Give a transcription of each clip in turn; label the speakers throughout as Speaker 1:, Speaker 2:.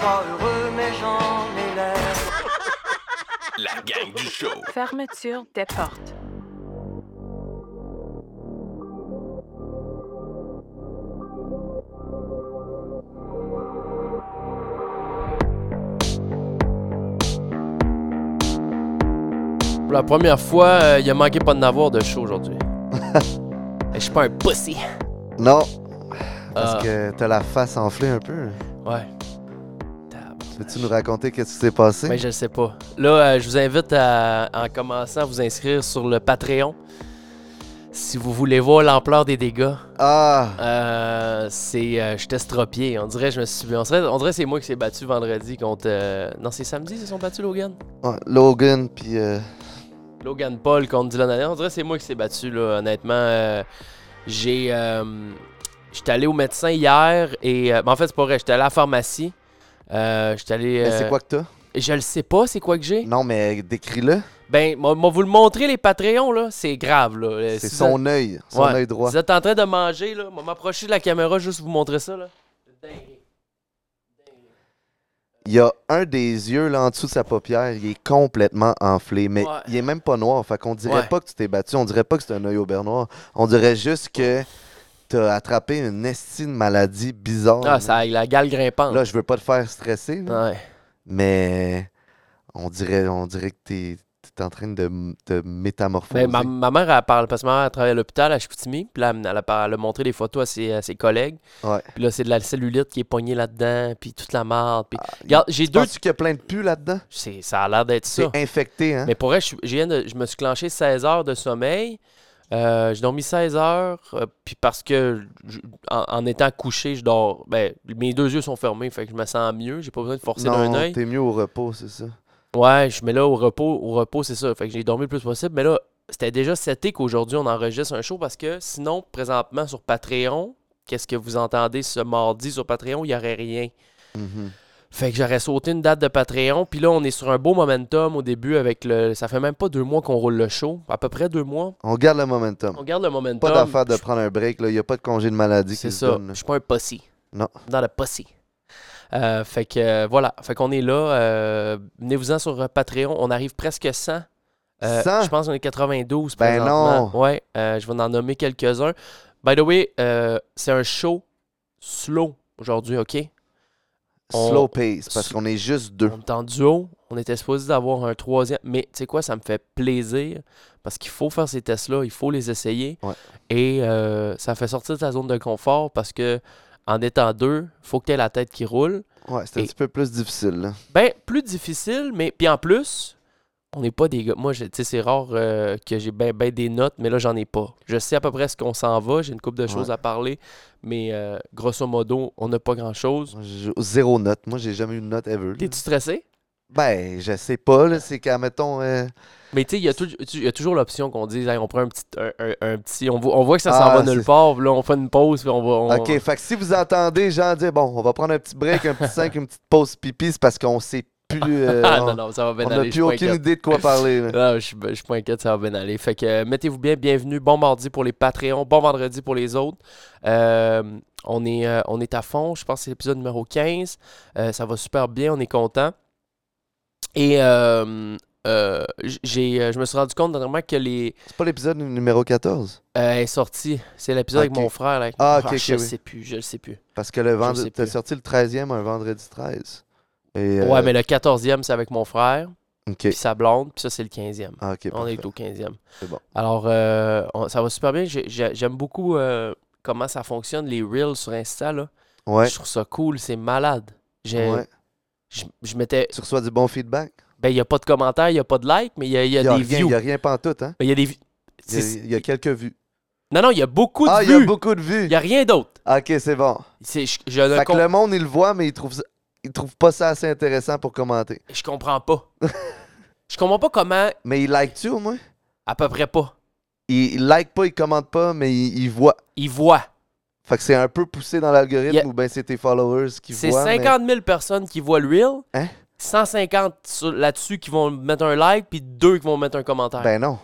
Speaker 1: pas heureux, mais j'en ai l'air.
Speaker 2: La gang du show.
Speaker 3: Fermeture des portes.
Speaker 4: Pour la première fois, euh, il a manqué pas de n'avoir de show aujourd'hui. Et Je suis pas un pussy.
Speaker 5: Non, parce
Speaker 4: Ah,
Speaker 5: que t'as la face enflée un peu.
Speaker 4: Ouais. Tabarnak.
Speaker 5: Peux-tu nous raconter qu'est-ce qui s'est passé?
Speaker 4: Ben, je le sais pas. Là, euh, je vous invite à, en commençant, à vous inscrire sur le Patreon. Si vous voulez voir l'ampleur des dégâts,
Speaker 5: Ah!
Speaker 4: Euh, c'est. euh, J'étais estropié. On dirait, je me suis. On dirait, on dirait que c'est moi qui s'est battu vendredi contre. euh, Non, c'est samedi, ils se sont battus, Logan
Speaker 5: Ouais, Logan, puis euh,
Speaker 4: Logan Paul contre Dylan Allen. On dirait que c'est moi qui s'est battu, là, honnêtement. Euh, j'ai. euh, J'étais allé au médecin hier et. euh, mais en fait, c'est pas vrai. J'étais allé à la pharmacie. Euh, J'étais allé.
Speaker 5: mais
Speaker 4: euh,
Speaker 5: ben, c'est quoi que t'as?
Speaker 4: Je le sais pas, c'est quoi que j'ai.
Speaker 5: Non, mais décris-le.
Speaker 4: Ben, moi, moi, vous le montrer, les Patreons, là. C'est grave, là. Euh,
Speaker 5: C'est
Speaker 4: si vous
Speaker 5: son œil, son
Speaker 4: Ouais.
Speaker 5: œil droit.
Speaker 4: Vous êtes en train de manger, là. Moi, m'approcher de la caméra juste vous montrer ça, là.
Speaker 5: Il y a un des yeux là en dessous de sa paupière, il est complètement enflé, mais
Speaker 4: Ouais.
Speaker 5: il est même pas noir. Fait qu'on dirait
Speaker 4: Ouais.
Speaker 5: pas que tu t'es battu, on dirait pas que c'est un œil au beurre noir. On dirait juste que t'as attrapé une estime maladie bizarre.
Speaker 4: Ah, ça Ah. a la gale grimpante.
Speaker 5: Là, je veux pas te faire stresser, là,
Speaker 4: Ouais.
Speaker 5: mais on dirait, on dirait que t'es t'es en train de m- te métamorphoser.
Speaker 4: Ben, ma, ma mère, elle parle, parce que ma mère, elle travaille à l'hôpital à Chicoutimi, puis là, elle, elle a par- elle a montré des photos à ses, à ses collègues.
Speaker 5: Ouais.
Speaker 4: Puis là, c'est de la cellulite qui est pognée là-dedans, puis toute la marde. Puis...
Speaker 5: Ah,
Speaker 4: Regarde, j'ai deux...
Speaker 5: Penses-tu qu'il y a plein de pus là-dedans?
Speaker 4: c'est- Ça a l'air d'être ça.
Speaker 5: C'est infecté, hein?
Speaker 4: Mais pour vrai, je, suis- je viens de- je me suis clenché 16 heures de sommeil. Euh, j'ai dormi 16 heures, euh, puis parce que je- en, en étant couché, je dors. Ben, mes deux yeux sont fermés, fait que je me sens mieux. J'ai pas besoin de forcer d'un
Speaker 5: non,
Speaker 4: œil.
Speaker 5: t'es mieux au repos, c'est ça.
Speaker 4: Ouais, je mets là au repos, au repos, c'est ça. Fait que j'ai dormi le plus possible. Mais là, c'était déjà cet qu'aujourd'hui on enregistre un show parce que sinon, présentement sur Patreon, qu'est-ce que vous entendez ce mardi sur Patreon, il n'y aurait rien.
Speaker 5: Mhm.
Speaker 4: Fait que j'aurais sauté une date de Patreon. Puis là, on est sur un beau momentum au début avec le. Ça fait même pas deux mois qu'on roule le show. À peu près deux mois.
Speaker 5: On garde le momentum.
Speaker 4: On garde le momentum.
Speaker 5: Pas d'affaire de
Speaker 4: Je-
Speaker 5: prendre un break, là. Il n'y a pas de congé de maladie qui
Speaker 4: C'est
Speaker 5: se
Speaker 4: ça.
Speaker 5: donne. là.
Speaker 4: Je suis pas un pussy.
Speaker 5: Non.
Speaker 4: Dans le pussy. Euh, fait que euh, voilà. Fait qu'on est là. euh, Venez-vous-en sur euh, Patreon. On arrive presque à 100. Euh,
Speaker 5: 100?
Speaker 4: Je pense qu'on est 92
Speaker 5: Ben
Speaker 4: présentement. Ouais, euh, je vais en nommer quelques-uns. By the way, euh, c'est un show slow aujourd'hui, OK? on-
Speaker 5: Slow pace, parce
Speaker 4: Sl-
Speaker 5: qu'on est juste deux.
Speaker 4: On est en duo. On était supposé d'avoir un troisième. Mais tu sais quoi, ça me fait plaisir parce qu'il faut faire ces tests-là, il faut les essayer.
Speaker 5: Ouais.
Speaker 4: Et euh, ça fait sortir de ta zone de confort parce que en étant deux, faut que tu aies la tête qui roule.
Speaker 5: Ouais, c'est un
Speaker 4: Et-
Speaker 5: petit peu plus difficile, là.
Speaker 4: Ben, plus difficile, mais. Puis en plus, on n'est pas des gars. Moi, je- tu sais, c'est rare euh, que j'ai ben, ben des notes, mais là, j'en ai pas. Je sais à peu près ce qu'on s'en va. J'ai une couple de choses
Speaker 5: Ouais.
Speaker 4: à parler, mais euh, grosso modo, on n'a pas grand-chose.
Speaker 5: Moi, j'ai- Zéro note. Moi, j'ai jamais eu une note ever. là.
Speaker 4: T'es-tu stressé?
Speaker 5: Ben, je sais pas, là. C'est qu'à, mettons. euh,
Speaker 4: Mais tu sais, il y a tou- tu- il y a toujours l'option qu'on dise, Hey, on prend un petit. Un, un- un petit on, voit, on voit que ça s'en
Speaker 5: Ah,
Speaker 4: va nulle
Speaker 5: c'est-
Speaker 4: part, puis là, on fait une pause, puis on va. on-
Speaker 5: Ok, fait que si vous entendez gens dire, bon, on va prendre un petit break, un petit 5, une petite pause pipi, c'est parce qu'on sait plus. euh,
Speaker 4: Ah,
Speaker 5: on-
Speaker 4: non, non, ça va bien
Speaker 5: on n'a
Speaker 4: aller. je
Speaker 5: plus
Speaker 4: suis pas
Speaker 5: aucune
Speaker 4: inquiète.
Speaker 5: idée de quoi parler, là.
Speaker 4: Ah, je suis je suis pas inquiète, ça va bien aller. Fait que euh, mettez-vous bien, bienvenue. Bon mardi pour les Patreons, bon vendredi pour les autres. Euh, on, est, euh, on est à fond, je pense que c'est l'épisode numéro 15. Euh, ça va super bien, on est content. Et euh, euh, j- j'ai, euh, je me suis rendu compte dernièrement que les.
Speaker 5: C'est pas l'épisode numéro 14.
Speaker 4: euh, est sorti. C'est l'épisode
Speaker 5: Ok.
Speaker 4: avec mon frère. Là, avec
Speaker 5: Ah,
Speaker 4: mon
Speaker 5: ok,
Speaker 4: frère.
Speaker 5: ok,
Speaker 4: je le
Speaker 5: oui.
Speaker 4: sais plus, je le sais plus.
Speaker 5: Parce que le
Speaker 4: sais
Speaker 5: vendredi. T'as
Speaker 4: plus.
Speaker 5: sorti le 13e un vendredi 13. Et, euh,
Speaker 4: Ouais, mais le 14e, c'est avec mon frère,
Speaker 5: Ok.
Speaker 4: puis sa blonde, puis ça, c'est le 15e.
Speaker 5: Ah, ok,
Speaker 4: On
Speaker 5: parfait.
Speaker 4: est au 15e.
Speaker 5: C'est bon.
Speaker 4: Alors, euh, on- ça va super bien. J'ai- j'ai- J'aime beaucoup euh, comment ça fonctionne, les reels sur Insta. Là.
Speaker 5: Ouais.
Speaker 4: Je euh, trouve ça cool, c'est malade. J'ai-
Speaker 5: ouais.
Speaker 4: Je, je mettais.
Speaker 5: Tu reçois du bon feedback?
Speaker 4: Ben, il n'y a pas de commentaires, il n'y a pas de likes, mais il y a, il y a
Speaker 5: Il n'y a,
Speaker 4: des
Speaker 5: rien-
Speaker 4: views.
Speaker 5: y a rien pantoute, hein?
Speaker 4: Ben, Il y a des vi-
Speaker 5: Il y a,
Speaker 4: c'est-
Speaker 5: y a quelques vues.
Speaker 4: Non, non, il y a beaucoup de
Speaker 5: Ah, il y a
Speaker 4: vues.
Speaker 5: beaucoup de vues. Ah,
Speaker 4: Il n'y a rien d'autre.
Speaker 5: Ok, c'est bon.
Speaker 4: C'est- Je, je
Speaker 5: Fait
Speaker 4: ne
Speaker 5: que
Speaker 4: com-
Speaker 5: le monde, il le voit, mais il trouve, ça- il trouve pas ça assez intéressant pour commenter.
Speaker 4: je comprends pas. je comprends pas comment.
Speaker 5: Mais il like-tu au moins?
Speaker 4: À peu près pas.
Speaker 5: Il, il like pas, il commente pas, mais il, il voit.
Speaker 4: Ils voient.
Speaker 5: Fait que c'est un peu poussé dans l'algorithme
Speaker 4: Y a-
Speaker 5: ou bien c'est tes followers qui
Speaker 4: C'est
Speaker 5: voient. mais-
Speaker 4: 50 000 personnes qui voient le reel.
Speaker 5: Hein?
Speaker 4: 150 sur- là-dessus qui vont mettre un like, puis deux qui vont mettre un commentaire.
Speaker 5: Ben non.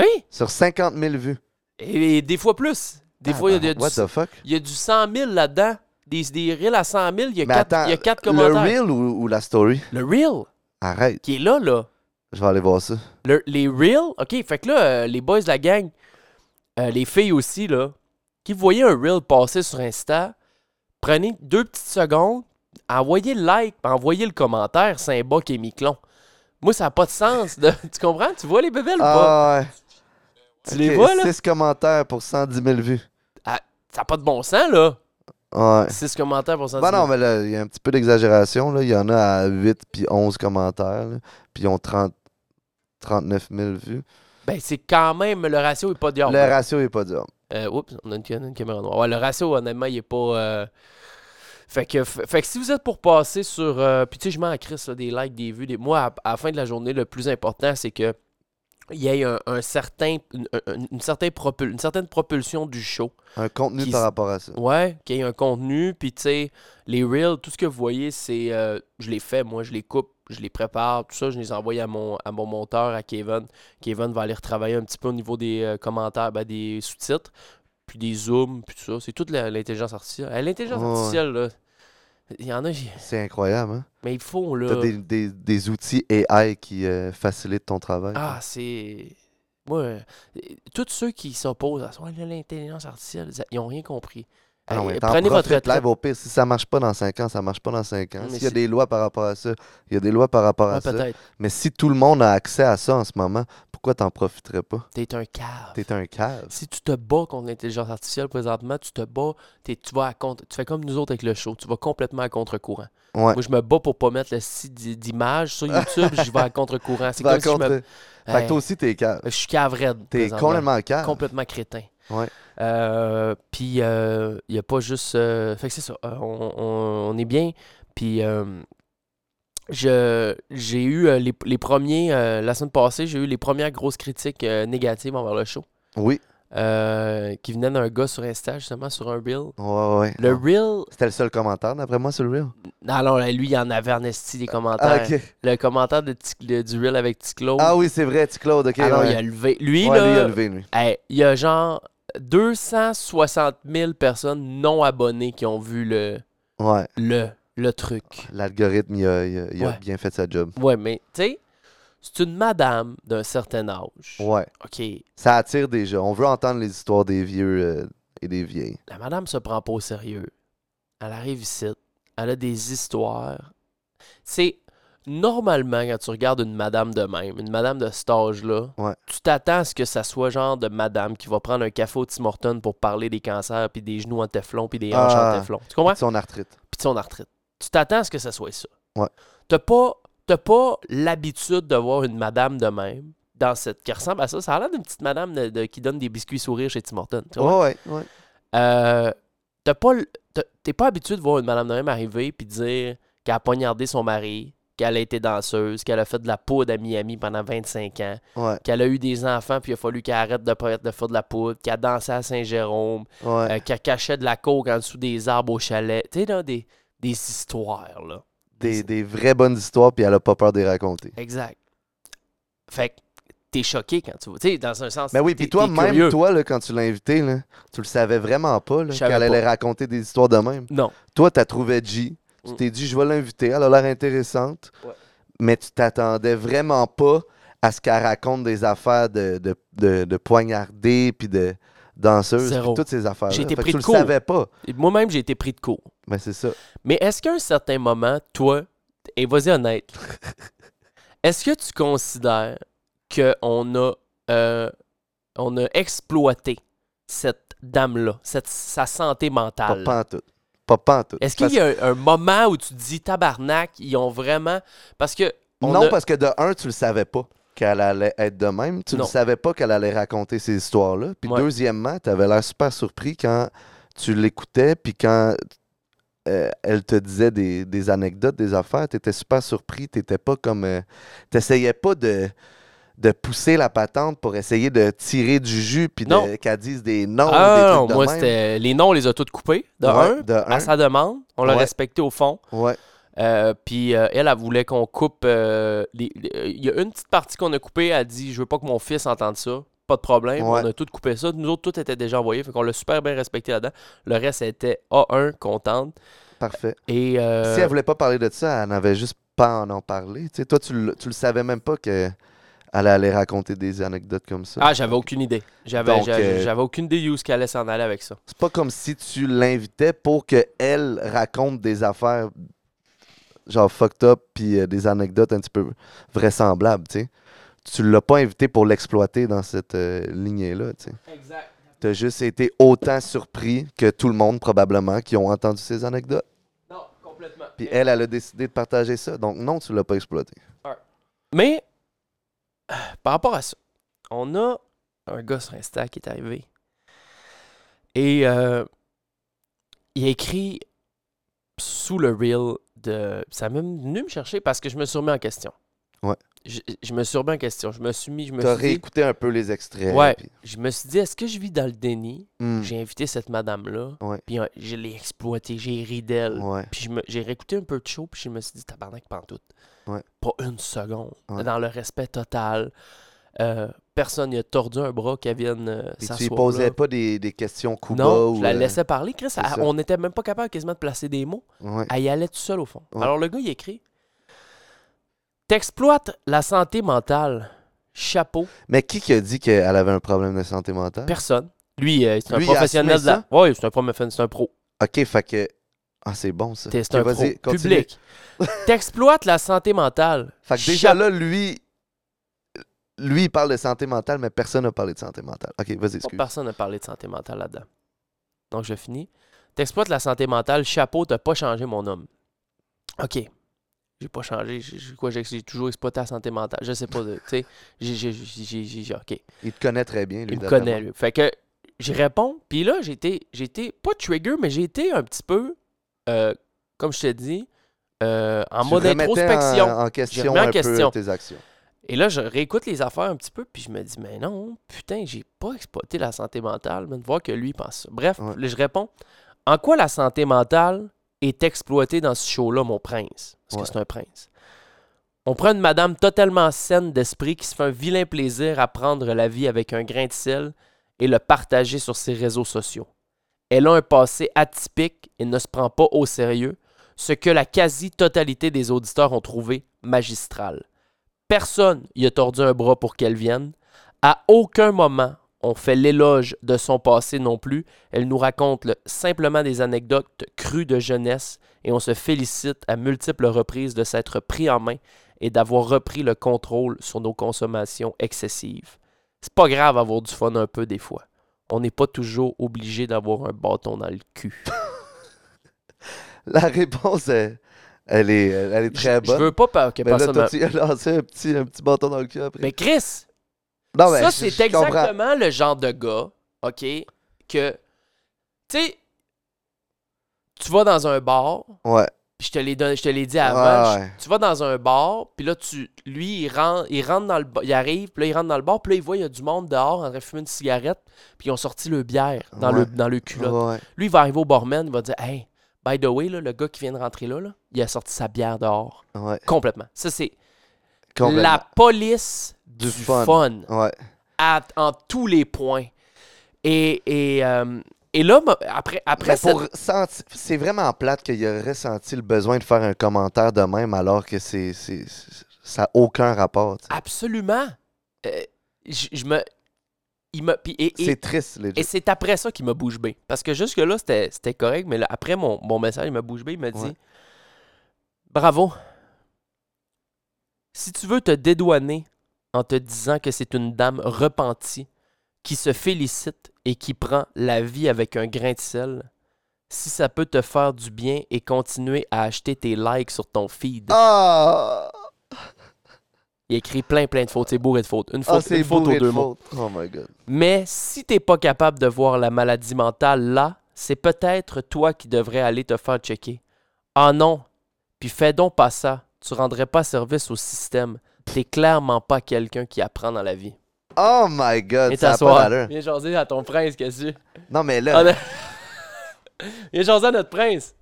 Speaker 4: Oui,
Speaker 5: Sur 50 000 vues.
Speaker 4: et, et des fois plus. Des
Speaker 5: Ah,
Speaker 4: fois, il y a
Speaker 5: ben,
Speaker 4: du-
Speaker 5: What the fuck?
Speaker 4: il y, a du 100 000 là-dedans. des, des reels à 100 000, il y a
Speaker 5: Mais
Speaker 4: 4
Speaker 5: attends, le
Speaker 4: commentaires.
Speaker 5: reel ou, ou la story?
Speaker 4: Le reel
Speaker 5: Arrête,
Speaker 4: qui est là, là.
Speaker 5: je vais aller voir ça.
Speaker 4: Le- les reels, ok, fait que là, euh, les boys de la gang, euh, les filles aussi, là, qui voyaient un reel passer sur Insta, prenez deux petites secondes, envoyez le like, puis envoyez le commentaire, Saint-Boc et Miquelon. Moi, ça n'a pas de sens. de- tu comprends? Tu vois les bébelles ou pas?
Speaker 5: Ah ouais.
Speaker 4: Tu les vois, là?
Speaker 5: 6 commentaires pour 110 000 vues.
Speaker 4: Ça n'a pas de bon sens, là.
Speaker 5: Ouais.
Speaker 4: 6 commentaires pour 100
Speaker 5: Ben non, mais là, il y a un petit peu d'exagération. là. Il y en a à 8 puis 11 commentaires. là. Puis ils ont 30 39 000 vues.
Speaker 4: Ben, c'est quand même, le ratio est pas de
Speaker 5: le ratio est pas dur.
Speaker 4: Euh, oups, on a une, on a une caméra noire. Ouais, le ratio, honnêtement, il est pas. euh, Fait, que, f- fait que si vous êtes pour passer sur. euh, Puis tu sais, je m'en crisse là, des likes, des vues. Des... Moi, à, à la fin de la journée, le plus important, c'est que il y ait un, un certain, une, un- une certaine propul- une certaine propulsion du show.
Speaker 5: Un contenu
Speaker 4: Qui
Speaker 5: par
Speaker 4: s-
Speaker 5: rapport à ça.
Speaker 4: Ouais, qu'il y ait un contenu, puis tu sais, les reels, tout ce que vous voyez, c'est, euh, je les fais, moi, je les coupe, je les prépare, tout ça, je les envoie à mon, à mon monteur, à Kevin. Kevin va aller retravailler un petit peu au niveau des euh, commentaires, ben, des sous-titres, puis des zooms, puis tout ça. C'est toute la- l'intelligence artificielle. Eh, L'intelligence
Speaker 5: Ouais.
Speaker 4: artificielle, là, il y en a, j'ai-
Speaker 5: C'est incroyable, hein?
Speaker 4: mais il faut, là.
Speaker 5: T'as des, des- des outils AI qui euh, facilitent ton travail.
Speaker 4: Ah, c'est. Moi, euh, tous ceux qui s'opposent à ça, Ouais, là, l'intelligence artificielle, ils n'ont rien compris.
Speaker 5: Ah non, mais
Speaker 4: Eh,
Speaker 5: t'en
Speaker 4: prenez votre
Speaker 5: profites
Speaker 4: retraite.
Speaker 5: live au pire. Si ça marche pas dans 5 ans, ça marche pas dans 5 ans.
Speaker 4: Mais
Speaker 5: S'il y a
Speaker 4: c'est-
Speaker 5: des lois par rapport à ça, il y a des lois par rapport à
Speaker 4: Ouais,
Speaker 5: ça.
Speaker 4: peut-être.
Speaker 5: Mais si tout le monde a accès à ça en ce moment, pourquoi t'en profiterais pas?
Speaker 4: T'es un cave.
Speaker 5: T'es un cave.
Speaker 4: Si tu te bats contre l'intelligence artificielle présentement, tu te bats, t'es- tu vas à contre, tu fais comme nous autres avec le show, tu vas complètement à contre-courant.
Speaker 5: Ouais.
Speaker 4: Moi, je me bats pour pas mettre le site d'i- d'image sur YouTube, je vais à contre-courant. C'est
Speaker 5: Tu vas
Speaker 4: comme si je me...
Speaker 5: contre- Fait que
Speaker 4: Hey,
Speaker 5: toi aussi, t'es cave.
Speaker 4: je suis cavred.
Speaker 5: T'es complètement cave.
Speaker 4: complètement crétin.
Speaker 5: Ouais.
Speaker 4: Euh, Puis, il n'y a pas juste. euh, Fait que c'est ça. euh, on, on- on est bien. Puis, euh, je- j'ai eu euh, les, les premiers. euh, la semaine passée, j'ai eu les premières grosses critiques euh, négatives envers le show.
Speaker 5: Oui.
Speaker 4: euh, qui venait d'un gars sur Insta, justement, sur un reel.
Speaker 5: Ouais, ouais.
Speaker 4: Le
Speaker 5: Non.
Speaker 4: reel. Reel.
Speaker 5: C'était le seul commentaire, d'après moi, sur le reel.
Speaker 4: Ah Non, là, lui, il en avait en esti des commentaires.
Speaker 5: Ah, ok.
Speaker 4: Le commentaire de Tic- de- du reel avec Ticlo.
Speaker 5: Ah oui, c'est vrai, tu Claude, ok.
Speaker 4: Alors,
Speaker 5: ouais.
Speaker 4: oh. Ah il a levé. Lui,
Speaker 5: Ouais,
Speaker 4: là,
Speaker 5: lui, il a levé, lui.
Speaker 4: hey, il y a genre 260 000 personnes non abonnées qui ont vu le,
Speaker 5: Ouais.
Speaker 4: le, le truc.
Speaker 5: L'algorithme, il a, il a- il a
Speaker 4: Ouais.
Speaker 5: bien fait sa job.
Speaker 4: Ouais, mais, tu sais, c'est une madame d'un certain âge.
Speaker 5: Ouais.
Speaker 4: OK,
Speaker 5: Ça attire déjà. On veut entendre les histoires des vieux euh, et des vieilles.
Speaker 4: la madame se prend pas au sérieux. Elle arrive ici, elle a des histoires. C'est normalement quand tu regardes une madame de même, une madame de cet âge-là,
Speaker 5: Ouais.
Speaker 4: tu t'attends à ce que ça soit genre de madame qui va prendre un café au Tim Hortons pour parler des cancers, puis des genoux en teflon, puis des hanches
Speaker 5: Ah.
Speaker 4: en teflon. Tu comprends?
Speaker 5: De Son arthrite.
Speaker 4: Puis de son arthrite. Tu t'attends à ce que ça soit ça.
Speaker 5: Ouais.
Speaker 4: T'as pas, t'as pas l'habitude de voir une madame de même dans cette qui ressemble à ça. Ça a l'air d'une petite madame de- de- qui donne des biscuits sourires chez Tim Hortons. tu
Speaker 5: Ouais,
Speaker 4: comprends?
Speaker 5: ouais, ouais.
Speaker 4: Euh, t'as pas l- t'as- t'es pas habitué de voir une madame de même arriver puis dire qu'elle a poignardé son mari, qu'elle a été danseuse, qu'elle a fait de la poudre à Miami pendant 25 ans,
Speaker 5: Ouais,
Speaker 4: qu'elle a eu des enfants puis il a fallu qu'elle arrête de, pa- de faire de la poudre, qu'elle a dansé à Saint-Jérôme,
Speaker 5: ouais.
Speaker 4: euh, qu'elle cachait de la coke en dessous des arbres au chalet. Tu sais, là, des, des histoires, là.
Speaker 5: des, des vraies bonnes histoires, puis elle a pas peur de les raconter.
Speaker 4: Exact. Fait que t'es choqué quand tu vois. Tu sais, dans un sens.
Speaker 5: Mais Ben oui,
Speaker 4: t'es-
Speaker 5: puis toi,
Speaker 4: t'es
Speaker 5: même
Speaker 4: curieux.
Speaker 5: toi, là, quand tu l'as invité, là, tu le savais vraiment pas là,
Speaker 4: Je
Speaker 5: qu'elle
Speaker 4: savais
Speaker 5: allait raconter des histoires de même.
Speaker 4: Non.
Speaker 5: Toi, t'as trouvé G. Tu
Speaker 4: Mm.
Speaker 5: t'es dit, je vais l'inviter, elle a l'air intéressante.
Speaker 4: Ouais.
Speaker 5: Mais tu t'attendais vraiment pas à ce qu'elle raconte des affaires de, de, de, de poignarder, puis de danseuse, puis
Speaker 4: Zéro.
Speaker 5: toutes ces affaires-là.
Speaker 4: J'ai été
Speaker 5: Fait que
Speaker 4: pris
Speaker 5: tu
Speaker 4: de
Speaker 5: le
Speaker 4: court.
Speaker 5: savais pas.
Speaker 4: Et Moi-même, j'ai été pris de court.
Speaker 5: Mais c'est ça.
Speaker 4: Mais est-ce qu'à un certain moment, toi, et vas-y honnête, est-ce que tu considères qu'on a, euh, on a exploité cette dame-là, cette, sa santé
Speaker 5: Pas
Speaker 4: mentale?
Speaker 5: pantoute. Pas pantoute.
Speaker 4: Est-ce qu'il y a un, un moment où tu te dis tabarnak, ils ont vraiment. Parce que. on
Speaker 5: Non,
Speaker 4: a-
Speaker 5: parce que de un, tu le savais pas qu'elle allait être de même. Tu ne
Speaker 4: Non.
Speaker 5: savais pas qu'elle allait raconter ces histoires-là. Puis
Speaker 4: Ouais.
Speaker 5: deuxièmement, tu avais l'air super surpris quand tu l'écoutais, puis quand euh, elle te disait des, des anecdotes, des affaires. Tu étais super surpris. Tu pas comme. tu pas de de pousser la patente pour essayer de tirer du jus puis de-
Speaker 4: Non.
Speaker 5: qu'elle dise des noms
Speaker 4: Ah,
Speaker 5: des trucs
Speaker 4: non,
Speaker 5: de
Speaker 4: moi,
Speaker 5: même.
Speaker 4: c'était. Les noms, on les a tous coupés, de
Speaker 5: Ouais,
Speaker 4: un,
Speaker 5: de
Speaker 4: à
Speaker 5: un.
Speaker 4: sa demande. On l'a
Speaker 5: Ouais.
Speaker 4: respecté au fond.
Speaker 5: Ouais.
Speaker 4: Euh, puis euh, elle, elle voulait qu'on coupe. euh, les- les- euh, Il y a une petite partie qu'on a coupée. Elle dit Je veux pas que mon fils entende ça. pas de problème.
Speaker 5: Ouais.
Speaker 4: On a tout coupé ça. Nous autres, tout était déjà envoyé. Fait qu'on l'a super bien respecté là-dedans. Le reste était A1, contente.
Speaker 5: Parfait.
Speaker 4: Et. euh,
Speaker 5: Si elle voulait pas parler de ça, elle n'avait juste pas à en parler. Tu sais, toi, tu le, tu le savais même pas qu'elle allait raconter des anecdotes comme ça.
Speaker 4: Ah, j'avais aucune idée. J'avais
Speaker 5: Donc,
Speaker 4: j'avais-
Speaker 5: euh,
Speaker 4: j'avais aucune idée où ce qu'elle allait s'en aller avec ça.
Speaker 5: C'est pas comme si tu l'invitais pour qu'elle raconte des affaires genre fucked up puis euh, des anecdotes un petit peu vraisemblables, tu sais. Tu l'as pas invité pour l'exploiter dans cette euh, lignée-là, tu sais.
Speaker 4: Exact.
Speaker 5: T'as juste été autant surpris que tout le monde, probablement, qui ont entendu ces anecdotes.
Speaker 4: Non, complètement.
Speaker 5: Puis elle, elle a décidé de partager ça. Donc non, tu l'as pas exploité.
Speaker 4: Mais, euh, par rapport à ça, on a un gars sur Insta qui est arrivé. Et euh, il a écrit sous le reel de. Ça m'a venu me chercher parce que je me suis remis en question.
Speaker 5: Ouais.
Speaker 4: Je, je me suis remis en question. Je me suis mis. Je me
Speaker 5: T'as
Speaker 4: suis dit-
Speaker 5: réécouté un peu les extraits.
Speaker 4: Ouais.
Speaker 5: puis-
Speaker 4: Je me suis dit, est-ce que je vis dans le déni?
Speaker 5: Hmm,
Speaker 4: J'ai invité cette madame-là.
Speaker 5: Ouais.
Speaker 4: Puis euh, je l'ai exploitée. J'ai ri d'elle.
Speaker 5: ouais.
Speaker 4: Puis je me- j'ai réécouté un peu de show, puis je me suis dit, tabarnak, pantoute.
Speaker 5: Ouais.
Speaker 4: Pas une seconde.
Speaker 5: Ouais.
Speaker 4: Dans le respect total. Euh, personne n'y a tordu un bras qu'elle vienne euh,
Speaker 5: Puis tu lui
Speaker 4: s'asseoir.
Speaker 5: posais
Speaker 4: là.
Speaker 5: pas des, des questions coup bas
Speaker 4: Non,
Speaker 5: ou,
Speaker 4: je la
Speaker 5: euh,
Speaker 4: laissais parler, Chris.
Speaker 5: c'est
Speaker 4: Elle-
Speaker 5: ça.
Speaker 4: on n'était même pas capable quasiment de placer des mots.
Speaker 5: ouais.
Speaker 4: Elle y allait tout seul au fond.
Speaker 5: Ouais.
Speaker 4: Alors le gars, il écrit T'exploites la santé mentale. Chapeau.
Speaker 5: Mais qui qui a dit qu'elle avait un problème de santé mentale?
Speaker 4: Personne. Lui, euh, c'est un
Speaker 5: Ah. Lui, il a
Speaker 4: professionnel de
Speaker 5: assumé
Speaker 4: la. Oui, c'est un professionnel, c'est un pro.
Speaker 5: Ok, fait que. Ah, c'est bon ça.
Speaker 4: T'es- C'est
Speaker 5: Ok,
Speaker 4: un pro.
Speaker 5: vas-y, continue.
Speaker 4: Public. T'exploites la santé mentale.
Speaker 5: Fait que déjà
Speaker 4: Chapeau.
Speaker 5: là, lui. Lui, il parle de santé mentale, mais personne n'a parlé de santé mentale. Ok, vas-y,
Speaker 4: Pas
Speaker 5: excuse.
Speaker 4: personne n'a parlé de santé mentale là-dedans. Donc, je finis. T'exploites la santé mentale, chapeau, t'as pas changé, mon homme. OK. J'ai pas changé. J'ai j'ai quoi, j'ai- j'ai toujours exploité la santé mentale. Je sais pas. de- Tu sais, j'ai- j'ai- j'ai. j'ai- j'ai- OK.
Speaker 5: Il te connaît très bien, lui.
Speaker 4: Il me
Speaker 5: d'après
Speaker 4: connaît,
Speaker 5: moi.
Speaker 4: lui. Fait que j'y réponds. Puis là, j'ai été, j'ai été- pas trigger, mais j'ai été un petit peu, euh, comme je te dis, euh, en
Speaker 5: Tu
Speaker 4: mode
Speaker 5: remettais
Speaker 4: introspection.
Speaker 5: En, en question,
Speaker 4: remets en
Speaker 5: un
Speaker 4: question.
Speaker 5: peu tes actions.
Speaker 4: Et là, je réécoute les affaires un petit peu, puis je me dis, mais non, putain, j'ai pas exploité la santé mentale, mais de voir que lui pense ça. Bref,
Speaker 5: Ouais.
Speaker 4: là, je réponds, en quoi la santé mentale est exploitée dans ce show-là, mon prince? Parce
Speaker 5: Ouais.
Speaker 4: que c'est un prince. On prend une madame totalement saine d'esprit qui se fait un vilain plaisir à prendre la vie avec un grain de sel et le partager sur ses réseaux sociaux. Elle a un passé atypique et ne se prend pas au sérieux, ce que la quasi-totalité des auditeurs ont trouvé magistral. Personne y a tordu un bras pour qu'elle vienne. À aucun moment on fait l'éloge de son passé non plus. Elle nous raconte le- simplement des anecdotes crues de jeunesse et on se félicite à multiples reprises de s'être pris en main et d'avoir repris le contrôle sur nos consommations excessives. C'est pas grave avoir du fun un peu des fois. On n'est pas toujours obligé d'avoir un bâton dans le cul.
Speaker 5: La réponse, elle, elle est, elle est très
Speaker 4: Je
Speaker 5: bonne.
Speaker 4: veux pas pa- que
Speaker 5: Mais là,
Speaker 4: personne.
Speaker 5: toi,
Speaker 4: m'a-
Speaker 5: tu lui as lancé un petit, un petit bâton dans le cul après.
Speaker 4: Mais Chris,
Speaker 5: non, mais
Speaker 4: ça, c'est
Speaker 5: je- je comprends.
Speaker 4: exactement le genre de gars, OK, que, tu sais, tu vas dans un bar,
Speaker 5: Ouais.
Speaker 4: puis je te l'ai don- je te l'ai dit avant,
Speaker 5: Ouais,
Speaker 4: je-
Speaker 5: ouais.
Speaker 4: tu vas dans un bar, puis là, tu, lui, il rentre, il rentre dans le bar, il arrive, puis là, il rentre dans le bar, puis là, il voit, il y a du monde dehors en train de fumer une cigarette, puis ils ont sorti le bière dans, le,
Speaker 5: Ouais.
Speaker 4: dans le culotte.
Speaker 5: Ouais.
Speaker 4: Lui, il va arriver au barman, il va dire, « Hey, by the way, là, le gars qui vient de rentrer là, là, il a sorti sa bière dehors.
Speaker 5: ouais. »
Speaker 4: Complètement. Ça, c'est
Speaker 5: Complètement.
Speaker 4: la police du,
Speaker 5: Du fun.
Speaker 4: fun
Speaker 5: Ouais.
Speaker 4: à- en tous les points. Et, et, euh, et là, ma- après, après
Speaker 5: Mais
Speaker 4: cette-
Speaker 5: Ben, pour senti- c'est vraiment plate qu'il aurait ressenti le besoin de faire un commentaire de même alors que c'est, c'est- c'est- ça n'a aucun rapport. tu sais.
Speaker 4: Absolument. Euh, je je me... Il me puis- et, et-
Speaker 5: C'est triste, les
Speaker 4: et c'est après ça qu'il m'a bouche bée. Parce que jusque-là, c'était c'était correct, mais là, après mon, mon message, il m'a bouche bée, il m'a dit
Speaker 5: Ouais.
Speaker 4: Bravo. Si tu veux te dédouaner en te disant que c'est une dame repentie qui se félicite et qui prend la vie avec un grain de sel, si ça peut te faire du bien et continuer à acheter tes likes sur ton feed.
Speaker 5: Ah!
Speaker 4: Il écrit plein, plein de fautes. C'est bourré de fautes. Une
Speaker 5: Ah,
Speaker 4: faute,
Speaker 5: c'est
Speaker 4: une faute
Speaker 5: bourré
Speaker 4: aux
Speaker 5: de
Speaker 4: deux mots.
Speaker 5: fautes. Oh my god.
Speaker 4: Mais si t'es pas capable de voir la maladie mentale là, c'est peut-être toi qui devrais aller te faire checker. Ah non, puis fais donc pas ça. Tu rendrais pas service au système. T'es clairement pas quelqu'un qui apprend dans la vie.
Speaker 5: Oh my god,
Speaker 4: Viens
Speaker 5: ça a pas
Speaker 4: t'asseoir.
Speaker 5: d'allure.
Speaker 4: Viens jaser à ton prince, qu'est-ce que tu-
Speaker 5: Non, mais là,
Speaker 4: Ah, non. Viens jaser à notre prince.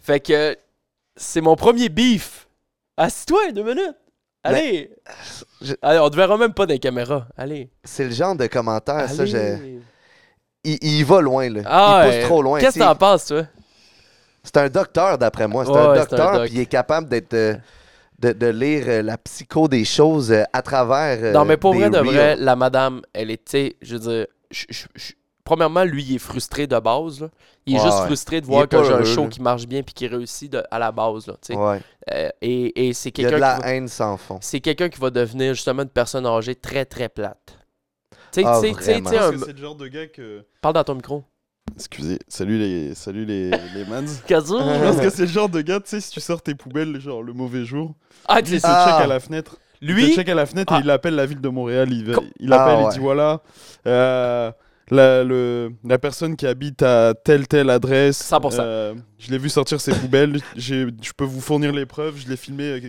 Speaker 4: Fait que c'est mon premier beef. Assis-toi deux minutes. Allez!
Speaker 5: je-
Speaker 4: Allez, on ne verra même pas dans les caméras. Allez.
Speaker 5: C'est le genre de commentaire, Ah, ça.
Speaker 4: Allez.
Speaker 5: je- Il, il va loin, là.
Speaker 4: Ah,
Speaker 5: il pousse
Speaker 4: ouais.
Speaker 5: trop loin.
Speaker 4: Qu'est-ce que
Speaker 5: tu sais.
Speaker 4: t'en penses, toi?
Speaker 5: C'est un docteur, d'après moi. C'est
Speaker 4: Ouais,
Speaker 5: un
Speaker 4: ouais, c'est un
Speaker 5: docteur,
Speaker 4: doc.
Speaker 5: puis il est capable d'être. euh, de, de lire euh, la psycho des choses euh, à travers. euh,
Speaker 4: non, mais pour
Speaker 5: des
Speaker 4: vrai, de
Speaker 5: reels.
Speaker 4: vrai, la madame, elle était, je veux dire, je- je- je- premièrement, lui, il est frustré de base. là. Il est
Speaker 5: Ouais,
Speaker 4: juste
Speaker 5: ouais.
Speaker 4: frustré de
Speaker 5: Il
Speaker 4: voir
Speaker 5: est pas
Speaker 4: que j'ai un
Speaker 5: heureux,
Speaker 4: show
Speaker 5: là.
Speaker 4: qui marche bien puis qui réussit de- à la base. Là, tu sais.
Speaker 5: Ouais.
Speaker 4: Euh, et et c'est
Speaker 5: Il y
Speaker 4: quelqu'un
Speaker 5: a de
Speaker 4: qui
Speaker 5: la
Speaker 4: va-
Speaker 5: haine sans fond.
Speaker 4: c'est quelqu'un qui va devenir justement une personne âgée très très plate. Tu sais,
Speaker 5: Ah,
Speaker 4: tu sais, tu sais, tu sais,
Speaker 6: Parce
Speaker 4: un-
Speaker 6: que c'est le genre de gars que.
Speaker 4: Parle dans ton micro.
Speaker 6: Excusez, salut les, salut les, les mans.
Speaker 4: Kazoo!
Speaker 6: Je pense que c'est le genre de gars, tu sais, si tu sors tes poubelles, genre le mauvais jour,
Speaker 4: Ah,
Speaker 6: lui, il
Speaker 4: tu
Speaker 6: te
Speaker 4: sais,
Speaker 5: Ah.
Speaker 6: check à la fenêtre. Il te
Speaker 4: lui,
Speaker 6: check à la fenêtre
Speaker 4: Ah.
Speaker 6: et il appelle la ville de Montréal. Il, va-
Speaker 4: Co-
Speaker 6: il appelle
Speaker 5: Ah,
Speaker 6: et
Speaker 5: ouais.
Speaker 6: dit voilà, euh, la, le- la personne qui habite à telle telle adresse.
Speaker 4: 100%.
Speaker 6: euh, je l'ai vu sortir ses poubelles. j'ai- Je peux vous fournir les preuves. Je l'ai filmé. euh,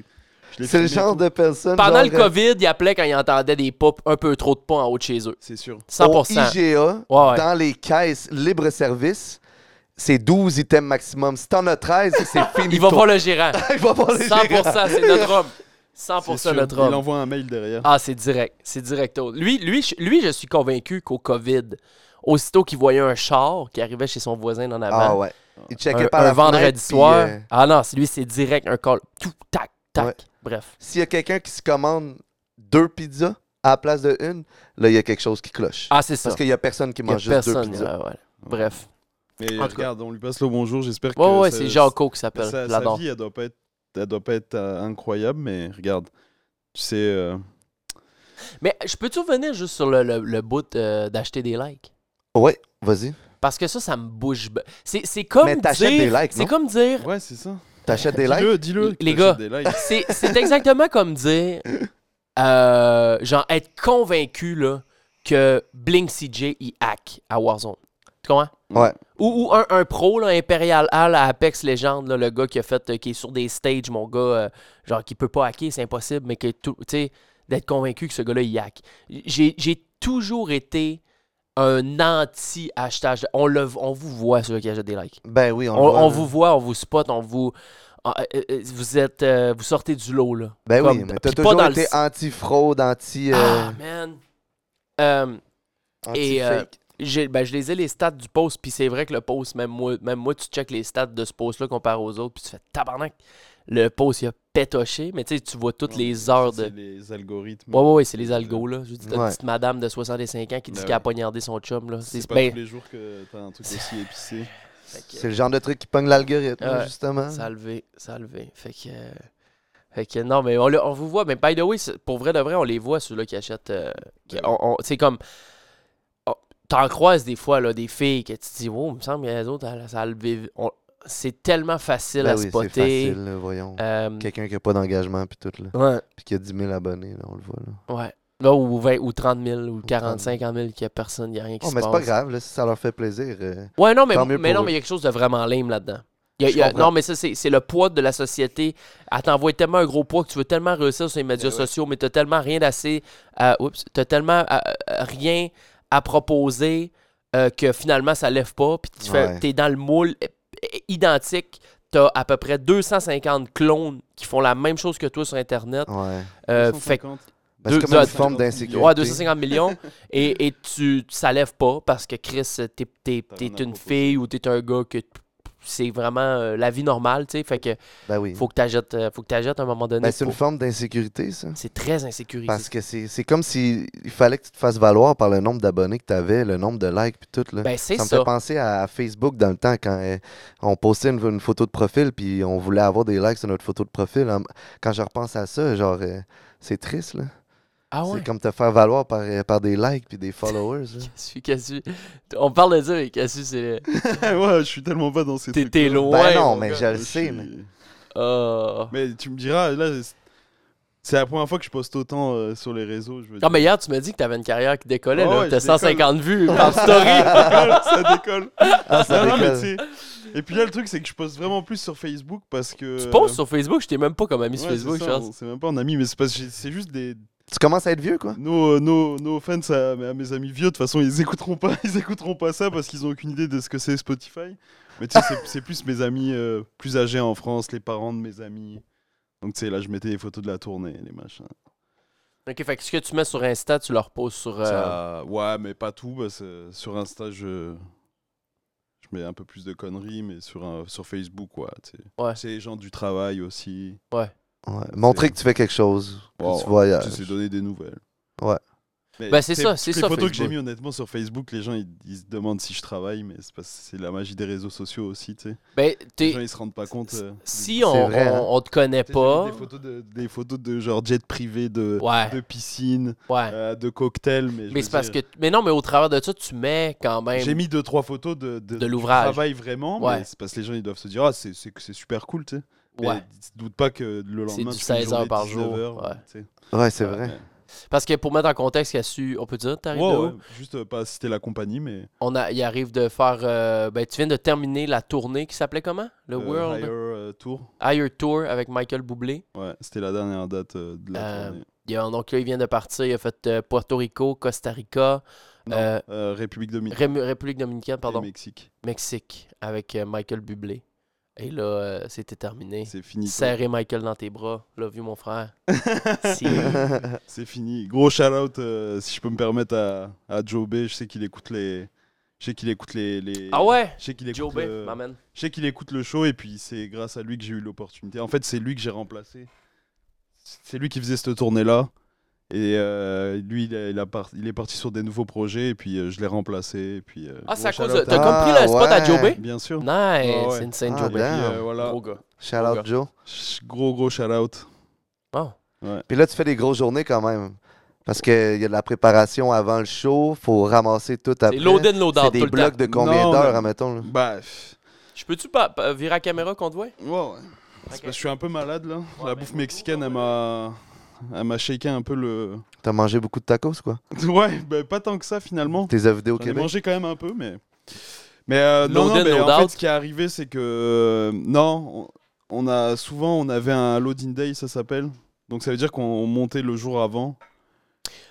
Speaker 6: je l'ai
Speaker 5: C'est le
Speaker 6: filmé et
Speaker 5: genre
Speaker 6: tout.
Speaker 5: de personne.
Speaker 4: pendant
Speaker 5: genre,
Speaker 4: le
Speaker 5: euh,
Speaker 4: COVID, il appelait quand il entendait des pop un peu trop de pas en haut de chez eux.
Speaker 6: C'est sûr.
Speaker 5: au
Speaker 4: 100%.
Speaker 5: IGA,
Speaker 4: Ouais, ouais.
Speaker 5: dans les caisses libre-service, c'est 12 items maximum. Si t'en as 13, c'est fini.
Speaker 4: Il va voir le gérant.
Speaker 5: Il va voir les gérants.
Speaker 4: 100%, c'est notre homme.
Speaker 6: C'est
Speaker 4: 100%
Speaker 6: sûr.
Speaker 4: notre homme.
Speaker 6: Il envoie un mail derrière.
Speaker 4: Ah, c'est direct. C'est directo. Lui, lui, je- lui, je suis convaincu qu'au COVID, aussitôt qu'il voyait un char qui arrivait chez son voisin en avant,
Speaker 5: Ah ouais. Il checkait
Speaker 4: un,
Speaker 5: par
Speaker 4: un
Speaker 5: la
Speaker 4: vendredi
Speaker 5: fenêtre, puis,
Speaker 4: soir.
Speaker 5: euh,
Speaker 4: Ah non, c'est lui, c'est direct un call. Tout, tac, tac.
Speaker 5: Ouais.
Speaker 4: Bref.
Speaker 5: S'il y a quelqu'un qui se commande deux pizzas à la place de une, là, il y a quelque chose qui cloche.
Speaker 4: Ah, c'est ça.
Speaker 5: Parce qu'il y a personne qui
Speaker 4: Il y a
Speaker 5: mange juste deux
Speaker 4: personne.
Speaker 5: pizzas.
Speaker 4: là, ouais. Bref.
Speaker 6: Mais
Speaker 4: En tout
Speaker 6: regarde, on lui passe le bonjour. J'espère que.
Speaker 4: Ouais, ouais,
Speaker 6: ça-
Speaker 4: c'est Jaco qui s'appelle.
Speaker 6: Sa,
Speaker 4: Je
Speaker 6: sa
Speaker 4: l'adore.
Speaker 6: vie, elle doit pas être, elle doit pas être euh, incroyable, mais regarde, tu sais, euh,
Speaker 4: Mais je peux-tu revenir juste sur le, le- le bout euh, d'acheter des likes?
Speaker 5: Ouais, vas-y.
Speaker 4: Parce que ça, ça me bouge. b- C'est c'est comme
Speaker 5: Mais t'achètes
Speaker 4: dire...
Speaker 5: des likes,
Speaker 4: C'est
Speaker 5: non?
Speaker 4: comme dire...
Speaker 6: ouais, c'est ça.
Speaker 5: T'achètes des likes?
Speaker 6: Dis-le, dis-le. que
Speaker 4: Les
Speaker 6: t'achètes
Speaker 4: gars.
Speaker 6: des likes.
Speaker 4: C'est c'est exactement comme dire, euh, genre, être convaincu là, que Blink CJ il hack à Warzone. Tu comprends?
Speaker 5: Ouais.
Speaker 4: Ou, ou un, un pro, là, Imperial Hall à Apex Legends, là, le gars qui a fait, euh, qui est sur des stages, mon gars, euh, genre, qui peut pas hacker, c'est impossible, mais que tout, tu sais, d'être convaincu que ce gars-là il hack. J'ai j'ai toujours été un anti-hashtag. On, le- on vous voit, ceux qui achètent des likes.
Speaker 5: Ben oui, on,
Speaker 4: On,
Speaker 5: le voit,
Speaker 4: on
Speaker 5: là.
Speaker 4: vous voit, on vous spot, on vous. ah, euh, euh, Vous êtes. euh, vous sortez du lot, là.
Speaker 5: Ben oui,
Speaker 4: comme-
Speaker 5: mais t'as
Speaker 4: puis pas
Speaker 5: toujours
Speaker 4: dans le
Speaker 5: été
Speaker 4: si-
Speaker 5: anti-fraude, anti... euh,
Speaker 4: Ah, man. Euh, et, euh,
Speaker 5: anti-fake.
Speaker 4: j'ai- ben, je les ai les stats du post, puis c'est vrai que le post, même moi, même moi, tu check les stats de ce post-là comparé aux autres, puis tu fais tabarnak. Le post, il a pétoché, mais tu sais, tu vois toutes les heures de.
Speaker 6: C'est les algorithmes.
Speaker 4: Ouais, ouais, ouais, c'est les algos, là. Je dis, t'as une
Speaker 5: Ouais.
Speaker 4: petite madame de 65 ans qui dit
Speaker 6: Ben
Speaker 4: qu'elle a
Speaker 6: oui.
Speaker 4: poignardé son chum, là.
Speaker 6: C'est
Speaker 4: C'est
Speaker 6: pas
Speaker 4: ben,
Speaker 6: tous les jours que t'as un truc aussi épicé.
Speaker 4: fait que-
Speaker 5: C'est le genre de truc qui pogne l'algorithme,
Speaker 4: Ouais.
Speaker 5: justement.
Speaker 4: Ça a levé, ça a levé. Fait que. euh, Fait que non, mais on, le- on vous voit. Mais by the way, c'est- pour vrai de vrai, on les voit, ceux-là qui achètent. euh,
Speaker 5: Ben
Speaker 4: qui- on- on- c'est comme. on- T'en croises des fois, là, des filles que tu te dis, oh, il me semble que les autres, elles- ça a levé. On- C'est tellement facile
Speaker 5: Ben
Speaker 4: à
Speaker 5: oui, c'est
Speaker 4: spotter.
Speaker 5: facile, là, voyons.
Speaker 4: Euh,
Speaker 5: Quelqu'un qui n'a pas d'engagement, puis tout, là.
Speaker 4: ouais,
Speaker 5: Puis qui a 10 000 abonnés, là, on le voit, là.
Speaker 4: ouais. Là, ou 20, ou 30 000, ou 40,
Speaker 5: 30 000.
Speaker 4: 50 000, qu'il n'y a personne, il n'y a rien qui
Speaker 5: Oh,
Speaker 4: se
Speaker 5: mais
Speaker 4: passe.
Speaker 5: c'est pas grave, là, si ça leur fait plaisir. euh,
Speaker 4: Ouais, non, mais,
Speaker 5: Tant mieux
Speaker 4: mais
Speaker 5: pour
Speaker 4: non,
Speaker 5: eux.
Speaker 4: mais il y a quelque chose de vraiment lame là-dedans. Il y a-
Speaker 5: Je
Speaker 4: il y a-
Speaker 5: comprends.
Speaker 4: non, mais ça, c'est c'est le poids de la société. Elle t'envoie tellement un gros poids que tu veux tellement réussir sur les médias
Speaker 5: Ben
Speaker 4: sociaux, mais t'as tellement rien d'assez. euh, oups, t'as tellement euh, euh, rien à proposer euh, que finalement ça lève pas. Puis tu fais-
Speaker 5: Ouais.
Speaker 4: t'es dans le moule euh, euh, identique. T'as à peu près 250 clones qui font la même chose que toi sur Internet.
Speaker 5: Ouais.
Speaker 4: Euh, fait que
Speaker 6: 250.
Speaker 5: Ben, c'est
Speaker 4: Deux-
Speaker 5: comme
Speaker 4: deux-
Speaker 5: une forme
Speaker 6: Ouais,
Speaker 5: d'insécurité.
Speaker 4: Ouais, 250 millions. et, et tu, ça lève pas parce que Chris, t'es, t'es-
Speaker 6: T'as
Speaker 4: t'es
Speaker 6: rien à
Speaker 4: une
Speaker 6: proposer.
Speaker 4: fille ou t'es un gars que t- c'est vraiment euh, la vie normale, tu sais. Fait que
Speaker 5: Ben oui.
Speaker 4: faut que t'achètes, euh, faut que t'achètes à un moment donné.
Speaker 5: Ben, c'est une
Speaker 4: pour-
Speaker 5: forme d'insécurité, ça.
Speaker 4: c'est très insécurisé.
Speaker 5: Parce que c'est c'est comme si il fallait que tu te fasses valoir par le nombre d'abonnés que tu avais, le nombre de likes, puis tout. Là.
Speaker 4: ben, c'est
Speaker 5: ça
Speaker 4: ça.
Speaker 5: me fait penser à Facebook dans le temps, quand euh, on postait une, une photo de profil, puis on voulait avoir des likes sur notre photo de profil. Hum, Quand je repense à ça, genre, euh, c'est triste. là.
Speaker 4: Ah ouais.
Speaker 5: C'est comme te faire valoir par, euh, par des likes puis des followers. là.
Speaker 4: Cassu, Cassu. On parle de ça, mais Cassu, c'est.
Speaker 6: ouais, je suis tellement pas dans ces
Speaker 4: T'es,
Speaker 6: trucs.
Speaker 4: t'es loin.
Speaker 5: ben
Speaker 4: mon
Speaker 5: non, mais
Speaker 4: gars.
Speaker 5: je le sais. mais-
Speaker 4: Ah.
Speaker 6: Mais tu me diras, là, c'est- c'est la première fois que je poste autant euh, sur les réseaux. Je veux
Speaker 4: Non,
Speaker 6: dire.
Speaker 4: mais hier, tu m'as dit que t'avais une carrière qui décollait,
Speaker 6: Ouais,
Speaker 4: là.
Speaker 6: ouais,
Speaker 4: T'as
Speaker 6: je décolle.
Speaker 4: 150 vues par story.
Speaker 6: ça décolle.
Speaker 5: Ah, ça
Speaker 6: Non, non, mais
Speaker 5: décolle.
Speaker 6: tu sais- Et puis là, le truc, c'est que je poste vraiment plus sur Facebook parce que.
Speaker 4: tu poses sur Facebook, je t'ai même pas comme ami sur
Speaker 6: Euh, Ouais,
Speaker 4: Facebook,
Speaker 6: c'est
Speaker 4: je
Speaker 6: ça,
Speaker 4: pense.
Speaker 6: on- C'est même pas un ami, mais c'est parce que j'ai- c'est juste des.
Speaker 5: Tu commences à être vieux, quoi.
Speaker 6: Nos, euh, nos, nos fans à, à mes amis vieux, de toute façon, ils écouteront pas, ils écouteront pas ça parce qu'ils ont aucune idée de ce que c'est Spotify. Mais tu sais, c'est- c'est plus mes amis euh, plus âgés en France, les parents de mes amis. Donc, tu sais, là, je mettais des photos de la tournée, les machins.
Speaker 4: Ok, fait que ce que tu mets sur Insta, tu le reposes sur. euh,
Speaker 6: Ça- ouais, mais pas tout. parce que euh, sur Insta, je... je mets un peu plus de conneries, mais sur, un- sur Facebook, quoi. tu sais.
Speaker 4: Ouais.
Speaker 6: C'est les gens du travail aussi.
Speaker 5: Ouais. Montrer que tu fais quelque chose, que
Speaker 6: Bon,
Speaker 5: tu euh, voyages.
Speaker 6: Tu sais donner des nouvelles.
Speaker 5: Ouais.
Speaker 6: Mais
Speaker 4: Ben, c'est
Speaker 6: t'sais,
Speaker 4: ça, c'est
Speaker 6: toutes
Speaker 4: ça,
Speaker 6: Les photos que
Speaker 4: Facebook.
Speaker 6: j'ai mis honnêtement sur Facebook, les gens ils, ils se demandent si je travaille, mais c'est parce que c'est la magie des réseaux sociaux aussi, tu sais.
Speaker 4: Ben, t'es-
Speaker 6: Les gens ils se rendent pas compte. euh,
Speaker 4: si
Speaker 5: C'est
Speaker 4: on,
Speaker 5: vrai,
Speaker 4: on,
Speaker 5: hein.
Speaker 4: on te connaît
Speaker 6: t'sais, j'ai mis
Speaker 4: pas.
Speaker 6: Des photos de, des photos de genre jet privé, de,
Speaker 4: Ouais,
Speaker 6: de piscine,
Speaker 4: ouais.
Speaker 6: euh, de cocktail, mais. je
Speaker 4: mais
Speaker 6: veux
Speaker 4: c'est parce que.
Speaker 6: dire,
Speaker 4: Mais non, mais au travers de ça, tu mets quand même.
Speaker 6: J'ai mis deux trois photos de, de,
Speaker 4: De
Speaker 6: du
Speaker 4: l'ouvrage.
Speaker 6: travail vraiment,
Speaker 4: Ouais.
Speaker 6: mais c'est parce que les gens ils doivent se dire ah c'est c'est c'est super cool, tu sais. Mais
Speaker 4: Ouais.
Speaker 6: ils se doutent pas que le
Speaker 4: C'est
Speaker 6: lendemain
Speaker 4: du
Speaker 6: tu fais une
Speaker 4: 16 heures
Speaker 6: journée de
Speaker 4: par jour,
Speaker 6: 19 heures,
Speaker 4: ouais.
Speaker 6: tu sais.
Speaker 5: Ouais, c'est
Speaker 6: Ouais,
Speaker 5: vrai.
Speaker 6: ouais.
Speaker 4: Parce que pour mettre en contexte, il y a su. On peut dire, t'arrives
Speaker 6: Ouais,
Speaker 4: de où?
Speaker 6: ouais, juste euh, pas citer la compagnie, mais.
Speaker 4: On a, il arrive de faire. euh, ben, tu viens de terminer la tournée qui s'appelait comment? Le
Speaker 6: Euh,
Speaker 4: World
Speaker 6: Higher euh, Tour.
Speaker 4: Higher Tour avec Michael Boublé.
Speaker 6: Ouais, c'était la dernière date euh, de la
Speaker 4: Euh,
Speaker 6: tournée.
Speaker 4: Il y a- donc là, il vient de partir. Il a fait euh, Puerto Rico, Costa Rica,
Speaker 6: Non,
Speaker 4: euh,
Speaker 6: euh, République Dominicaine
Speaker 4: Rém- République Dominicaine,
Speaker 6: et
Speaker 4: pardon,
Speaker 6: Mexique.
Speaker 4: Mexique avec euh, Michael Bublé. Et là, euh, c'était terminé.
Speaker 6: C'est fini. toi.
Speaker 4: Serrer Michael dans tes bras. Love vu mon frère. Si.
Speaker 6: C'est fini. Gros shout-out, euh, si je peux me permettre, à, à Joe B. Je sais qu'il écoute les... Je sais qu'il écoute les, les-
Speaker 4: Ah ouais?
Speaker 6: Je sais qu'il
Speaker 4: Joe
Speaker 6: écoute, euh,
Speaker 4: B,
Speaker 6: le-
Speaker 4: m'amène.
Speaker 6: je sais qu'il écoute le show et puis c'est grâce à lui que j'ai eu l'opportunité. En fait, c'est lui que j'ai remplacé. C'est lui qui faisait cette tournée-là. Et euh, lui, il, a- il a par- il est parti sur des nouveaux projets et puis euh, je l'ai remplacé. Et puis, euh,
Speaker 4: Ah, c'est à
Speaker 6: gros
Speaker 4: cause de.
Speaker 6: shout-out
Speaker 4: T'as
Speaker 5: à-
Speaker 4: compris le
Speaker 5: Ah,
Speaker 4: spot à Joe
Speaker 6: à-
Speaker 4: B?
Speaker 6: Bien sûr.
Speaker 4: Nice,
Speaker 6: Ouais, ouais.
Speaker 4: insane
Speaker 5: Ah,
Speaker 4: Joe B.
Speaker 5: damn.
Speaker 6: Puis, euh, voilà.
Speaker 4: Gros gars.
Speaker 5: Shout
Speaker 4: Mon
Speaker 5: out,
Speaker 4: gars.
Speaker 5: Joe.
Speaker 6: Ch- Gros gros shout out.
Speaker 4: Bon.
Speaker 5: Puis là, tu fais des grosses journées quand même. Parce qu'il y a de la préparation avant le show, faut ramasser tout après.
Speaker 4: C'est loaded, load
Speaker 5: C'est
Speaker 4: out tout
Speaker 5: des
Speaker 4: le temps.
Speaker 5: blocs de combien
Speaker 6: Non,
Speaker 5: d'heures,
Speaker 6: mais-
Speaker 5: admettons? là?
Speaker 6: Bah, pff,
Speaker 4: Je peux-tu pas, pas- virer la caméra qu'on te voit?
Speaker 6: ouais, ouais. C'est parce que je suis un peu malade là. La bouffe mexicaine, elle m'a. Elle m'a shaké un peu le.
Speaker 5: T'as mangé beaucoup de tacos, quoi?
Speaker 6: Ouais, bah, pas tant que ça finalement.
Speaker 5: Tes œufs vidéo au
Speaker 6: J'en ai
Speaker 5: Québec?
Speaker 6: mangé quand même un peu, mais. Mais euh, non,
Speaker 4: Loaded,
Speaker 6: non, mais
Speaker 4: no
Speaker 6: en
Speaker 4: doubt.
Speaker 6: fait, ce qui est arrivé, c'est que. euh, non, on, on a. Souvent, on avait un loading day, ça s'appelle. Donc ça veut dire qu'on montait le jour avant.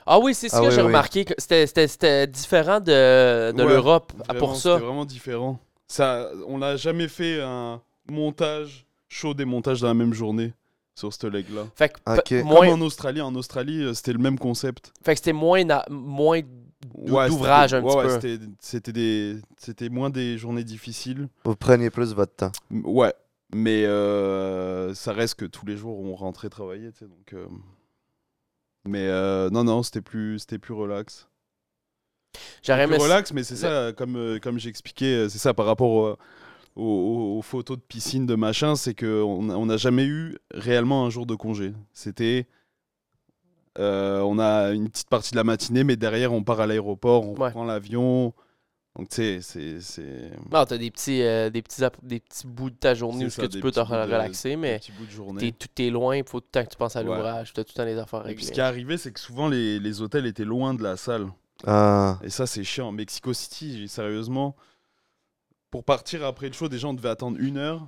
Speaker 4: Ah oui, c'est ce
Speaker 5: Ah
Speaker 4: que
Speaker 5: oui,
Speaker 4: j'ai
Speaker 5: oui.
Speaker 4: remarqué. que C'était, c'était- c'était différent de, de
Speaker 6: Ouais,
Speaker 4: l'Europe ah,
Speaker 6: Vraiment,
Speaker 4: pour ça.
Speaker 6: C'était vraiment différent. Ça, on n'a jamais fait un montage, chaud démontage dans la même journée sur cette leg-là.
Speaker 4: Fait que, pe-
Speaker 5: Ok.
Speaker 4: moins,
Speaker 6: Comme en Australie, en Australie, euh, c'était le même concept.
Speaker 4: fait que c'était moins, na- moins
Speaker 6: Ouais,
Speaker 4: d'ouvrage
Speaker 6: c'était-
Speaker 4: un petit
Speaker 6: ouais,
Speaker 4: peu.
Speaker 6: ouais, c'était- C'était des, c'était moins des journées difficiles.
Speaker 5: Vous preniez plus votre temps.
Speaker 6: M- Ouais, mais euh, ça reste que tous les jours on rentrait travailler, tu sais, donc. euh, Mais euh, non, non, c'était plus, c'était plus relax.
Speaker 4: J'aurais
Speaker 6: Plus
Speaker 4: aimé
Speaker 6: relax, mais c'est ça, comme, euh, comme j'expliquais, euh, c'est ça par rapport euh, aux, aux- aux photos de piscine, de machin, c'est qu'on n'a on n'a jamais eu réellement un jour de congé. C'était. euh, on a une petite partie de la matinée, mais derrière, on part à l'aéroport, on
Speaker 4: Ouais.
Speaker 6: prend l'avion. Donc, tu sais, c'est- c'est.
Speaker 4: Non, t'as des petits, euh, des, petits ap- des petits bouts de ta journée
Speaker 6: C'est
Speaker 4: où
Speaker 6: ça,
Speaker 4: que tu
Speaker 6: des
Speaker 4: peux te
Speaker 6: petits bouts de-
Speaker 4: relaxer,
Speaker 6: Un
Speaker 4: mais
Speaker 6: petit bout de
Speaker 4: t'es,
Speaker 6: journée.
Speaker 4: tout est loin, il faut tout le temps que tu penses à
Speaker 6: Ouais.
Speaker 4: l'ouvrage, t'as tout le temps les affaires
Speaker 6: Et puis, ce
Speaker 4: réglées.
Speaker 6: qui est arrivé, c'est que souvent, les, les hôtels étaient loin de la salle.
Speaker 5: Ah,
Speaker 6: Et ça, c'est chiant. Mexico City, j'ai- sérieusement, pour partir après le show, déjà, on devait attendre une heure.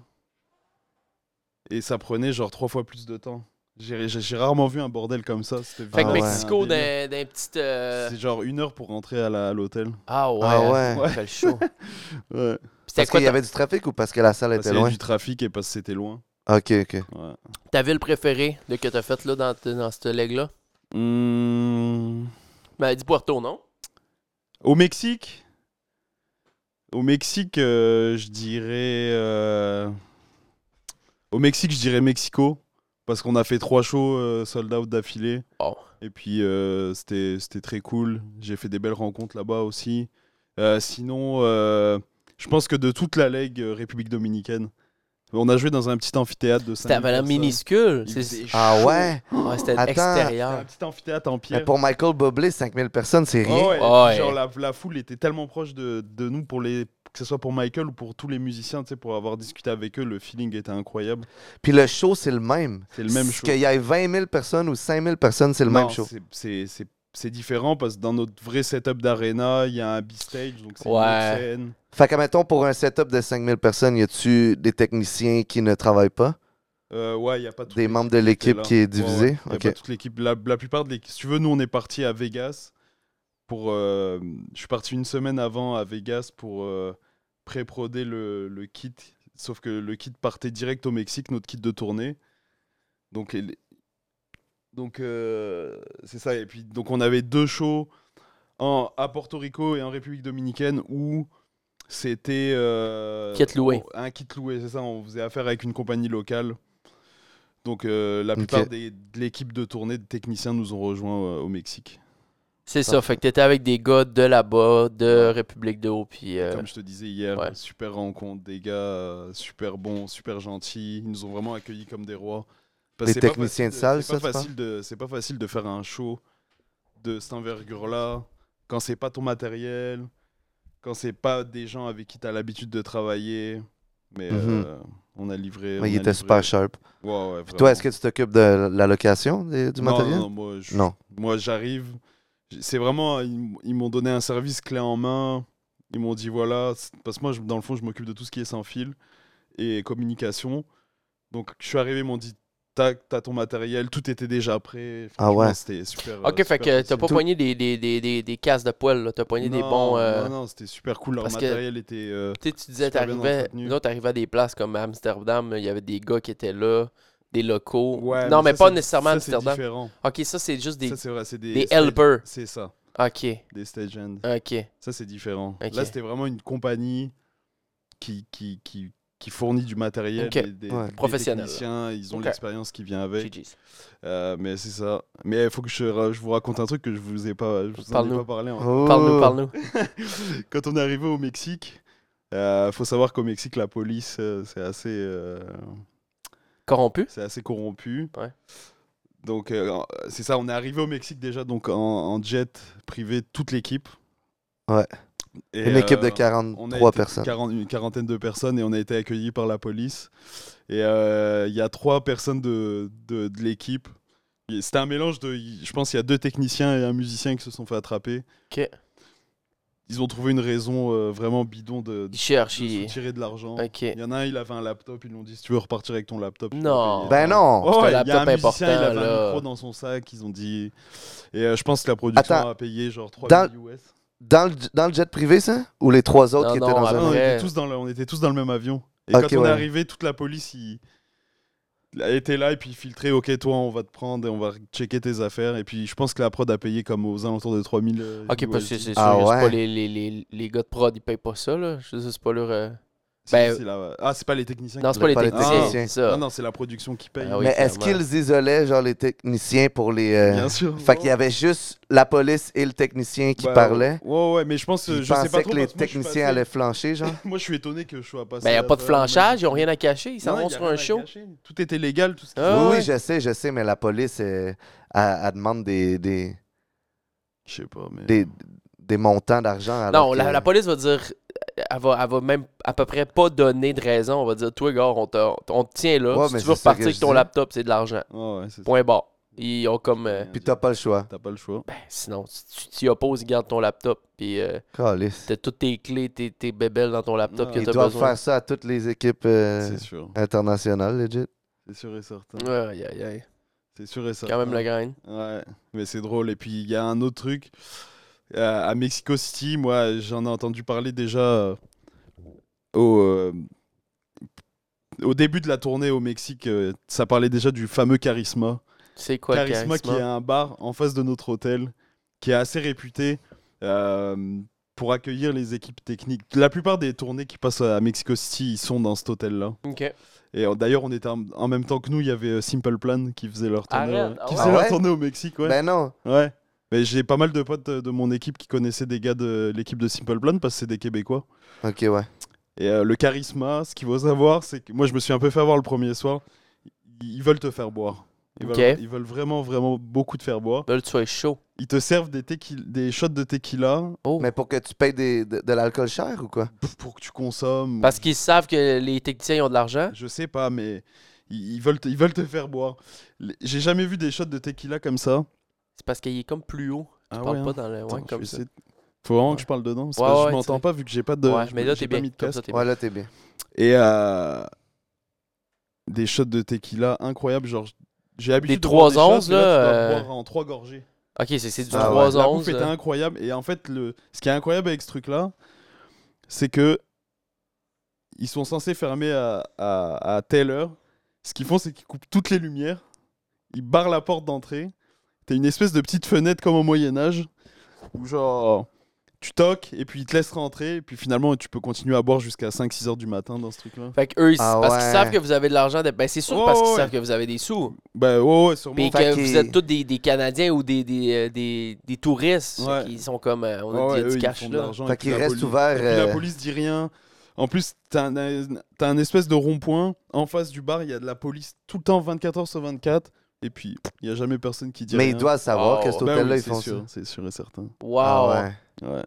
Speaker 6: Et ça prenait genre trois fois plus de temps. J'ai j'ai- j'ai rarement vu un bordel comme ça. C'était
Speaker 4: Fait que
Speaker 5: Ah ouais.
Speaker 6: vraiment un
Speaker 4: Mexico,
Speaker 6: délire.
Speaker 4: d'un, d'un petit. euh,
Speaker 6: C'est genre une heure pour rentrer à la- à l'hôtel.
Speaker 4: Ah ouais,
Speaker 5: ah
Speaker 4: hein,
Speaker 5: ouais.
Speaker 4: ça fait le chaud. Puis
Speaker 6: Ouais.
Speaker 4: C'était
Speaker 5: Parce
Speaker 4: quoi
Speaker 5: qu'il y
Speaker 4: ta,
Speaker 5: avait du trafic ou parce que la salle
Speaker 6: Parce
Speaker 5: était
Speaker 6: qu'il y avait
Speaker 5: loin?
Speaker 6: Ah, du trafic et parce que c'était loin.
Speaker 5: Ok, ok.
Speaker 6: Ouais.
Speaker 4: ta ville préférée de que t'as faite là, dans, dans cette leg-là?
Speaker 6: Hum,
Speaker 4: Ben, dis Puerto, non?
Speaker 6: Au Mexique Au Mexique, euh, je dirais. euh, Au Mexique, je dirais Mexico. Parce qu'on a fait trois shows euh, sold out d'affilée.
Speaker 4: Oh.
Speaker 6: Et puis, euh, c'était c'était très cool. J'ai fait des belles rencontres là-bas aussi. Euh, sinon, euh, je pense que de toute la Ligue euh, République Dominicaine, on a joué dans un petit amphithéâtre de 5
Speaker 4: C'était la minuscule.
Speaker 6: Il
Speaker 4: c'est-
Speaker 6: faisait
Speaker 5: Ah
Speaker 6: chaud.
Speaker 5: ouais?
Speaker 4: Ouais, c'était
Speaker 5: Attends.
Speaker 6: Un
Speaker 4: extérieur.
Speaker 6: petit amphithéâtre en pierre.
Speaker 5: Mais pour Michael Bublé, 5000 personnes, c'est rien.
Speaker 6: Ah ouais,
Speaker 4: Ah
Speaker 6: et puis
Speaker 4: ouais.
Speaker 6: Genre la, la foule était tellement proche de, de nous pour les que ce soit pour Michael ou pour tous les musiciens, tu sais, pour avoir discuté avec eux, le feeling était incroyable.
Speaker 5: Puis le show, c'est le même.
Speaker 6: C'est le même
Speaker 5: S-
Speaker 6: show.
Speaker 5: Qu'il y ait 20 000 personnes ou 5 000 personnes, c'est le
Speaker 6: Non,
Speaker 5: même show.
Speaker 6: c'est- c'est- C'est c'est différent parce que dans notre vrai setup d'arena, il y a un B-stage, donc c'est une
Speaker 4: Ouais.
Speaker 6: autre scène.
Speaker 5: Fait que, mettons, pour un setup de 5 000 personnes, y a-tu des techniciens qui ne travaillent pas?
Speaker 6: Euh, ouais, il y a pas toute
Speaker 5: Des
Speaker 6: l'équipe
Speaker 5: membres de
Speaker 6: était
Speaker 5: l'équipe
Speaker 6: là.
Speaker 5: qui est
Speaker 6: Ouais, ouais.
Speaker 5: divisée?
Speaker 6: Il y a
Speaker 5: Ok.
Speaker 6: pas toute l'équipe. La, la plupart de l'équipe. Si tu veux, nous on est parti à Vegas pour. euh, je suis parti une semaine avant à Vegas pour euh, pré-proder le, le kit. Sauf que le kit partait direct au Mexique, notre kit de tournée. Donc, il- donc euh, c'est ça. Et puis, donc, on avait deux shows en, à Porto Rico et en République Dominicaine où c'était. euh,
Speaker 4: Kit loué.
Speaker 6: Un kit loué, c'est ça. On faisait affaire avec une compagnie locale. Donc, euh, la plupart
Speaker 5: Ok.
Speaker 6: des- de l'équipe de tournée de techniciens nous ont rejoints euh, au Mexique. Ah.
Speaker 4: C'est ça, fait que t'étais avec des gars de là-bas, de République d'eau, puis... euh,
Speaker 6: Comme je te disais hier,
Speaker 4: ouais.
Speaker 6: super rencontre, des gars euh, super bons, super gentils. Ils nous ont vraiment accueillis comme des rois. Parce
Speaker 5: Des
Speaker 6: que c'est pas
Speaker 5: techniciens de
Speaker 6: facile
Speaker 5: salle,
Speaker 6: c'est pas
Speaker 5: ça, c'est pas-
Speaker 6: facile de- C'est pas facile de faire un show de cette envergure-là quand c'est pas ton matériel, quand c'est pas des gens avec qui t'as l'habitude de travailler. Mais
Speaker 5: Mhm.
Speaker 6: euh, on a livré.
Speaker 5: Mais il était super sharp. Puis toi, est-ce que tu t'occupes de la location des- du matériel?
Speaker 6: non, non, moi, je-
Speaker 5: Non.
Speaker 6: moi, j'arrive. J- C'est vraiment. Ils, m- ils m'ont donné un service clé en main. Ils m'ont dit voilà. c'est- Parce que moi, je- dans le fond, je m'occupe de tout ce qui est sans fil et communication. Donc, je suis arrivé, ils m'ont dit tac, t'as ton matériel, tout était déjà prêt.
Speaker 5: Ah ouais.
Speaker 6: Franchement, C'était
Speaker 4: Ok,
Speaker 6: super. euh,
Speaker 4: fait
Speaker 6: super
Speaker 4: que t'as
Speaker 6: facile.
Speaker 4: pas poigné des, des, des, des, des casses de poils, là. T'as poigné des
Speaker 6: Non,
Speaker 4: bons... euh,
Speaker 6: Non, non, c'était super cool. Leur
Speaker 4: parce que-
Speaker 6: matériel était. euh,
Speaker 4: Tu sais, tu disais,
Speaker 6: Super bien
Speaker 4: t'arrivais...
Speaker 6: entretenu.
Speaker 4: Là, t'arrivais à des places comme à Amsterdam, il y avait des gars qui étaient là, des locaux.
Speaker 6: ouais,
Speaker 4: non, mais,
Speaker 6: ça,
Speaker 4: pas
Speaker 6: c'est-
Speaker 4: nécessairement à
Speaker 6: ça, c'est
Speaker 4: Amsterdam.
Speaker 6: différent.
Speaker 4: Ok, ça, c'est juste des,
Speaker 6: Ça, c'est vrai, c'est des.
Speaker 4: des
Speaker 6: stage-
Speaker 4: helpers.
Speaker 6: C'est ça,
Speaker 4: Ok,
Speaker 6: des stage hands.
Speaker 4: ok.
Speaker 6: Ça, c'est différent.
Speaker 4: Ok.
Speaker 6: Là, c'était vraiment une compagnie qui, qui, qui, qui fournit du matériel,
Speaker 4: Ok.
Speaker 6: des, des-
Speaker 5: Ouais.
Speaker 6: des
Speaker 4: Professionnel.
Speaker 6: techniciens, ils ont
Speaker 4: Ok.
Speaker 6: l'expérience qui vient avec.
Speaker 4: GG's.
Speaker 6: Euh, mais c'est ça. Mais il faut que je, ra- je vous raconte un truc que je vous ai pas, je vous en ai
Speaker 4: Parle-nous.
Speaker 6: pas parlé. hein.
Speaker 5: Oh!
Speaker 4: Parle-nous, parle-nous.
Speaker 6: Quand on est arrivé au Mexique, euh, faut savoir qu'au Mexique, la police, euh, c'est assez, euh,
Speaker 4: Corrompu?
Speaker 6: c'est assez corrompu.
Speaker 4: Ouais.
Speaker 6: Donc, euh, c'est ça, on est arrivé au Mexique déjà donc en, en jet privé, toute l'équipe.
Speaker 5: Ouais.
Speaker 6: Et,
Speaker 5: Une équipe de
Speaker 6: euh, On a
Speaker 5: 43
Speaker 6: été
Speaker 5: personnes.
Speaker 6: quarante- une quarantaine de personnes et on a été accueillis par la police. Et euh, il y a trois personnes de, de, de l'équipe. Et C'était un mélange de. Je pense qu'il y a deux techniciens et un musicien qui se sont fait attraper.
Speaker 4: Ok.
Speaker 6: Ils ont trouvé une raison euh, vraiment bidon de,
Speaker 4: Il
Speaker 6: de
Speaker 4: cherche,
Speaker 6: se
Speaker 4: il...
Speaker 6: tirer de l'argent.
Speaker 4: Ok.
Speaker 6: Il y en a un, il avait un laptop. Ils lui ont dit si tu veux repartir avec ton laptop. tu
Speaker 4: Non.
Speaker 6: dois payer.
Speaker 5: Ben non!
Speaker 6: Ouais,
Speaker 4: C'est un
Speaker 6: ouais, il y a un
Speaker 4: laptop
Speaker 6: musicien, il avait
Speaker 4: important,
Speaker 6: un
Speaker 4: là.
Speaker 6: micro dans son sac. Ils ont dit. Et euh, je pense que la production
Speaker 5: Attends.
Speaker 6: a payé genre 3
Speaker 5: Dans-
Speaker 6: 000 US.
Speaker 5: Dans le, dans le jet privé, ça? Ou les trois autres
Speaker 4: Non,
Speaker 5: qui étaient
Speaker 4: non,
Speaker 5: dans
Speaker 4: avant.
Speaker 5: un...
Speaker 6: Ah Non, on, était
Speaker 4: Après-
Speaker 6: tous dans le, on était tous dans le même avion. Et
Speaker 5: Ok,
Speaker 6: quand on
Speaker 5: ouais.
Speaker 6: est arrivé, toute la police il... elle était là et puis filtré. Ok, toi, on va te prendre et on va checker tes affaires. Et puis je pense que la prod a payé comme aux alentours de 3000. euh,
Speaker 4: Ok, parce que
Speaker 6: USD.
Speaker 4: c'est
Speaker 5: Ah
Speaker 4: sûr, c'est
Speaker 5: ouais.
Speaker 4: pas les, les, les, les gars de prod, ils payent pas ça, là. Je sais, c'est pas leur... euh,
Speaker 6: Si,
Speaker 4: ben-
Speaker 6: si, là, ouais. Ah, c'est pas les techniciens
Speaker 4: Non,
Speaker 6: qui
Speaker 4: c'est pas les
Speaker 5: pas les
Speaker 4: techniciens,
Speaker 5: techniciens.
Speaker 4: c'est ça.
Speaker 6: Non, non, c'est la production qui paye.
Speaker 4: Ah oui,
Speaker 5: Mais est-ce
Speaker 4: clairement.
Speaker 5: qu'ils isolaient, genre, les techniciens pour les... euh,
Speaker 6: Bien sûr.
Speaker 5: Fait qu'il y avait juste la police et le technicien qui
Speaker 6: Ouais,
Speaker 5: parlaient.
Speaker 6: Ouais, ouais, mais Bah, je pense.
Speaker 5: Ils
Speaker 6: je sais pas
Speaker 5: pensaient
Speaker 6: trop.
Speaker 5: que les
Speaker 6: parce que moi, je suis
Speaker 5: techniciens
Speaker 6: passé-
Speaker 5: allaient flancher, genre.
Speaker 6: Moi, je suis étonné que je sois passé.
Speaker 4: Ben, y a
Speaker 6: à
Speaker 4: pas de
Speaker 6: travers le
Speaker 4: flanchage,
Speaker 6: même-
Speaker 4: ils ont rien à cacher, ils s'en
Speaker 6: Non,
Speaker 4: vont
Speaker 6: y a
Speaker 4: sur un
Speaker 6: rien à
Speaker 4: show.
Speaker 6: cacher. Tout était légal, tout ce qui
Speaker 4: Ah
Speaker 5: oui,
Speaker 4: ouais.
Speaker 5: oui, je sais, je sais, mais la police, euh, elle, elle demande des, des,
Speaker 6: Je sais pas, mais.
Speaker 5: des, des montants d'argent. alors
Speaker 4: Non, la,
Speaker 5: que-
Speaker 4: la police va dire. Elle va, elle va même à peu près pas donner de raison. On va dire, toi, gars, on, t'a- on te tient là.
Speaker 5: Ouais,
Speaker 4: si
Speaker 5: mais
Speaker 4: tu veux
Speaker 5: c'est ça
Speaker 4: repartir
Speaker 5: que
Speaker 4: avec
Speaker 5: je
Speaker 4: ton
Speaker 5: dis.
Speaker 4: laptop, c'est de l'argent.
Speaker 6: Ah Ouais, ouais, c'est ça.
Speaker 4: Point barre. Ils ont comme. euh,
Speaker 5: Puis t'as pas le choix.
Speaker 6: T'as pas le choix.
Speaker 4: ben, sinon, si tu t'y opposes, ils gardent ton laptop. Puis euh,
Speaker 5: Calisse.
Speaker 4: t'as toutes tes clés, tes, tes bébelles dans ton laptop
Speaker 6: Non.
Speaker 4: que
Speaker 5: Mm. Ils
Speaker 4: t'as
Speaker 5: doivent
Speaker 4: besoin.
Speaker 5: faire ça à toutes les équipes euh,
Speaker 6: C'est sûr.
Speaker 5: internationales, legit.
Speaker 6: C'est sûr et certain.
Speaker 4: Aïe, aïe, aïe.
Speaker 6: C'est sûr et certain.
Speaker 4: Quand même la graine.
Speaker 6: Ouais, mais c'est drôle. Et puis il y a un autre truc. Euh, à Mexico City, moi, j'en ai entendu parler déjà euh, au, euh, au début de la tournée au Mexique. euh, ça parlait déjà du fameux Charisma.
Speaker 4: C'est quoi le
Speaker 6: Charisma, qui est un bar en face de notre hôtel, qui est assez réputé euh, pour accueillir les équipes techniques. La plupart des tournées qui passent à Mexico City, ils sont dans cet hôtel-là.
Speaker 4: Ok.
Speaker 6: Et euh, d'ailleurs, on était en, en même temps que nous, il y avait euh, Simple Plan qui faisait leur tournée,
Speaker 4: Arrête,
Speaker 6: euh,
Speaker 4: ah
Speaker 6: qui
Speaker 4: ouais.
Speaker 6: faisait
Speaker 5: Ah
Speaker 6: leur
Speaker 5: ouais
Speaker 6: tournée au Mexique. Ouais.
Speaker 5: Ben non.
Speaker 6: Ouais. Mais j'ai pas mal de potes euh, de mon équipe qui connaissaient des gars de l'équipe de Simple Plan parce que c'est des Québécois.
Speaker 5: Ok, ouais.
Speaker 6: Et euh, le charisma, ce qu'il faut savoir, c'est que moi je me suis un peu fait avoir le premier soir. Ils ils veulent te faire boire. Ils,
Speaker 4: Ok.
Speaker 6: veulent, ils veulent vraiment, vraiment beaucoup te faire boire.
Speaker 4: Là, tu sois chaud.
Speaker 6: Ils te servent des, tequi- des shots de tequila
Speaker 4: Oh.
Speaker 5: Mais pour que tu payes des- de, de l'alcool cher ou quoi?
Speaker 6: pour- pour que tu consommes.
Speaker 4: Parce qu'ils savent que les techniciens ils ont de l'argent.
Speaker 6: Je sais pas, mais ils ils veulent te, ils veulent te faire boire. Les- J'ai jamais vu des shots de tequila comme ça.
Speaker 4: C'est parce qu'il est comme plus haut.
Speaker 6: Ah
Speaker 4: On
Speaker 6: ouais,
Speaker 4: parle
Speaker 6: hein.
Speaker 4: pas dans le.
Speaker 6: Attends,
Speaker 4: Ouais,
Speaker 6: je
Speaker 4: comme
Speaker 6: vais
Speaker 4: ça.
Speaker 6: essayer de- Faut vraiment
Speaker 4: Ouais.
Speaker 6: que je parle dedans. Parce
Speaker 4: Ouais,
Speaker 6: que
Speaker 4: ouais,
Speaker 6: je m'entends
Speaker 4: c'est-
Speaker 6: pas vu que j'ai pas de.
Speaker 4: Ouais,
Speaker 6: je
Speaker 4: mais
Speaker 6: me-
Speaker 4: là,
Speaker 6: j'ai
Speaker 4: t'es
Speaker 6: pas
Speaker 4: bien.
Speaker 6: mis de
Speaker 4: Comme
Speaker 6: casque.
Speaker 4: ça, t'es bien.
Speaker 5: Ouais, là, t'es bien.
Speaker 6: Et euh, des shots de tequila incroyables, genre j'ai l'habitude de
Speaker 4: trois
Speaker 6: boire des shots,
Speaker 4: onces,
Speaker 6: mais
Speaker 4: là,
Speaker 6: tu dois
Speaker 4: euh,
Speaker 6: boire en trois gorgées.
Speaker 4: Ok, c'est c'est du
Speaker 5: Ah ouais.
Speaker 4: 3
Speaker 6: La
Speaker 4: 11
Speaker 6: bouffe était incroyable et en fait le ce qui est incroyable avec ce truc là, c'est que ils sont censés fermer à, à, à telle heure. Ce qu'ils font c'est qu'ils coupent toutes les lumières il barre la porte d'entrée. T'as une espèce de petite fenêtre comme au Moyen-Âge, où genre, tu toques, et puis ils te laissent rentrer, et puis finalement, tu peux continuer à boire jusqu'à 5-6 heures du matin dans ce truc-là.
Speaker 4: Fait que eux, ils-
Speaker 5: Ah
Speaker 4: parce qu'ils
Speaker 5: ouais.
Speaker 4: savent que vous avez de l'argent. de- Ben, c'est sûr
Speaker 6: Ouais,
Speaker 4: parce qu'ils
Speaker 6: ouais.
Speaker 4: savent que vous avez des sous.
Speaker 6: Bah ouais, ouais, sûrement.
Speaker 4: Puis
Speaker 5: Fait
Speaker 4: que
Speaker 5: qu'ils-
Speaker 4: vous êtes tous des, des Canadiens ou des, des, euh, des, des touristes.
Speaker 6: Ouais.
Speaker 4: Ils sont comme. euh, on a dit,
Speaker 6: Ouais,
Speaker 4: il y a
Speaker 6: ouais, eux,
Speaker 4: du
Speaker 6: ils
Speaker 4: cash
Speaker 6: font de
Speaker 4: là.
Speaker 6: l'argent, et
Speaker 5: Fait
Speaker 6: puis
Speaker 5: qu'il
Speaker 6: la
Speaker 5: reste
Speaker 6: police-
Speaker 5: ouvert.
Speaker 6: et puis la
Speaker 5: euh,
Speaker 6: police dit rien. En plus, t'as un, t'as un espèce de rond-point. En face du bar, il y a de la police tout le temps, 24 h sur 24. Et puis, il n'y a jamais personne qui dit
Speaker 5: mais
Speaker 6: rien.
Speaker 5: ils doivent savoir
Speaker 4: Oh,
Speaker 5: que cet
Speaker 6: Bah oui,
Speaker 5: hôtel-là, ils
Speaker 6: c'est
Speaker 5: font
Speaker 6: sûr,
Speaker 5: ça.
Speaker 6: C'est sûr et certain.
Speaker 4: Wow.
Speaker 5: Ah ouais.
Speaker 6: Ouais.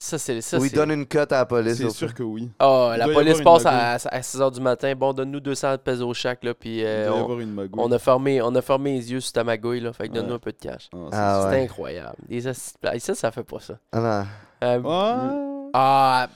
Speaker 4: Ça, c'est. ça,
Speaker 5: Ou ils
Speaker 4: c'est-
Speaker 5: donnent une cote à la police.
Speaker 6: C'est
Speaker 5: au-
Speaker 6: sûr que oui.
Speaker 4: Ah,
Speaker 6: Il
Speaker 4: la
Speaker 6: doit y
Speaker 4: police
Speaker 6: avoir
Speaker 4: passe
Speaker 6: une
Speaker 4: à, 6h du matin. Bon, donne-nous 200 pesos chaque, là, puis
Speaker 6: Il doit
Speaker 4: euh,
Speaker 6: y
Speaker 4: on,
Speaker 6: avoir une magouille.
Speaker 4: on a fermé, on a fermé les yeux sur ta magouille, là. Fait que
Speaker 6: Ouais.
Speaker 4: donne-nous un peu de cash.
Speaker 5: Ah
Speaker 4: C'est
Speaker 5: ouais.
Speaker 4: incroyable. Des astuces de places. ça, ça fait pas ça.
Speaker 5: Ah non.
Speaker 4: Euh,
Speaker 6: Ouais.
Speaker 4: Ah,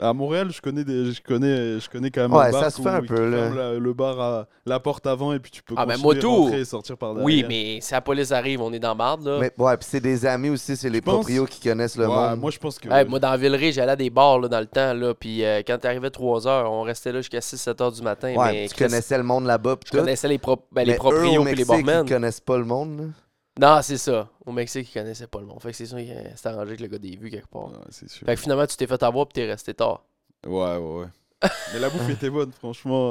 Speaker 6: À Montréal, je connais, des, je connais, je connais quand même
Speaker 5: Ouais,
Speaker 6: un bar
Speaker 5: ça se fait
Speaker 6: où
Speaker 5: un
Speaker 6: ils
Speaker 5: peu, là.
Speaker 6: ferment la- le bar à la porte avant et puis tu peux
Speaker 4: Ah, mais
Speaker 6: continuer à
Speaker 4: moto.
Speaker 6: rentrer et sortir par derrière.
Speaker 4: oui, mais si la police arrive, on est dans marde, là.
Speaker 5: Mais ouais, puis c'est des amis aussi, c'est les
Speaker 6: penses-
Speaker 5: proprios qui connaissent le
Speaker 6: Ouais,
Speaker 5: monde.
Speaker 6: Moi, je pense que.
Speaker 4: Ouais, moi, dans Villeray, j'allais à des bars là, dans le temps. Là, puis euh, quand t'arrivais 3 heures, on restait là jusqu'à 6-7 heures du matin.
Speaker 5: ouais,
Speaker 4: mais
Speaker 5: tu
Speaker 4: Chris,
Speaker 5: connaissais le monde là-bas.
Speaker 4: Je connaissais les, prop... ben, les
Speaker 5: eux, au
Speaker 4: proprios et les
Speaker 5: Mexique,
Speaker 4: barmen.
Speaker 5: Ils connaissent pas le monde. là.
Speaker 4: Non, c'est ça. Au Mexique, ils connaissaient pas le monde. Fait que c'est sûr qu'il s'est arrangé avec le gars des vues quelque part.
Speaker 6: Ouais, c'est sûr.
Speaker 4: Fait que finalement, tu t'es fait avoir puis t'es resté tard.
Speaker 6: Ouais, ouais, ouais. mais la bouffe était bonne, franchement.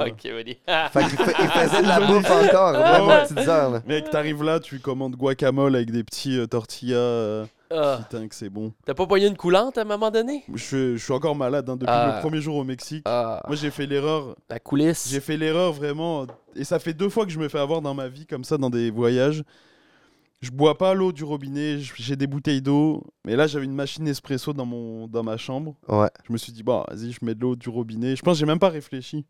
Speaker 4: Ok, Oli.
Speaker 5: Fait qu'ils fa- ils faisaient de la bouffe encore, vraiment
Speaker 6: ouais.
Speaker 5: aux petites heures. là.
Speaker 6: Mec, t'arrives là, tu commandes guacamole avec des petits euh, tortillas. euh,
Speaker 4: Ah.
Speaker 6: Putain, que c'est bon.
Speaker 4: T'as pas pogné une coulante à un moment donné?
Speaker 6: Je, je suis encore malade hein, depuis
Speaker 4: Ah.
Speaker 6: le premier jour au Mexique.
Speaker 4: Ah,
Speaker 6: Moi, j'ai fait l'erreur.
Speaker 4: la coulisse.
Speaker 6: J'ai fait l'erreur vraiment. Et ça fait deux fois que je me fais avoir dans ma vie, comme ça, dans des voyages. Je bois pas l'eau du robinet, j- j'ai des bouteilles d'eau. Mais là, j'avais une machine espresso dans, mon, dans ma chambre.
Speaker 5: Ouais.
Speaker 6: Je me suis dit, bah, vas-y, je mets de l'eau du robinet. Je pense que j'ai même pas réfléchi.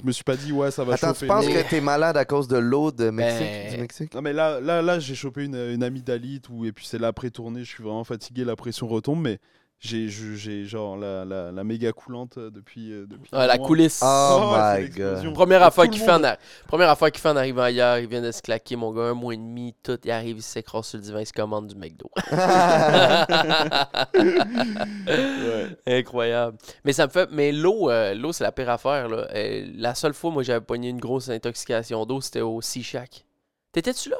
Speaker 6: Je me suis pas dit, ouais, ça va
Speaker 5: Attends, tu
Speaker 6: chauffer.
Speaker 5: penses
Speaker 6: l'eau.
Speaker 5: que t'es malade à cause de l'eau de Mexique,
Speaker 4: Ben-
Speaker 5: du Mexique?
Speaker 6: Non mais là, là, là j'ai chopé une, une amygdalite ou et puis c'est l'après-tournée, je suis vraiment fatigué, la pression retombe, mais j'ai je- j'ai genre la, la, la méga coulante euh, depuis, euh, depuis
Speaker 4: Ah, la
Speaker 6: un mois.
Speaker 4: coulisse.
Speaker 5: Ah. Oh
Speaker 6: ouais, c'est
Speaker 5: my
Speaker 6: l'explosion.
Speaker 4: Première
Speaker 6: Tout
Speaker 4: affaire
Speaker 6: le
Speaker 4: qu'il
Speaker 6: monde-
Speaker 4: fait, en arri- Première affaire qu'il fait en arrivant hier, il vient de se claquer, mon gars, un mois et demi, tout, il arrive, il s'écrase sur le divan, il se commande du McDo.
Speaker 6: Ouais.
Speaker 4: Incroyable. Mais ça me fait. Mais l'eau, euh, l'eau, c'est la pire affaire. Là. Euh, la seule fois, moi, j'avais pogné une grosse intoxication d'eau, c'était au Sea Shack. T'étais-tu là?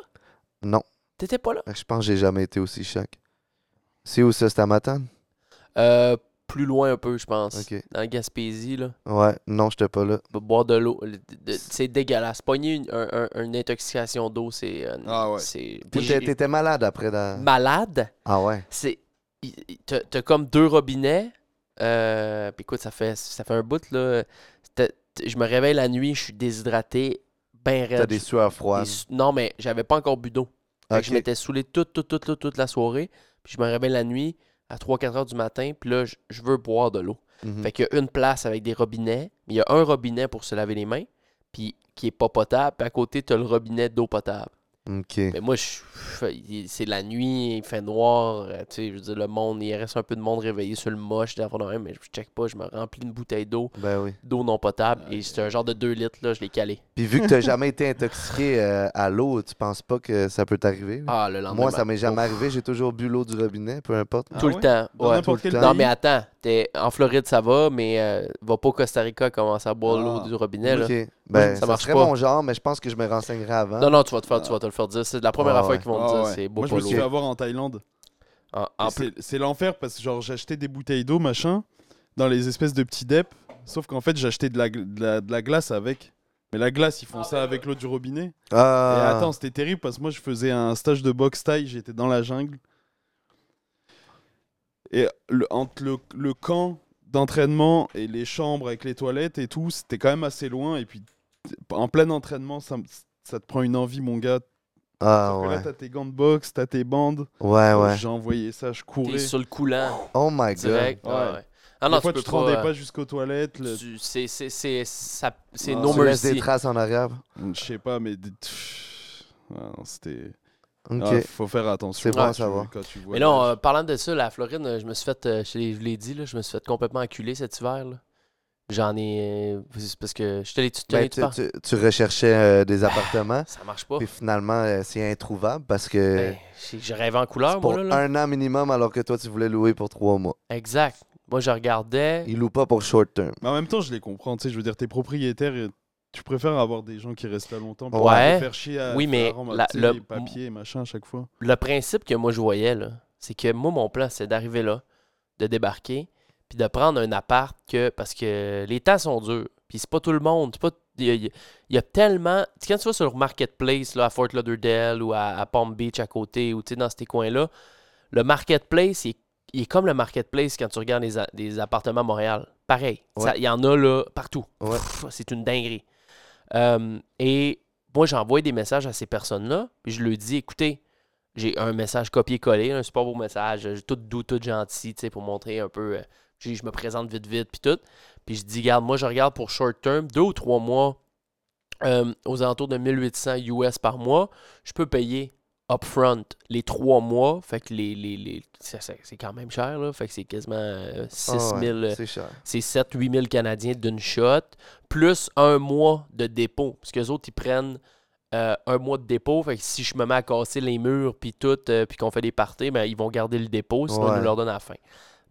Speaker 5: Non.
Speaker 4: T'étais pas là?
Speaker 5: Je pense que j'ai jamais été aussi choc. C'est où ça, c'est à Matane?
Speaker 4: Euh, plus loin un peu, je pense.
Speaker 5: Ok.
Speaker 4: Dans la Gaspésie, là.
Speaker 5: Ouais, non, j'étais pas là.
Speaker 4: Bo- Boire de l'eau. le- de- de- C'est dégueulasse. Pogner une, un- un- une intoxication d'eau, c'est. euh,
Speaker 6: Ah ouais.
Speaker 4: C'est.
Speaker 5: T'étais t'étais malade après. la-
Speaker 4: Malade.
Speaker 5: Ah ouais.
Speaker 4: c'est il- il- t'as t'as comme deux robinets euh, puis écoute ça fait ça fait un bout là T'as- t- je me réveille la nuit je suis déshydraté ben raide
Speaker 5: T'as des sueurs froides.
Speaker 4: Des su- non mais j'avais pas encore bu d'eau Fait que je
Speaker 5: Ok.
Speaker 4: m'étais saoulé toute toute toute toute, toute la soirée puis je me réveille la nuit à 3-4 heures du matin puis là je- je veux boire de l'eau
Speaker 5: Mhm.
Speaker 4: fait qu'il y a une place avec des robinets mais il y a un robinet pour se laver les mains puis qui est pas potable puis à côté t'as le robinet d'eau potable
Speaker 5: Ok.
Speaker 4: mais moi, je- je- il- c'est la nuit, il fait noir, euh, tu sais, je veux dire, le monde, il reste un peu de monde réveillé sur le moche d'avant de même, mais je check pas, je me remplis une bouteille d'eau,
Speaker 5: Ben oui.
Speaker 4: d'eau non potable, et c'est un genre de 2 litres, là, je l'ai calé.
Speaker 5: Puis vu que t'as jamais été intoxiqué euh, à l'eau, tu penses pas que ça peut t'arriver? là?
Speaker 4: Ah, le lendemain.
Speaker 5: Moi, ça m'est
Speaker 4: matin.
Speaker 5: jamais arrivé. J'ai toujours bu l'eau du robinet, peu importe.
Speaker 4: Tout
Speaker 6: Ah
Speaker 4: le
Speaker 6: ouais?
Speaker 4: temps.
Speaker 6: Dans
Speaker 4: ouais.
Speaker 6: n'importe
Speaker 5: tout
Speaker 6: quel
Speaker 5: le temps.
Speaker 6: pays.
Speaker 4: Non, mais attends, t'es- en Floride, ça va, mais euh, va pas au Costa Rica commencer à boire
Speaker 6: Ah.
Speaker 4: l'eau du robinet, là.
Speaker 5: Ok. Ben,
Speaker 4: ça
Speaker 5: ça
Speaker 4: marche
Speaker 5: serait
Speaker 4: pas.
Speaker 5: mon genre, mais je pense que je me renseignerai avant.
Speaker 4: Non, non, tu vas te faire, tu vas te le faire dire. C'est la première
Speaker 5: Ah
Speaker 4: affaire
Speaker 5: ouais.
Speaker 4: qu'ils vont
Speaker 6: Ah
Speaker 4: te dire,
Speaker 6: ouais.
Speaker 4: c'est beau
Speaker 6: Moi je me suis
Speaker 5: l'eau.
Speaker 6: fait avoir en Thaïlande.
Speaker 4: En, en
Speaker 6: Et
Speaker 4: plus,
Speaker 6: c'est- C'est l'enfer parce que genre j'achetais des bouteilles d'eau machin dans les espèces de petits dep, sauf qu'en fait j'achetais de la, gl- de, la, de la glace avec. Mais la glace, ils font
Speaker 4: Ah
Speaker 6: ça avec l'eau du robinet.
Speaker 5: Ah.
Speaker 6: Et attends, c'était terrible parce que moi je faisais un stage de boxe taille, j'étais dans la jungle. Et le, entre le, le camp d'entraînement et les chambres avec les toilettes et tout, c'était quand même assez loin. Et puis en plein entraînement, ça, me- ça te prend une envie, mon gars.
Speaker 5: Ah
Speaker 6: Sauf que
Speaker 5: ouais.
Speaker 6: là, t'as tes gants de boxe, t'as tes bandes.
Speaker 5: Ouais, ouais.
Speaker 6: J'ai envoyé ça, je
Speaker 4: t'es
Speaker 6: courais.
Speaker 4: sur le coulant,
Speaker 5: Oh my god.
Speaker 4: direct. Ah,
Speaker 6: Ouais.
Speaker 4: ouais. Ah non,
Speaker 6: Des fois,
Speaker 4: tu peux
Speaker 6: tu te rendais
Speaker 4: euh,
Speaker 6: pas jusqu'aux toilettes. le-
Speaker 4: tu- c'est- c'est- c'est- ça- c'est
Speaker 6: Ah,
Speaker 4: no
Speaker 5: Tu laisses des
Speaker 4: mercy.
Speaker 5: traces en arrière.
Speaker 6: Je sais pas, mais. des- Pff, ah non, c'était.
Speaker 5: Ok. Ben,
Speaker 6: Ah, faut faire attention.
Speaker 5: C'est bon
Speaker 6: quand
Speaker 5: à
Speaker 6: tu-
Speaker 5: savoir.
Speaker 6: quand tu
Speaker 4: Mais là, en
Speaker 6: voyages.
Speaker 4: euh, parlant de ça, la Floride, euh, je me suis fait, euh, je l'ai- je l'ai dit, là, je me suis fait complètement acculer cet hiver. là. J'en ai. euh, c'est parce que je te l'ai tu te
Speaker 5: Ben,
Speaker 4: l'ai- tu
Speaker 5: tu,
Speaker 4: parles.
Speaker 5: tu- tu recherchais euh, des appartements,
Speaker 4: Ça marche pas.
Speaker 5: puis finalement, euh, c'est introuvable parce que
Speaker 4: Ben, j'ai- je rêvais en
Speaker 5: c'est
Speaker 4: couleur,
Speaker 5: pour
Speaker 4: moi. Là, là.
Speaker 5: un an minimum, alors que toi, tu voulais louer pour trois mois.
Speaker 4: Exact. Moi, je regardais.
Speaker 5: Ils louent pas pour short term.
Speaker 6: Mais en même temps, je les comprends. Tu sais, je veux dire, t'es propriétaire, et Tu préfères avoir des gens qui restent là longtemps pour
Speaker 4: Ouais.
Speaker 6: te faire chier à
Speaker 4: Oui,
Speaker 6: faire
Speaker 4: mais
Speaker 6: ramasser
Speaker 4: la- le-
Speaker 6: les papiers et machin à chaque fois.
Speaker 4: Le principe que moi je voyais, là, c'est que moi, mon plan, c'est d'arriver là, de débarquer, puis de prendre un appart que. Parce que les temps sont durs. Puis c'est pas tout le monde. c'est pas- Il y, a- il y a- il y a tellement. tu sais, Quand tu vas sur le marketplace là, à Fort Lauderdale ou à, à Palm Beach à côté ou tu sais, dans ces coins-là, le marketplace, il est, il est comme le marketplace quand tu regardes les, a- les appartements à Montréal. Pareil.
Speaker 5: Ouais.
Speaker 4: Ça- Il y en a là partout.
Speaker 5: Ouais.
Speaker 4: Pff, C'est une dinguerie. Euh, et moi, j'envoie des messages à ces personnes-là, puis je leur dis écoutez, j'ai un message copié-collé, un super beau message, euh, tout doux, tout gentil, tu sais, pour montrer un peu. euh, j'ai- je me présente vite, vite, puis tout. Puis je dis garde, moi, je regarde pour short term, deux ou trois mois, euh, aux alentours de 1800 US par mois, je peux payer upfront les trois mois. Fait que les, les, les- ça- ça- c'est quand même cher, là. Fait que c'est quasiment euh, 6000 euh,
Speaker 5: Ah, C'est cher.
Speaker 4: c'est 7-8 000 Canadiens d'une shot, plus un mois de dépôt. Parce que les autres, ils prennent euh, un mois de dépôt. Fait que si je me mets à casser les murs, puis tout, euh, puis qu'on fait des parties, ben, ils vont garder le dépôt, sinon ils
Speaker 5: Ouais.
Speaker 4: nous leur donnent à la fin.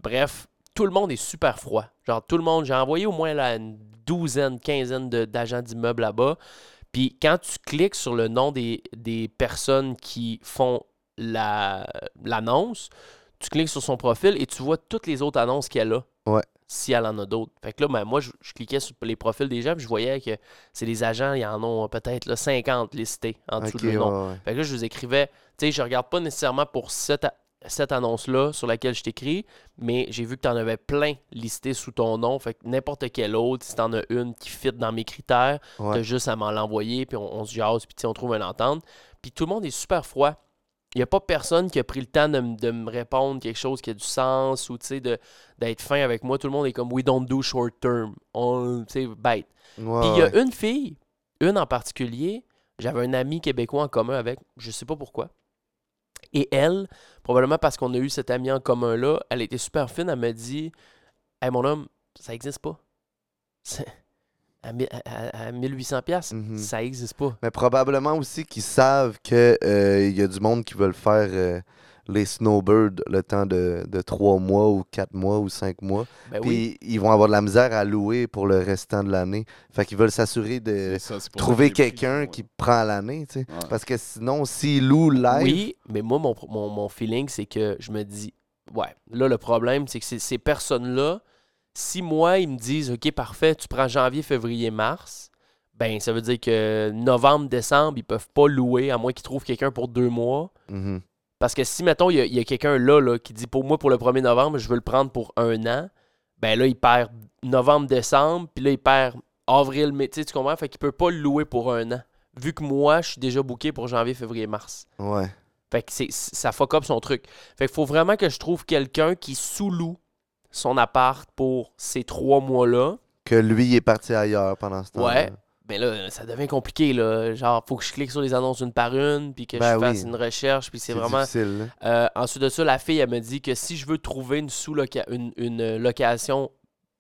Speaker 4: Bref, tout le monde est super froid. Genre, tout le monde, j'ai envoyé au moins là, une douzaine, quinzaine de- d'agents d'immeubles là-bas. Puis quand tu cliques sur le nom des, des personnes qui font la- l'annonce, tu cliques sur son profil et tu vois toutes les autres annonces qu'elle a si elle en a d'autres. Fait que là, ben, moi, je, je cliquais sur les profils des gens, puis je voyais que c'est les agents, ils en ont euh, peut-être là, 50 listés en dessous
Speaker 5: Ok,
Speaker 4: de leur nom.
Speaker 5: ouais, ouais.
Speaker 4: Fait que là, je vous écrivais, tu sais, je regarde pas nécessairement pour cette, a- cette annonce-là sur laquelle je t'écris, mais j'ai vu que tu en avais plein listés sous ton nom. Fait que n'importe quelle autre, si tu en as une qui fit dans mes critères,
Speaker 5: Ouais.
Speaker 4: t'as juste à m'en l'envoyer, puis on, on se jase, puis tu sais, on trouve une entente. Puis tout le monde est super froid. Il n'y a pas personne qui a pris le temps de, me- de me répondre quelque chose qui a du sens ou tu sais, de- d'être fin avec moi. Tout le monde est comme We don't do short term. On, tu sais, ben, bête.
Speaker 5: Ouais,
Speaker 4: Puis il y
Speaker 5: ouais.
Speaker 4: a une fille, une en particulier, j'avais un ami québécois en commun avec, je sais pas pourquoi. Et elle, probablement parce qu'on a eu cet ami en commun là, elle était super fine, elle m'a dit "Hey mon homme, ça existe pas." C'est- À, mi- à- à 1800 pièces,
Speaker 5: Mhm.
Speaker 4: ça existe pas.
Speaker 5: Mais probablement aussi qu'ils savent que euh, il y a du monde qui veulent faire euh, les snowbirds le temps de, de 3 mois ou 4 mois ou 5 mois.
Speaker 4: Ben
Speaker 5: Puis
Speaker 4: oui.
Speaker 5: ils vont avoir de la misère à louer pour le restant de l'année. Fait qu'ils veulent s'assurer de
Speaker 6: C'est ça, c'est pour ça
Speaker 5: trouver
Speaker 6: que les prix
Speaker 5: quelqu'un
Speaker 6: sont,
Speaker 5: qui prend à l'année. tu sais.
Speaker 6: Ouais.
Speaker 5: Parce que sinon, s'ils louent live,
Speaker 4: Oui, mais moi mon pro- mon, mon feeling c'est que je me dis ouais, là le problème c'est que ces- ces personnes là si moi, ils me disent, OK, parfait, tu prends janvier, février, mars, ben ça veut dire que novembre, décembre, ils peuvent pas louer, à moins qu'ils trouvent quelqu'un pour deux mois.
Speaker 5: mhm.
Speaker 4: Parce que si, mettons, il y a, il y a quelqu'un là, là qui dit, pour moi, pour le 1er novembre, je veux le prendre pour un an, ben là, il perd novembre, décembre, puis là, il perd avril, mai, tu sais, tu comprends? Fait qu'il peut pas le louer pour un an. Vu que moi, je suis déjà booké pour janvier, février, mars.
Speaker 5: ouais.
Speaker 4: Fait que c'est, ça fuck up son truc. Fait qu'il faut vraiment que je trouve quelqu'un qui sous-loue son appart pour ces trois mois-là.
Speaker 5: que lui est parti ailleurs pendant ce temps-là.
Speaker 4: Ouais. Mais là, ça devient compliqué, là. Genre, faut que je clique sur les annonces une par une, puis que
Speaker 5: Ben
Speaker 4: je fasse
Speaker 5: oui.
Speaker 4: une recherche, puis c'est,
Speaker 5: C'est
Speaker 4: vraiment...
Speaker 5: difficile. là.
Speaker 4: Euh, ensuite de ça, la fille, elle me dit que si je veux trouver une, sous-loca- une, une location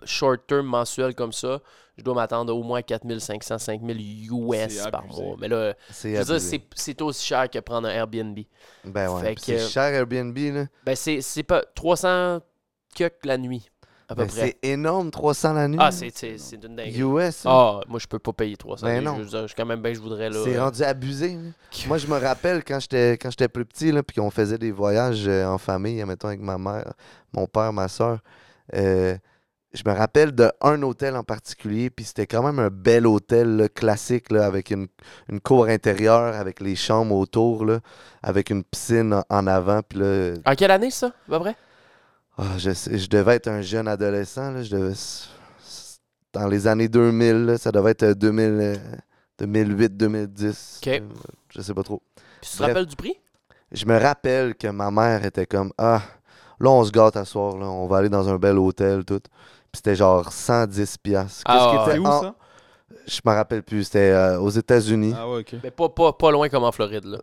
Speaker 4: short-term mensuelle comme ça, je dois m'attendre à au moins 4500, 5000 US
Speaker 6: C'est
Speaker 4: par
Speaker 6: abusé.
Speaker 4: mois. Mais là,
Speaker 5: C'est
Speaker 4: je veux dire,
Speaker 5: abusé.
Speaker 4: c'est, c'est aussi cher que prendre un Airbnb.
Speaker 5: Ben ouais.
Speaker 4: fait
Speaker 5: Puis C'est
Speaker 4: que-
Speaker 5: cher Airbnb, là.
Speaker 4: Ben, c'est, c'est pas 300 que la nuit, à peu
Speaker 5: Ben,
Speaker 4: près.
Speaker 5: c'est énorme, 300 la nuit.
Speaker 4: Ah, c'est, c'est, c'est d'une dinguerie.
Speaker 5: US. là.
Speaker 4: Ah, moi, je peux pas payer 300.
Speaker 5: Ben
Speaker 4: je-
Speaker 5: non.
Speaker 4: Je, veux dire, je- quand même, ben, je voudrais, là.
Speaker 5: C'est
Speaker 4: euh,
Speaker 5: rendu abusé. là. Moi, je me rappelle quand j'étais quand j'étais plus petit, là, puis qu'on faisait des voyages euh, en famille, mettons avec ma mère, mon père, ma soeur. euh, je me rappelle d'un hôtel en particulier, puis c'était quand même un bel hôtel là, classique, là, avec une, une cour intérieure, avec les chambres autour, là, avec une piscine en, en avant. Puis là,
Speaker 4: En quelle année, ça, à peu près?
Speaker 5: ah, je, sais- je devais être un jeune adolescent. Là, je devais, dans les années 2000, là, ça devait être 2000, euh, 2008, 2010.
Speaker 4: Ok.
Speaker 5: euh, je sais pas trop.
Speaker 4: Puis, tu te
Speaker 5: Bref.
Speaker 4: rappelles du prix?
Speaker 5: Je me rappelle que ma mère était comme Ah, là, on se gâte à soir, là, on va aller dans un bel hôtel, tout. Puis c'était genre 110 piastres.
Speaker 4: Ah,
Speaker 5: Qu'est-ce qui
Speaker 4: ouais.
Speaker 5: était
Speaker 6: C'est où
Speaker 5: en-
Speaker 6: ça
Speaker 5: Je me rappelle plus, c'était euh, aux États-Unis.
Speaker 6: Ah ouais, ok.
Speaker 4: Mais Ben, pas, pas, pas loin comme en Floride, là.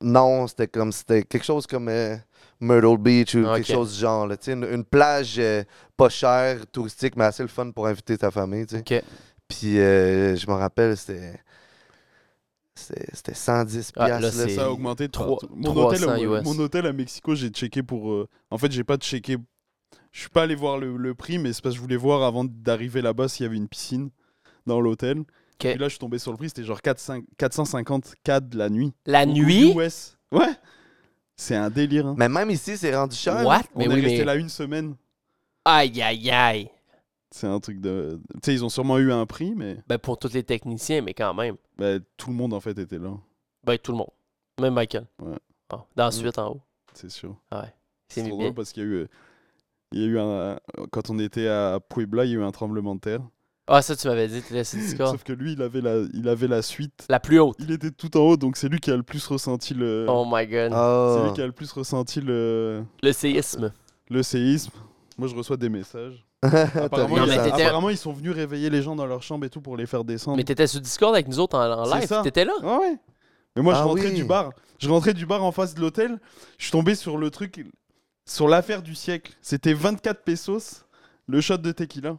Speaker 5: Non, c'était comme c'était quelque chose comme euh, Myrtle Beach ou
Speaker 4: Ah, ok.
Speaker 5: quelque chose du genre, là, tu sais, une, une plage euh, pas chère, touristique, mais assez le fun pour inviter ta famille, tu sais.
Speaker 4: Ok.
Speaker 5: Puis euh, je me rappelle, c'était c'était c'était 110
Speaker 4: Ah, là,
Speaker 5: piastres, là,
Speaker 4: c'est-
Speaker 6: Ça a augmenté de
Speaker 4: Trois-
Speaker 6: partout. mon
Speaker 4: 300
Speaker 6: hôtel, à-
Speaker 4: US.
Speaker 6: mon hôtel à Mexico, j'ai checké pour. euh, En fait, j'ai pas checké. Je suis pas allé voir le, le prix, mais c'est parce que je voulais voir avant d'arriver là-bas s'il y avait une piscine dans l'hôtel. Puis là, je suis tombé sur le prix, c'était genre 4, 5 450 CAD la nuit.
Speaker 4: La
Speaker 6: Au
Speaker 4: nuit?
Speaker 6: US. Ouais. C'est un délire. hein.
Speaker 5: Mais même ici, c'est rendu cher.
Speaker 4: What?
Speaker 6: On
Speaker 4: Mais
Speaker 6: est
Speaker 4: oui,
Speaker 6: resté
Speaker 4: mais.
Speaker 6: là une semaine.
Speaker 4: Aïe, aïe, aïe.
Speaker 6: C'est un truc de. Tu sais, ils ont sûrement eu un prix, mais
Speaker 4: Ben, pour tous les techniciens, mais quand même.
Speaker 6: bah, tout le monde en fait était là.
Speaker 4: Ben, tout le monde. Même Michael.
Speaker 6: Ouais.
Speaker 4: Ah, dans la suite, en haut.
Speaker 6: C'est sûr.
Speaker 4: C'est mis
Speaker 6: trop
Speaker 4: bien.
Speaker 6: drôle parce qu'il y a eu. euh, Il y a eu un. Quand on était à Puebla, il y a eu un tremblement de terre.
Speaker 4: Ah, ça, tu m'avais dit, tu laissé Discord.
Speaker 6: Sauf que lui, il avait la, il avait la suite.
Speaker 4: La plus haute.
Speaker 6: Il était tout en haut, donc c'est lui qui a le plus ressenti le.
Speaker 4: Oh my god.
Speaker 6: C'est
Speaker 5: Oh.
Speaker 6: lui qui a le plus ressenti le,
Speaker 4: Le séisme.
Speaker 6: le séisme. Moi, je reçois des messages. Apparemment,
Speaker 4: Non,
Speaker 6: ils-
Speaker 4: mais
Speaker 5: ça.
Speaker 4: t'étais-
Speaker 6: apparemment, ils sont venus réveiller les gens dans leur chambre et tout pour les faire descendre.
Speaker 4: Mais t'étais sur Discord avec nous autres en, en
Speaker 6: C'est
Speaker 4: live.
Speaker 6: ça.
Speaker 4: T'étais là.
Speaker 6: Ah ouais. Mais moi, je
Speaker 5: Ah
Speaker 6: rentrais
Speaker 5: oui.
Speaker 6: du bar. Je rentrais du bar en face de l'hôtel. Je suis tombé sur le truc, sur l'affaire du siècle. C'était 24 pesos, le shot de tequila.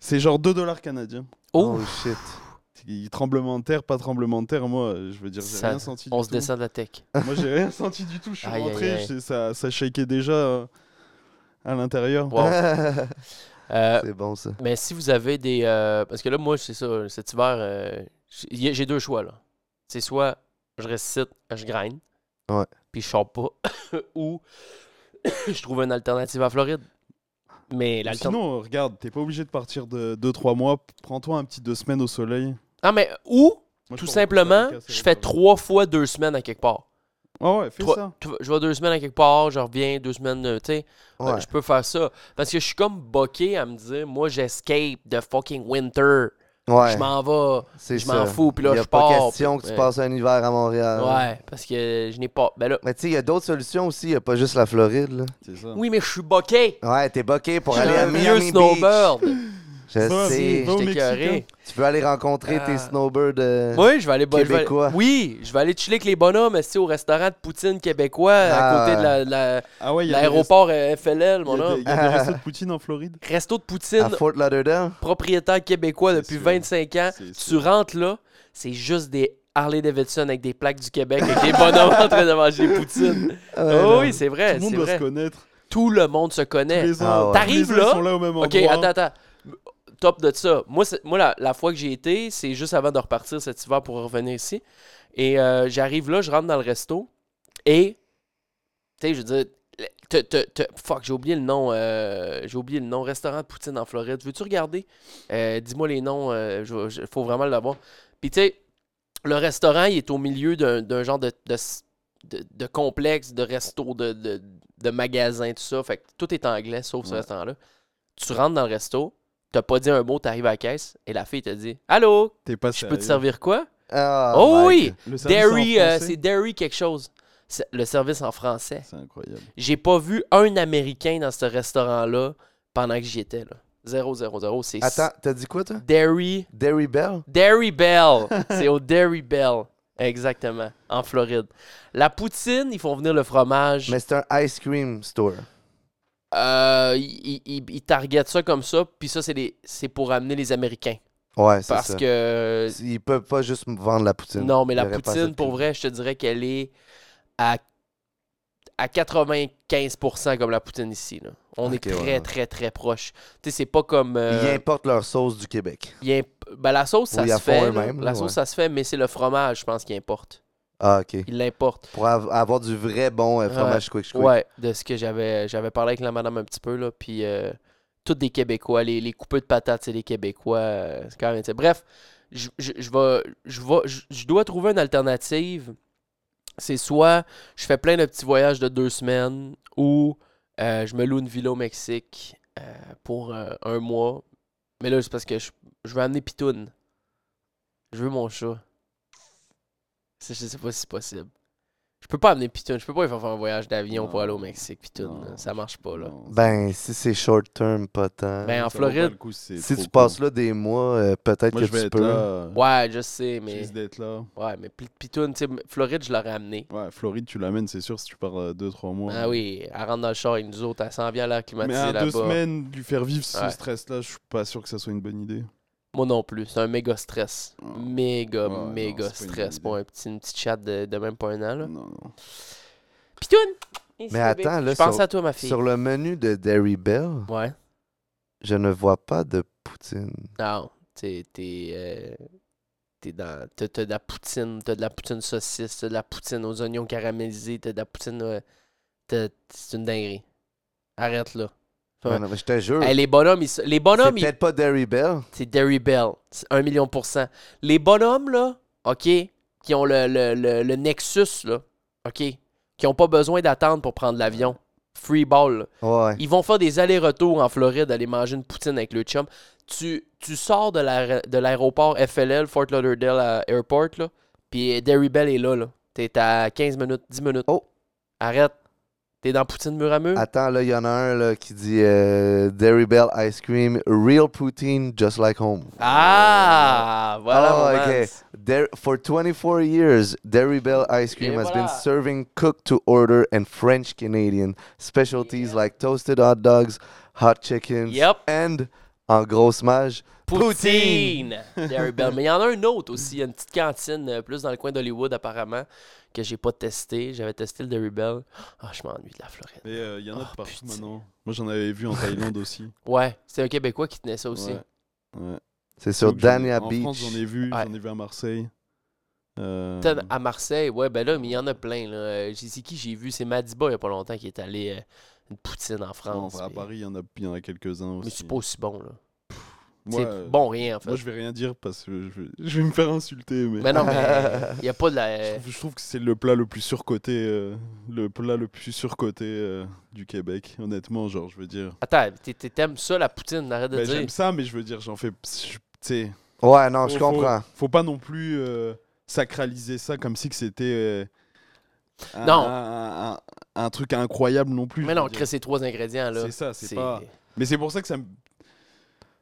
Speaker 6: C'est genre 2 dollars canadiens.
Speaker 4: Oh,
Speaker 5: Oh shit.
Speaker 6: Il- Tremblement de terre, pas tremblement de terre. Moi, je veux dire, j'ai
Speaker 4: Ça-
Speaker 6: rien senti.
Speaker 4: on
Speaker 6: du
Speaker 4: se
Speaker 6: tout.
Speaker 4: descend de la tech.
Speaker 6: Moi, j'ai rien senti du tout. Je suis
Speaker 4: Aïe, aïe,
Speaker 6: rentré,
Speaker 4: aïe.
Speaker 6: j'ai- ça, ça shakeait déjà euh, à l'intérieur.
Speaker 4: Wow. Euh,
Speaker 5: c'est bon ça.
Speaker 4: mais si vous avez des. euh, parce que là, moi, c'est ça, cet hiver, euh, j'ai- y a- j'ai deux choix. là. C'est soit je ressuscite, je graine,
Speaker 5: Ouais.
Speaker 4: puis je sors pas, ou je trouve une alternative à Floride. Mais
Speaker 6: Mais
Speaker 4: l'alternative.
Speaker 6: Sinon, euh, regarde, t'es pas obligé de partir de 2-3 mois. Prends-toi un petit 2 semaines au soleil.
Speaker 4: Ah, mais ou,
Speaker 6: Moi, je
Speaker 4: tout
Speaker 6: pars au
Speaker 4: simplement,
Speaker 6: Costa Rica, c'est
Speaker 4: je fais
Speaker 6: rigolo.
Speaker 4: trois fois deux semaines à quelque part.
Speaker 6: Ah ouais, fais
Speaker 4: Trois-
Speaker 6: ça.
Speaker 4: tu vois, Je vais deux semaines à quelque part, je reviens deux semaines, euh, tu sais. Euh,
Speaker 5: Ouais.
Speaker 4: Je peux faire ça. Parce que je suis comme boqué à me dire, moi, j'escape de fucking winter.
Speaker 5: Ouais.
Speaker 4: Je m'en vais.
Speaker 5: C'est
Speaker 4: je
Speaker 5: ça.
Speaker 4: m'en fous, puis là,
Speaker 5: Il y a
Speaker 4: je
Speaker 5: pas
Speaker 4: pars,
Speaker 5: question
Speaker 4: puis-
Speaker 5: que tu
Speaker 4: ouais.
Speaker 5: passes un hiver à Montréal.
Speaker 4: Ouais, parce que je n'ai pas. Ben là,
Speaker 5: Mais tu sais, il y a d'autres solutions aussi. Il n'y a pas juste la Floride. Là.
Speaker 6: C'est ça.
Speaker 4: oui, mais je suis boqué.
Speaker 5: Ouais, t'es boqué pour
Speaker 4: Je suis
Speaker 5: aller à
Speaker 4: un vieux
Speaker 5: Miami
Speaker 4: snowbird.
Speaker 5: Beach. Je
Speaker 6: Ça,
Speaker 5: sais.
Speaker 6: Va au
Speaker 4: J'étais
Speaker 6: Mexique,
Speaker 4: écoeuré.
Speaker 5: Tu peux aller rencontrer
Speaker 4: Ah.
Speaker 5: tes snowbirds. euh,
Speaker 4: Oui, je vais aller bo- je vais-
Speaker 5: Québécois.
Speaker 4: Oui, je vais aller chiller avec les bonhommes esti, au restaurant de Poutine québécois à
Speaker 5: Ah,
Speaker 4: côté de la-
Speaker 5: ouais.
Speaker 4: de la-
Speaker 6: Ah ouais, il y a des restos-
Speaker 4: l'aéroport euh, FLL,
Speaker 6: il y
Speaker 4: mon
Speaker 6: a des-
Speaker 4: homme.
Speaker 6: il y a des restos de Poutine en Floride.
Speaker 4: Resto de
Speaker 5: à
Speaker 4: Poutine,
Speaker 5: Fort Lauderdale.
Speaker 4: propriétaire québécois
Speaker 6: C'est
Speaker 4: depuis
Speaker 6: sûr.
Speaker 4: 25 ans.
Speaker 6: C'est
Speaker 4: Tu
Speaker 6: sûr.
Speaker 4: rentres là, c'est juste des Harley Davidson avec des plaques du Québec avec des bonhommes en train de manger des poutines.
Speaker 5: Ah ouais,
Speaker 4: Oh
Speaker 5: non.
Speaker 4: oui, c'est
Speaker 6: Tout
Speaker 4: vrai,
Speaker 6: le
Speaker 4: c'est
Speaker 6: monde doit se
Speaker 4: vrai.
Speaker 6: connaître.
Speaker 4: Tout le monde se connaît.
Speaker 6: Les uns-
Speaker 5: Ah ouais.
Speaker 6: tous
Speaker 4: T'arrives
Speaker 6: les uns
Speaker 4: là.
Speaker 6: sont là au même endroit.
Speaker 4: Ok, attends, attends. Top de ça. Moi, c'est- moi la, la fois que j'ai été, c'est juste avant de repartir cet hiver pour revenir ici. Et euh, j'arrive là, je rentre dans le resto. Et, tu sais, je veux dire, te- te- te- fuck, j'ai oublié le nom. euh, j'ai oublié le nom. Restaurant de Poutine en Floride. Veux-tu regarder? Euh, Dis-moi les noms. euh, je vais- je- faut vraiment l'avoir. Puis, tu sais, le restaurant, il est au milieu d'un d'un genre de, de, de- de complexe, de resto, de, de, de magasin, tout ça. Fait que tout est anglais, sauf ce
Speaker 6: Ouais.
Speaker 4: restaurant-là. Tu rentres dans le resto, t'as pas dit un mot, t'arrives à la caisse, et la fille te dit « Allô,
Speaker 6: T'es pas
Speaker 4: je peux te
Speaker 6: sérieux.
Speaker 4: servir quoi?
Speaker 5: Ah,
Speaker 4: Oh
Speaker 5: Mike.
Speaker 4: oui!
Speaker 6: Le service en
Speaker 4: Dairy, euh,
Speaker 6: français,
Speaker 4: c'est Dairy quelque chose. C'est Le service en français.
Speaker 6: C'est incroyable.
Speaker 4: J'ai pas vu un Américain dans ce restaurant-là pendant que j'y étais. Là. 0, 0, 0, c'est...
Speaker 5: Attends, t'as dit quoi, toi?
Speaker 4: Dairy...
Speaker 5: Derry Bell?
Speaker 4: Dairy Bell. C'est au Dairy Bell. Exactement. En Floride. La poutine, ils font venir le fromage.
Speaker 5: Mais c'est un ice cream store.
Speaker 4: Euh, ils, ils- ils targetent ça comme ça. Puis ça, c'est des- c'est pour amener les Américains.
Speaker 5: Ouais, c'est
Speaker 4: Parce
Speaker 5: ça.
Speaker 4: que.
Speaker 5: Ils peuvent pas juste vendre la poutine.
Speaker 4: Non, mais la
Speaker 5: Il y aurait pas assez
Speaker 4: poutine,
Speaker 5: de
Speaker 4: pour
Speaker 5: prix.
Speaker 4: vrai, je te dirais qu'elle est à, à 95% comme la poutine ici. là. On est
Speaker 5: Ok, ouais,
Speaker 4: très,
Speaker 5: ouais.
Speaker 4: très, très proche. Tu sais, c'est pas comme. euh,
Speaker 5: Ils importent leur sauce du Québec.
Speaker 4: il y a un- ben, la sauce, ça
Speaker 5: Oui, ils
Speaker 4: se
Speaker 5: la font
Speaker 4: fait. là.
Speaker 5: eux-mêmes,
Speaker 4: La
Speaker 5: là,
Speaker 4: sauce,
Speaker 5: ouais.
Speaker 4: ça se fait, mais c'est le fromage, je pense, qui importe.
Speaker 5: Ah, OK.
Speaker 4: Il l'importe.
Speaker 5: Pour av- avoir du vrai bon euh, fromage quick quick.
Speaker 4: Ouais, de ce que j'avais j'avais parlé avec la madame un petit peu, là, puis euh, tous des Québécois, les, les coupeux de patates, c'est les Québécois, euh, c'est quand même... c'est- Bref, je je- je vais- je vais- je- je dois trouver une alternative. C'est soit je fais plein de petits voyages de deux semaines, ou euh, je me loue une villa au Mexique euh, pour euh, un mois. Mais là, c'est parce que je, je veux amener Pitoun. Je veux mon chat. Ça, Je sais pas si c'est possible. Je peux pas amener Pitoun. Je peux pas lui faire faire un voyage d'avion pour
Speaker 6: Non.
Speaker 4: aller au Mexique, Pitoun.
Speaker 6: Non,
Speaker 4: Ça marche pas, Oh là.
Speaker 6: Non,
Speaker 5: Ben, si c'est short term, pas tant.
Speaker 4: Ben,
Speaker 6: ça
Speaker 4: en
Speaker 6: vaut pas
Speaker 4: Floride,
Speaker 6: le coup, c'est
Speaker 5: si
Speaker 6: trop
Speaker 5: tu
Speaker 6: cool.
Speaker 5: passes là des mois, euh, peut-être
Speaker 6: Moi,
Speaker 5: que
Speaker 6: je vais
Speaker 5: tu
Speaker 6: être
Speaker 5: peux.
Speaker 6: là. euh,
Speaker 4: Ouais, je sais,
Speaker 6: je
Speaker 4: mais.
Speaker 6: risque d'être là.
Speaker 4: Ouais, mais Pl- Pitoun, tu sais, m- Floride, je l'aurais amené.
Speaker 6: Ouais, Floride, tu l'amènes, c'est sûr, si tu pars 2-3 mois.
Speaker 4: Ah oui, elle rentre dans le char avec nous autres, elle s'en vient à l'air
Speaker 6: Mais
Speaker 4: climatisé
Speaker 6: à deux
Speaker 4: là-bas.
Speaker 6: semaines, lui faire vivre ce
Speaker 4: Ouais.
Speaker 6: stress-là, je suis pas sûr que ça soit une bonne idée.
Speaker 4: Moi non plus, c'est un méga stress.
Speaker 6: Ouais.
Speaker 4: Méga,
Speaker 6: Ah. Ouais, non,
Speaker 4: méga
Speaker 6: c'est pas une bonne
Speaker 4: stress
Speaker 6: idée.
Speaker 4: pour un petit, une petite chatte de, de même pas un an, là.
Speaker 6: Non, non.
Speaker 4: Pitoun! Ici,
Speaker 5: Mais
Speaker 4: bébé.
Speaker 5: attends, là,
Speaker 4: Je pense
Speaker 5: sur-
Speaker 4: à toi, ma fille.
Speaker 5: Sur le menu de Dairy Bell,
Speaker 4: Ouais.
Speaker 5: je ne vois pas de poutine.
Speaker 4: Non, t'es. t'es, euh, t'es dans. T'as t'as de la poutine, t'as de la poutine saucisse, t'as de la poutine aux oignons caramélisés, t'as de la poutine. euh, t'as- c'est une dinguerie. Arrête là.
Speaker 5: Non, non, mais je te jure.
Speaker 4: Hey, les bonhommes, ils, se- les
Speaker 5: c'est
Speaker 4: bonhommes, ils-
Speaker 5: peut-être pas Derry Bell.
Speaker 4: c'est Derry Bell. C'est 1 million pour cent. Les bonhommes, là, OK, qui ont le, le- le- le Nexus, là, OK, qui ont pas besoin d'attendre pour prendre l'avion. Free ball. là.
Speaker 5: Ouais.
Speaker 4: Ils vont faire des allers-retours en Floride, aller manger une poutine avec le chum. Tu, tu sors de l'aé- de l'aéroport FLL, Fort Lauderdale euh, Airport, là, puis Derry Bell est là, là. T'es à 15 minutes, 10 minutes.
Speaker 5: Oh.
Speaker 4: Arrête. T'es dans poutine mur à mur.
Speaker 5: Attends, là, il y en a un là, qui dit euh, Dairy Bell Ice Cream, Real Poutine, just like home.
Speaker 4: Ah! Voilà,
Speaker 5: Oh,
Speaker 4: mon
Speaker 5: okay.
Speaker 4: Mans.
Speaker 5: There, for 24 years, Dairy Bell Ice Cream
Speaker 4: Et
Speaker 5: has been
Speaker 4: voilà.
Speaker 5: serving cooked to order and French Canadian specialties like toasted hot dogs, hot chickens,
Speaker 4: Yep.
Speaker 5: and, en gros smash,
Speaker 4: Poutine! Derry Bell. Mais il y en a un autre aussi, il y a une petite cantine euh, plus dans le coin d'Hollywood apparemment que j'ai pas testé. J'avais testé le Derry Bell. Ah, je m'ennuie de la Floride.
Speaker 6: Mais euh, il y en a de
Speaker 4: Oh,
Speaker 6: partout
Speaker 4: putain.
Speaker 6: maintenant. Moi, j'en avais vu en Thaïlande aussi.
Speaker 4: Ouais, c'est un Québécois qui tenait ça aussi.
Speaker 6: Ouais. Ouais.
Speaker 5: C'est sur
Speaker 6: Donc, j'en ai-
Speaker 5: Dania
Speaker 6: En France,
Speaker 5: Beach.
Speaker 6: j'en ai vu.
Speaker 4: Ouais.
Speaker 6: J'en ai vu à Marseille. Euh,
Speaker 4: Tonne À Marseille, ouais, ben là, mais il y en a plein. Là. Euh, j'ai- C'est qui j'ai vu? C'est Madiba il y a pas longtemps qui est allé euh, une poutine en
Speaker 6: non,
Speaker 4: France.
Speaker 6: à
Speaker 4: puis-
Speaker 6: Paris, il y en a, il y en a quelques-uns aussi.
Speaker 4: Mais c'est pas aussi bon, là.
Speaker 6: Moi, euh,
Speaker 4: C'est bon rien, en fait.
Speaker 6: moi, je vais rien dire parce que je vais, je vais me faire insulter. Mais,
Speaker 4: Mais non, mais il y a pas de la...
Speaker 6: je, trouve, je trouve que c'est le plat le plus surcoté, euh, le plat le plus surcoté euh, du Québec. Honnêtement, genre, je veux dire.
Speaker 4: euh, Attends, t'es- t'es- t'aimes ça, la poutine, arrête de
Speaker 6: Ben,
Speaker 4: dire.
Speaker 6: J'aime ça, mais je veux dire, j'en fais. je- Tu sais,
Speaker 5: Ouais, non, je
Speaker 6: Faut- faut-
Speaker 5: comprends.
Speaker 6: faut pas non plus euh, sacraliser ça comme si que c'était euh, un,
Speaker 4: Non.
Speaker 6: un- un- un truc incroyable non plus.
Speaker 4: Mais
Speaker 6: je
Speaker 4: non,
Speaker 6: veux dire.
Speaker 4: crée ces trois ingrédients, là.
Speaker 6: c'est ça, c'est pas. Mais c'est pour ça que ça me.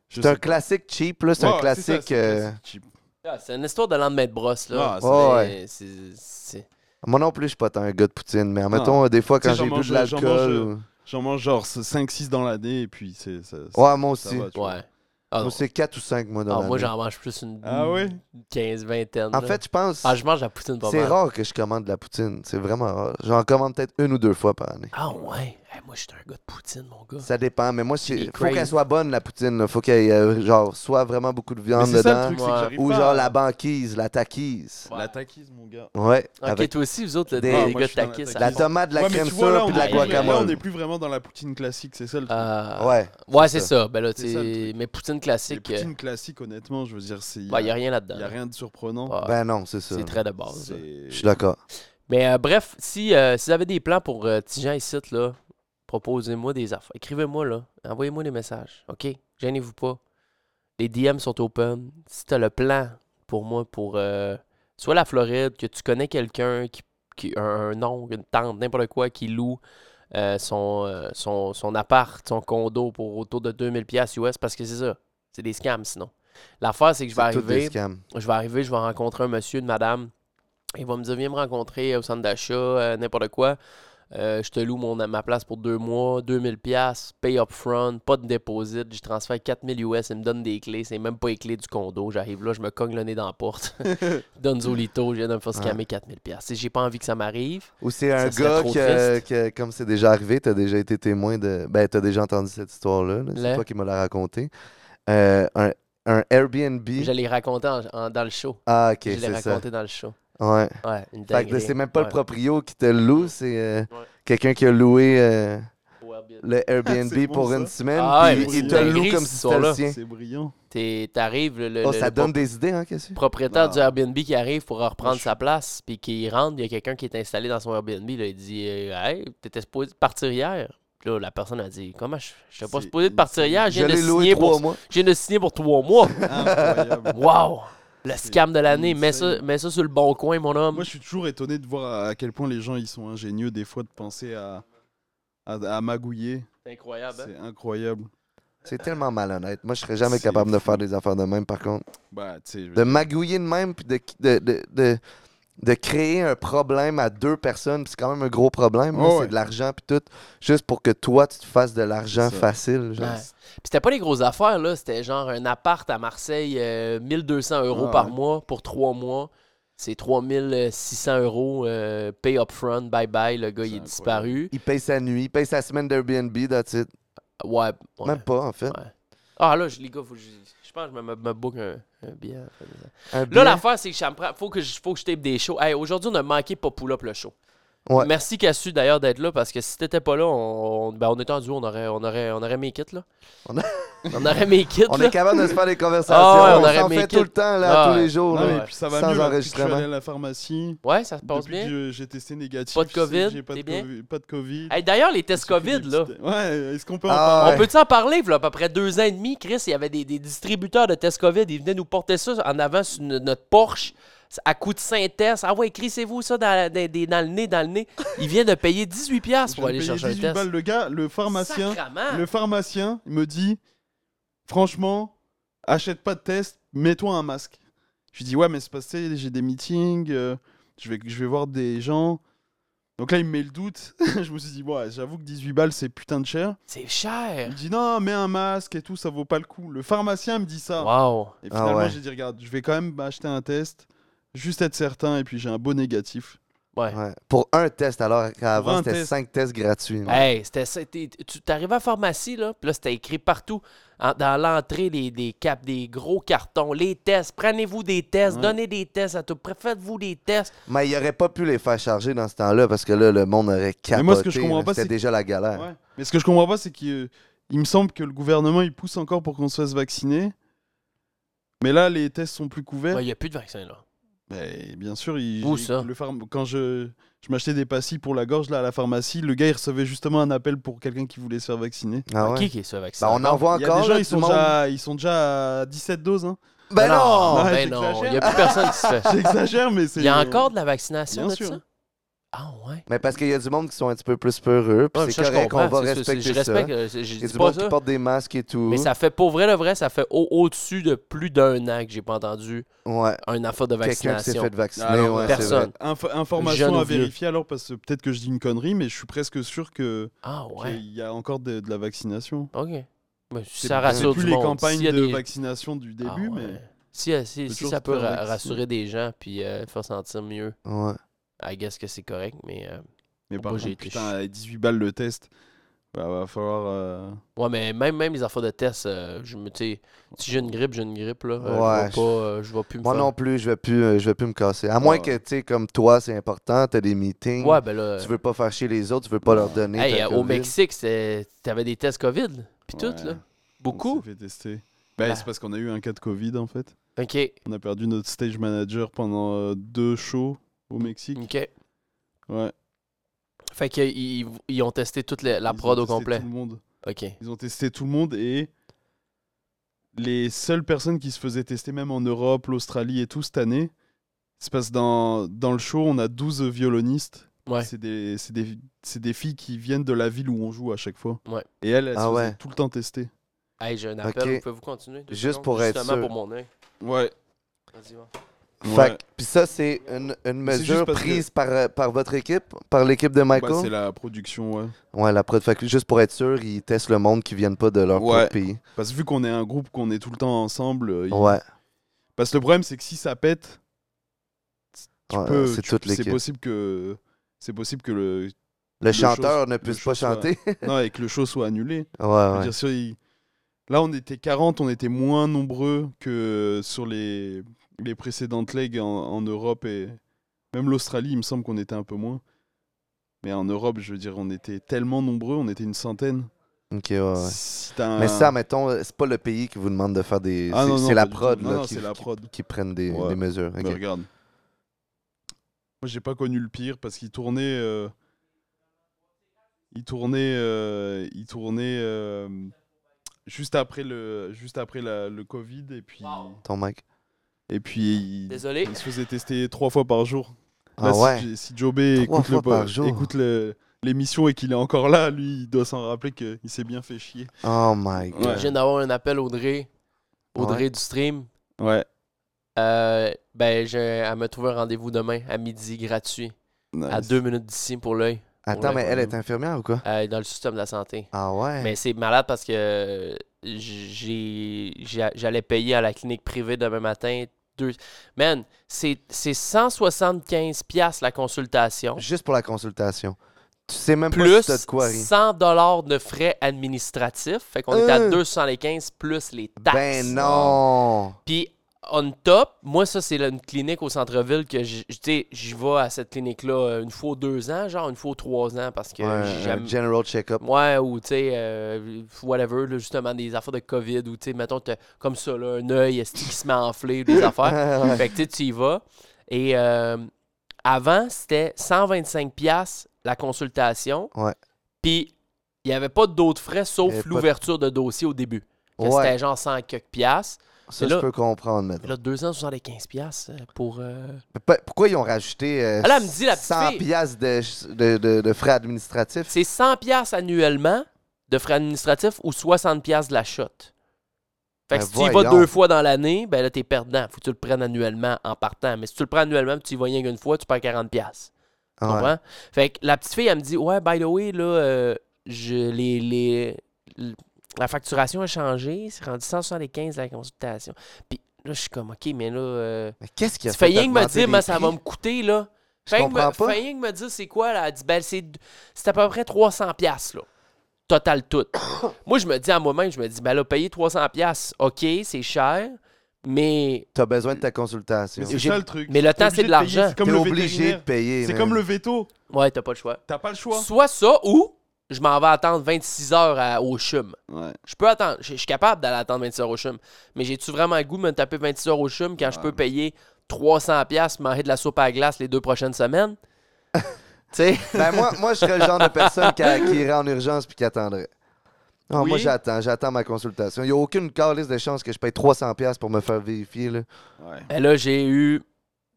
Speaker 6: Je
Speaker 5: C'est un
Speaker 6: sais-
Speaker 5: classique cheap, là. C'est
Speaker 6: Ouais,
Speaker 5: un
Speaker 6: ouais, ça,
Speaker 5: classique.
Speaker 6: c'est un
Speaker 5: euh,
Speaker 6: classique cheap.
Speaker 4: Ah, C'est une histoire de lendemain de brosse, là.
Speaker 6: Ah, c'est-
Speaker 5: Ouais,
Speaker 4: Mais c'est- c'est-
Speaker 5: Moi non plus, je suis pas tant un gars de poutine, mais mettons, des fois,
Speaker 6: Tu sais,
Speaker 5: quand
Speaker 6: j'en
Speaker 5: j'ai bu
Speaker 6: mange-
Speaker 5: de
Speaker 6: j'en
Speaker 5: l'alcool.
Speaker 6: mange, J'en mange genre 5-6 dans l'année et puis c'est. ça-
Speaker 5: ou- Ouais, moi
Speaker 6: ça
Speaker 5: aussi.
Speaker 6: va, tu vois.
Speaker 4: Ouais. Ah, non.
Speaker 5: Moi, c'est 4 ou 5, moi,
Speaker 4: Ah,
Speaker 5: dans
Speaker 4: moi,
Speaker 5: l'année.
Speaker 4: j'en mange plus une,
Speaker 5: Mmh.
Speaker 6: Ah ouais?
Speaker 4: une quinze, vingtaine.
Speaker 5: En
Speaker 4: là.
Speaker 5: fait, je pense.
Speaker 4: ah, je mange la poutine pas
Speaker 5: C'est
Speaker 4: mal.
Speaker 5: rare que je commande de la poutine. C'est vraiment rare. J'en commande peut-être une ou deux fois par année.
Speaker 4: Ah ouais? Eh, moi, je suis un gars de poutine, mon gars.
Speaker 5: Ça dépend, mais moi,
Speaker 4: J'ai
Speaker 5: c'est-
Speaker 4: des
Speaker 5: faut qu'elle
Speaker 4: craves.
Speaker 5: soit bonne, la poutine. là. Faut qu'elle ait, euh, genre, soit vraiment beaucoup de
Speaker 6: Mais
Speaker 5: viande
Speaker 6: c'est ça le
Speaker 5: dedans.
Speaker 6: truc, euh, c'est que
Speaker 4: Ouais.
Speaker 6: j'arrive
Speaker 5: Ou
Speaker 6: pas
Speaker 5: genre
Speaker 6: à-
Speaker 5: la banquise, la taquise.
Speaker 4: Ouais.
Speaker 6: La taquise, mon gars.
Speaker 5: Ouais.
Speaker 4: Ok,
Speaker 5: avec
Speaker 4: toi aussi, vous autres, là,
Speaker 5: des-
Speaker 4: des,
Speaker 5: Ah,
Speaker 4: des gars
Speaker 6: moi,
Speaker 4: hein.
Speaker 6: je
Speaker 4: de
Speaker 6: suis dans la
Speaker 4: taquis, ça
Speaker 5: la
Speaker 4: arrive.
Speaker 5: tomate, de la
Speaker 6: Ouais, mais
Speaker 5: crème
Speaker 6: tu vois, là,
Speaker 5: sole
Speaker 6: on
Speaker 5: puis de la
Speaker 6: est plus- là, on
Speaker 5: guacamole.
Speaker 6: n'est plus vraiment dans la poutine classique, c'est ça le truc.
Speaker 4: Ah.
Speaker 5: Ouais.
Speaker 4: Ouais,
Speaker 5: c'est
Speaker 4: c'est
Speaker 5: ça.
Speaker 4: ça. Ben là,
Speaker 6: C'est ça, le
Speaker 4: t'sais,
Speaker 6: truc.
Speaker 4: mes poutines
Speaker 6: Les
Speaker 4: classiques, il
Speaker 6: poutines classiques, honnêtement, je veux dire, c'est. Il
Speaker 4: n'y euh, Bah, a rien Bah,
Speaker 6: y a
Speaker 4: là-dedans.
Speaker 6: rien de surprenant.
Speaker 4: Ouais,
Speaker 5: Ben non, c'est ça.
Speaker 4: C'est très de base. là.
Speaker 5: Je
Speaker 6: C'est
Speaker 5: suis d'accord.
Speaker 4: Mais euh, bref, si, euh, si vous avez des plans pour euh, Tijan ici, là, proposez-moi des affaires. Écrivez-moi, là. Envoyez-moi des messages, OK? Gênez-vous pas. Les DM sont open. Si t'as le plan pour moi, pour euh, soit la Floride, que tu connais quelqu'un, qui, qui un, un oncle, une tante, n'importe quoi, qui loue euh, son, euh, son, son appart, son condo pour autour de 2000$ piastres US, parce que c'est ça. C'est des scams, sinon. L'affaire, c'est que je vais
Speaker 5: C'est tous des
Speaker 4: arriver
Speaker 5: scams.
Speaker 4: je vais arriver, je vais rencontrer un monsieur, une madame. Il va me dire, viens me rencontrer au centre d'achat, euh, n'importe quoi. Euh, je te loue mon, ma place pour deux mois, 2000 pièces, pay up front, pas de déposit, je transfère 4000 US, il me donne des clés, c'est même pas les clés du condo, j'arrive là, je me cogne le nez dans la porte. Donzolito, je viens de me faire scammer 4000 pièces. J'ai pas envie que ça m'arrive.
Speaker 5: Ou c'est
Speaker 4: Ça
Speaker 5: un
Speaker 4: serait
Speaker 5: gars
Speaker 4: trop
Speaker 5: que,
Speaker 4: triste.
Speaker 5: que- comme c'est déjà arrivé, t'as déjà été témoin de. Ben, t'as déjà entendu cette histoire-là. là. C'est
Speaker 4: Le-
Speaker 5: toi qui me l'as raconté. Euh, un, un Airbnb.
Speaker 4: Je l'ai raconté en- en- dans le show.
Speaker 5: Ah, ok,
Speaker 4: je l'ai
Speaker 5: c'est ça.
Speaker 4: raconté dans le show.
Speaker 5: Ouais.
Speaker 4: Ouais, une
Speaker 5: Fait que
Speaker 4: dinguerie.
Speaker 5: c'est même pas le
Speaker 4: Ouais.
Speaker 5: proprio qui te loue, c'est euh,
Speaker 4: Ouais.
Speaker 5: quelqu'un qui a loué euh,
Speaker 4: Au Airbnb.
Speaker 5: le Airbnb
Speaker 6: C'est bon,
Speaker 5: pour
Speaker 6: ça.
Speaker 5: une semaine,
Speaker 4: Ah
Speaker 5: puis
Speaker 4: ouais,
Speaker 6: mais c'est
Speaker 5: il
Speaker 6: une
Speaker 5: te loue
Speaker 4: dinguerie,
Speaker 5: comme
Speaker 4: cette
Speaker 5: si c'était le
Speaker 4: histoire-là.
Speaker 5: sien.
Speaker 6: c'est brillant.
Speaker 4: T'es- T'arrives, le, le-
Speaker 5: Oh,
Speaker 4: le-
Speaker 5: ça
Speaker 4: le
Speaker 5: donne des idées, hein, qu'est-ce que
Speaker 4: propriétaire
Speaker 6: Non.
Speaker 4: du Airbnb qui arrive pour reprendre
Speaker 6: Moi, je-
Speaker 4: sa place, puis qui rentre, il y a quelqu'un qui est installé dans son Airbnb, là, il dit euh, Hey, t'étais supposé de partir hier. Puis là, la personne a dit Comment je je suis pas
Speaker 6: C'est
Speaker 4: supposé de partir
Speaker 6: insane.
Speaker 4: hier,
Speaker 5: c'est?
Speaker 4: je
Speaker 5: Je
Speaker 4: viens de
Speaker 5: l'ai loué
Speaker 4: signer
Speaker 5: trois
Speaker 4: pour,
Speaker 5: mois.
Speaker 4: je viens de signer pour trois mois.
Speaker 6: Incroyable.
Speaker 4: Wow Le
Speaker 6: C'est
Speaker 4: scam de l'année, mets ça,
Speaker 6: insane.
Speaker 4: mets ça sur le bon coin, mon homme.
Speaker 6: Moi, je suis toujours étonné de voir à quel point les gens ils sont ingénieux des fois de penser à, à, à magouiller.
Speaker 4: C'est incroyable. hein?
Speaker 6: C'est incroyable.
Speaker 5: C'est tellement malhonnête. Moi, je serais jamais
Speaker 6: C'est
Speaker 5: capable de
Speaker 6: fou.
Speaker 5: faire des affaires de même, par contre.
Speaker 6: Bah, tu sais, je veux
Speaker 5: De
Speaker 6: dire,
Speaker 5: magouiller de même, puis de, de, de, de- de créer un problème à deux personnes, puis c'est quand même un gros problème. là,
Speaker 6: Oh,
Speaker 5: C'est
Speaker 6: ouais.
Speaker 5: de l'argent, puis tout, juste pour que toi, tu te fasses de l'argent
Speaker 6: C'est ça.
Speaker 5: facile. genre.
Speaker 4: Ouais. Puis c'était pas les grosses affaires, là. C'était genre un appart à Marseille, euh, 1200 euros
Speaker 6: Ah,
Speaker 4: par
Speaker 6: ouais.
Speaker 4: mois pour trois mois. C'est 3600 euros, euh, pay up front, bye bye, le gars il
Speaker 6: C'est
Speaker 4: est disparu.
Speaker 5: Il paye sa nuit, il paye sa semaine d'Airbnb, that's it.
Speaker 4: Ouais, ouais.
Speaker 5: Même pas, en fait.
Speaker 4: Ouais. Ah là, je, les gars, faut que je, je pense que je me, me book un, Un billet. un billet.
Speaker 5: Un
Speaker 4: Là,
Speaker 5: billet.
Speaker 4: l'affaire, c'est que ça me prend- faut que je, faut que je tape des shows. Hey, aujourd'hui, on a manqué Popula pour le show.
Speaker 5: Ouais.
Speaker 4: Merci Cassu d'ailleurs d'être là parce que si t'étais pas là, on, on- ben, on était en duo, on aurait, on aurait, on aurait mes kits là.
Speaker 5: On a-
Speaker 4: on aurait mes kits
Speaker 5: On
Speaker 4: là.
Speaker 5: est capable de se faire des conversations.
Speaker 4: Ah ouais, on
Speaker 5: on
Speaker 4: aurait
Speaker 5: s'en
Speaker 4: mes
Speaker 5: fait
Speaker 4: kits.
Speaker 5: tout le temps, là,
Speaker 4: Ah
Speaker 5: tous
Speaker 4: ouais.
Speaker 5: les jours.
Speaker 6: Non,
Speaker 5: là.
Speaker 6: mais puis ça va
Speaker 5: Sans
Speaker 6: mieux. Là, depuis que je suis
Speaker 5: enregistrement.
Speaker 6: allé à la pharmacie.
Speaker 4: Ouais, ça se passe
Speaker 6: Depuis
Speaker 4: bien.
Speaker 6: que je- j'ai testé négatif.
Speaker 4: Pas de
Speaker 6: je sais que
Speaker 4: COVID,
Speaker 6: j'ai Pas
Speaker 4: t'es
Speaker 6: de
Speaker 4: bien? Ah,
Speaker 6: COVID. Pas de COVID.
Speaker 4: Hey, d'ailleurs, les
Speaker 6: On s'est
Speaker 4: tests
Speaker 6: fait des
Speaker 4: COVID là.
Speaker 6: petites- Ouais, est-ce qu'on peut en
Speaker 5: Ah,
Speaker 6: parler
Speaker 4: On peut-tu en parler? Là, à peu près deux ans et demi, Chris, il y avait des, des distributeurs de tests COVID. Ils venaient nous porter ça en avant sur no- notre Porsche à coup de synthèse. Ah ouais, écrissez-vous ça dans, la- dans- dans le nez, dans le nez. Il vient de payer 18$ piastres
Speaker 6: Je
Speaker 4: pour aller
Speaker 6: viens de payer
Speaker 4: chercher un
Speaker 6: 18
Speaker 4: test.
Speaker 6: balles, le gars, le pharmacien,
Speaker 4: Sacrement!
Speaker 6: le pharmacien il me dit franchement, achète pas de test, mets-toi un masque. Je lui dis ouais, mais c'est parce que j'ai des meetings, euh, je vais je vais voir des gens. Donc là, il me met le doute. je me suis dit ouais, j'avoue que 18 balles c'est putain de cher.
Speaker 4: C'est
Speaker 6: Il
Speaker 4: cher!
Speaker 6: me dit non, mets un masque et tout, ça vaut pas le coup. Le pharmacien me dit ça.
Speaker 4: Wow!
Speaker 6: Et
Speaker 5: Ah
Speaker 6: finalement,
Speaker 5: ouais.
Speaker 6: j'ai dit regarde, je vais quand même acheter un test, juste être certain et puis j'ai un beau négatif.
Speaker 4: Ouais.
Speaker 5: Ouais. Pour un test, alors
Speaker 6: Pour
Speaker 5: qu'avant,
Speaker 6: un
Speaker 5: c'était
Speaker 6: test.
Speaker 5: cinq tests gratuits. là.
Speaker 4: Hey, c'était ça. t'es- Tu t'arrivais à la pharmacie, là, puis là, c'était écrit partout, en- dans l'entrée, les, des caps, des gros cartons, les tests. Prenez-vous des tests,
Speaker 6: Ouais.
Speaker 4: donnez des tests à tout près, faites-vous des tests.
Speaker 5: Mais il n'aurait pas pu les faire charger dans ce temps-là parce que là, le monde aurait capoté.
Speaker 6: moi, ce que je comprends
Speaker 5: là.
Speaker 6: pas,
Speaker 5: C'était
Speaker 6: c'est-
Speaker 5: déjà la galère.
Speaker 6: Ouais. Mais ce que je comprends pas, c'est qu'il euh, il me semble que le gouvernement il pousse encore pour qu'on se fasse vacciner. Mais là, les tests sont plus
Speaker 4: Il
Speaker 6: couverts.
Speaker 4: n'y a plus de vaccin, là.
Speaker 6: Ben, bien sûr, il,
Speaker 4: Où
Speaker 6: il-
Speaker 4: ça
Speaker 6: le pharm- quand je, je m'achetais des pastilles pour la gorge là à la pharmacie, le gars il recevait justement un appel pour quelqu'un qui voulait se faire vacciner.
Speaker 5: Ah ouais?
Speaker 4: Qui qui est ce vaccin?
Speaker 5: Ben, on en voit
Speaker 6: il y a
Speaker 5: encore.
Speaker 6: des gens,
Speaker 5: là,
Speaker 6: ils
Speaker 5: tout
Speaker 6: sont,
Speaker 5: le monde.
Speaker 6: déjà, ils sont déjà à 17 doses. Hein.
Speaker 5: Ben non!
Speaker 6: Ouais,
Speaker 4: Ben non, il
Speaker 6: j'exagère.
Speaker 4: n'y a plus personne qui se fait.
Speaker 6: J'exagère, mais c'est.
Speaker 4: Il y a encore de la vaccination
Speaker 6: Bien
Speaker 4: de
Speaker 6: sûr.
Speaker 4: ça? Ah ouais?
Speaker 5: Mais parce qu'il y a du monde qui sont un petit peu plus peureux. Puis
Speaker 4: Ouais, mais
Speaker 5: c'est
Speaker 4: ça, je
Speaker 5: correct qu'on va
Speaker 4: comprends, c'est- c'est-
Speaker 5: respecter
Speaker 4: Je respecte, euh, c'est- je
Speaker 5: Il y a
Speaker 4: dis
Speaker 5: du
Speaker 4: pas
Speaker 5: monde qui
Speaker 4: ça.
Speaker 5: porte des masques et tout.
Speaker 4: Mais ça fait, pour vrai, le vrai, ça fait au- au-dessus de plus d'un an que j'ai pas entendu
Speaker 5: Ouais.
Speaker 4: un affaire de
Speaker 5: Quelqu'un qui s'est
Speaker 4: vaccination.
Speaker 5: fait vacciner.
Speaker 6: Ah non,
Speaker 5: ouais, c'est
Speaker 4: personne.
Speaker 5: vrai.
Speaker 6: Info-
Speaker 4: Jeune
Speaker 6: information
Speaker 4: ou
Speaker 6: à
Speaker 4: vieux.
Speaker 6: vérifier alors, parce que peut-être que je dis une connerie, mais je suis presque sûr que
Speaker 4: Ah
Speaker 6: qu'il
Speaker 4: ouais?
Speaker 6: y a encore de- de la vaccination.
Speaker 4: OK. Ben, si
Speaker 6: C'est-
Speaker 4: ça
Speaker 6: c'est
Speaker 4: rassure
Speaker 6: plus
Speaker 4: du
Speaker 6: les
Speaker 4: monde.
Speaker 6: campagnes
Speaker 4: S'il y a
Speaker 6: de
Speaker 4: des-
Speaker 6: vaccination du
Speaker 4: Ah
Speaker 6: début,
Speaker 4: ouais.
Speaker 6: mais
Speaker 4: Si, euh, si-
Speaker 6: Faut
Speaker 4: si
Speaker 6: toujours
Speaker 4: ça
Speaker 6: se
Speaker 4: peut
Speaker 6: faire
Speaker 4: ra-
Speaker 6: vacciner.
Speaker 4: rassurer des gens puis euh, faire sentir mieux,
Speaker 5: Ouais.
Speaker 4: I guess que c'est correct, mais... euh,
Speaker 6: mais par
Speaker 4: Moi, j'ai
Speaker 6: contre,
Speaker 4: été
Speaker 6: putain, à 18 balles le test, bah va falloir. euh,
Speaker 4: Ouais, mais même, même les affaires de test, euh, je me... tu sais, Si j'ai une grippe, j'ai une grippe, là. Euh,
Speaker 5: Ouais,
Speaker 4: je vais pas... euh, je vais plus me
Speaker 5: Moi
Speaker 4: faire...
Speaker 5: non plus, je vais plus, euh, je vais plus me casser. À moins que, tu sais, comme toi, c'est important, t'as des meetings.
Speaker 4: Ouais, ben là...
Speaker 5: Tu veux pas fâcher les autres, tu veux pas leur donner.
Speaker 4: Hey,
Speaker 5: ta
Speaker 4: euh, au
Speaker 5: COVID.
Speaker 4: Mexique, c'est- t'avais des tests COVID, puis
Speaker 6: Ouais.
Speaker 4: tout, là.
Speaker 6: on
Speaker 4: Beaucoup.
Speaker 6: s'est fait tester. Bah,
Speaker 4: Ah.
Speaker 6: c'est parce qu'on a eu un cas de Covid en fait.
Speaker 4: OK,
Speaker 6: On a perdu notre stage manager pendant euh, deux shows au Mexique.
Speaker 4: OK.
Speaker 6: Ouais.
Speaker 4: Fait qu'ils ils ont testé toute la, la
Speaker 6: Ils ont
Speaker 4: prod au
Speaker 6: testé
Speaker 4: complet.
Speaker 6: tout le monde.
Speaker 4: OK.
Speaker 6: Ils ont testé tout le monde et les seules personnes qui se faisaient tester, même en Europe, l'Australie et tout cette année, c'est parce que dans, dans le show, on a 12 violonistes.
Speaker 4: Ouais.
Speaker 6: C'est des, c'est des, c'est des filles qui viennent de la ville où on joue à chaque fois.
Speaker 4: Ouais.
Speaker 6: Et elles, elles se
Speaker 5: Ah
Speaker 6: faisaient
Speaker 5: ouais.
Speaker 6: tout le temps tester.
Speaker 4: Hey, j'ai un
Speaker 5: Ok.
Speaker 4: appel, vous pouvez-vous continuer? deux
Speaker 5: Juste
Speaker 4: secondes?
Speaker 5: pour être
Speaker 4: Justement
Speaker 5: sûr.
Speaker 4: pour mon œil.
Speaker 6: Ouais.
Speaker 4: Vas-y, va.
Speaker 5: Fait que- puis ça, c'est une, une
Speaker 6: Mais c'est juste
Speaker 5: mesure
Speaker 6: parce que- Ben,
Speaker 5: prise par, euh, par votre équipe, par l'équipe de Michael.
Speaker 6: Bah, c'est la production, ouais.
Speaker 5: Ouais, la prod. Fait que juste pour être sûr, ils testent le monde qui viennent pas de leur
Speaker 6: Ouais.
Speaker 5: propre pays.
Speaker 6: Parce que vu qu'on est un groupe, qu'on est tout le temps ensemble. euh, il-
Speaker 5: Ouais.
Speaker 6: Parce que le problème, c'est que si ça pète, tu
Speaker 5: Ouais,
Speaker 6: peux-
Speaker 5: c'est
Speaker 6: tu-
Speaker 5: toute
Speaker 6: C'est
Speaker 5: l'équipe.
Speaker 6: possible que. C'est possible que le.
Speaker 5: Le chanteur
Speaker 6: show-
Speaker 5: ne
Speaker 6: le
Speaker 5: puisse
Speaker 6: show
Speaker 5: pas
Speaker 6: soit-
Speaker 5: chanter.
Speaker 6: non, et que le show soit annulé.
Speaker 5: Ouais,
Speaker 6: Je veux
Speaker 5: Ah ouais.
Speaker 6: euh, dire, sur les- Là, on était 40, on était moins nombreux que sur les, les précédentes legs en, en Europe et même l'Australie, il me semble qu'on était un peu moins. Mais en Europe, je veux dire, on était tellement nombreux, on était une centaine.
Speaker 5: Ok, ouais, Ah ouais.
Speaker 6: Si t'as
Speaker 5: Mais
Speaker 6: un-
Speaker 5: ça, mettons, c'est pas le pays qui vous demande de faire des.
Speaker 6: Ah,
Speaker 5: c'est-
Speaker 6: non, non,
Speaker 5: c'est la
Speaker 6: pas du tout.
Speaker 5: prod
Speaker 6: Non,
Speaker 5: là,
Speaker 6: non,
Speaker 5: qui,
Speaker 6: c'est la
Speaker 5: qui-
Speaker 6: prod.
Speaker 5: qui prennent des,
Speaker 6: Ouais.
Speaker 5: des mesures.
Speaker 6: Mais
Speaker 5: ok.
Speaker 6: Bah, regarde. Moi, j'ai pas connu le pire parce qu'il tournait. euh, Il tournait. euh, Il tournait. euh, Juste après le, juste après la- le Covid et puis.
Speaker 5: Ton mic.
Speaker 6: Et puis, il,
Speaker 4: Désolé.
Speaker 6: il se faisait tester trois fois par jour.
Speaker 5: Ah
Speaker 6: Là, bah, si
Speaker 5: ouais.
Speaker 6: J- Si, Jobé
Speaker 5: Trois
Speaker 6: écoute, le,
Speaker 5: fois par
Speaker 6: po-
Speaker 5: jour.
Speaker 6: écoute le- l'émission et qu'il est encore là, lui, il doit s'en rappeler qu'il s'est bien fait chier.
Speaker 5: Oh my god.
Speaker 6: Ouais.
Speaker 4: Je viens d'avoir un appel, Audrey. Audrey
Speaker 5: Ouais.
Speaker 4: du stream.
Speaker 6: Ouais.
Speaker 4: Euh, ben, j'ai, elle me trouve un rendez-vous demain à midi gratuit, à deux minutes d'ici pour l'œil,
Speaker 5: Attends,
Speaker 4: Ouais,
Speaker 5: mais elle
Speaker 6: ouais.
Speaker 5: est infirmière ou quoi?
Speaker 4: euh, dans le système de la santé.
Speaker 5: Ah ouais.
Speaker 4: Mais c'est malade parce que j'ai, j'ai- j'allais payer à la clinique privée demain matin. Deux... Man, c'est, c'est 175$ piastres la consultation,
Speaker 5: Juste pour la consultation. Tu sais même pas
Speaker 4: plus
Speaker 5: si t'as de quoi, Ri.
Speaker 4: 100$ de frais administratifs. Fait qu'on est à
Speaker 5: Euh.
Speaker 4: 215$ plus les taxes.
Speaker 5: Ben non!
Speaker 4: Puis on top. Moi, ça, c'est là une clinique au centre-ville que j- tu sais, j'y vais à cette clinique-là euh, une fois aux deux ans, genre une fois aux trois ans, parce que
Speaker 5: Ouais, un
Speaker 4: j'ai jamais.
Speaker 5: general check-up.
Speaker 4: Ouais, ou tu sais, euh, whatever, là, justement, des affaires de COVID, ou tu sais, mettons, t'as comme ça, là, un œil est-ce qui se met enflé, ou des affaires.
Speaker 5: Ouais.
Speaker 4: Fait que tu sais, tu y vas. Et euh, avant, c'était 125$ piastres la consultation.
Speaker 5: Ouais.
Speaker 4: Puis, il n'y avait pas d'autres frais
Speaker 5: Il y
Speaker 4: sauf
Speaker 5: avait pas de-
Speaker 4: l'ouverture de dossier au début. Que
Speaker 5: Ouais,
Speaker 4: C'était genre 100 quelques piastres.
Speaker 5: ça,
Speaker 4: mais là-
Speaker 5: je peux comprendre maintenant.
Speaker 4: Là, 275$ piastres, euh, pour. euh,
Speaker 5: Mais pa- Pourquoi ils ont rajouté euh,
Speaker 4: Ah là, elle me dit, la petite
Speaker 5: 100
Speaker 4: fille.
Speaker 5: piastres de, de, de- de frais administratifs?
Speaker 4: C'est 100$ piastres annuellement de frais administratifs ou 60$ piastres de la shot. Fait que
Speaker 5: Ben
Speaker 4: si tu y vas
Speaker 5: voyons.
Speaker 4: deux fois dans l'année, ben là, t'es perdant. Faut que tu le prennes annuellement en partant. Mais si tu le prends annuellement puis tu y vas rien qu'une fois, tu perds 40$. piastres. Tu
Speaker 5: Ah Ouais.
Speaker 4: comprends? Fait que la petite fille, elle me dit Ouais, by the way, là, euh, je, les, les- l- la facturation a changé, c'est rendu 175 la consultation. Puis là, je suis comme Ok, mais là, euh,
Speaker 5: Mais qu'est-ce qu'il
Speaker 4: tu
Speaker 5: a
Speaker 4: fais
Speaker 5: fait?
Speaker 4: rien que me
Speaker 5: augmenter
Speaker 4: dire,
Speaker 5: les
Speaker 4: mais ça
Speaker 5: prix?
Speaker 4: va me coûter, là.
Speaker 5: Je
Speaker 4: Fais rien que me-
Speaker 5: comprends pas.
Speaker 4: fais rien que me dire c'est quoi, là. Elle dit Ben, c'est c'est à peu près 300$, piastres, là. Total tout. Moi, je me dis à moi-même, je me dis Ben là, payer 300$, piastres, ok, c'est cher, mais,
Speaker 5: T'as besoin de ta consultation.
Speaker 6: Mais c'est
Speaker 4: J'ai-
Speaker 6: ça le truc.
Speaker 4: mais le temps,
Speaker 6: T'es
Speaker 4: c'est de
Speaker 6: obligé payer,
Speaker 4: l'argent.
Speaker 6: C'est comme
Speaker 5: T'es
Speaker 6: le
Speaker 5: obligé de
Speaker 6: vétérinaire.
Speaker 5: payer.
Speaker 6: C'est
Speaker 5: man.
Speaker 6: comme le veto.
Speaker 4: Ouais, t'as pas le choix.
Speaker 6: T'as pas le choix.
Speaker 4: Soit ça ou je m'en vais attendre 26 heures à- au chum.
Speaker 6: Ouais.
Speaker 4: Je peux attendre, je je suis capable d'aller attendre 26 heures au chum, mais j'ai-tu vraiment le goût de me taper 26 heures au chum quand je peux payer 300 pièces manger de la soupe à la glace les deux prochaines semaines Tu sais,
Speaker 5: Ben, moi, moi, je serais le genre de personne qui, qui irait en urgence puis qui attendrait. Non, moi,
Speaker 4: Oui.
Speaker 5: j'attends. J'attends ma consultation. Il n'y a aucune calice de chance que je paye 300$ piastres pour me faire vérifier. Là.
Speaker 6: Ouais.
Speaker 4: ben là j'ai eu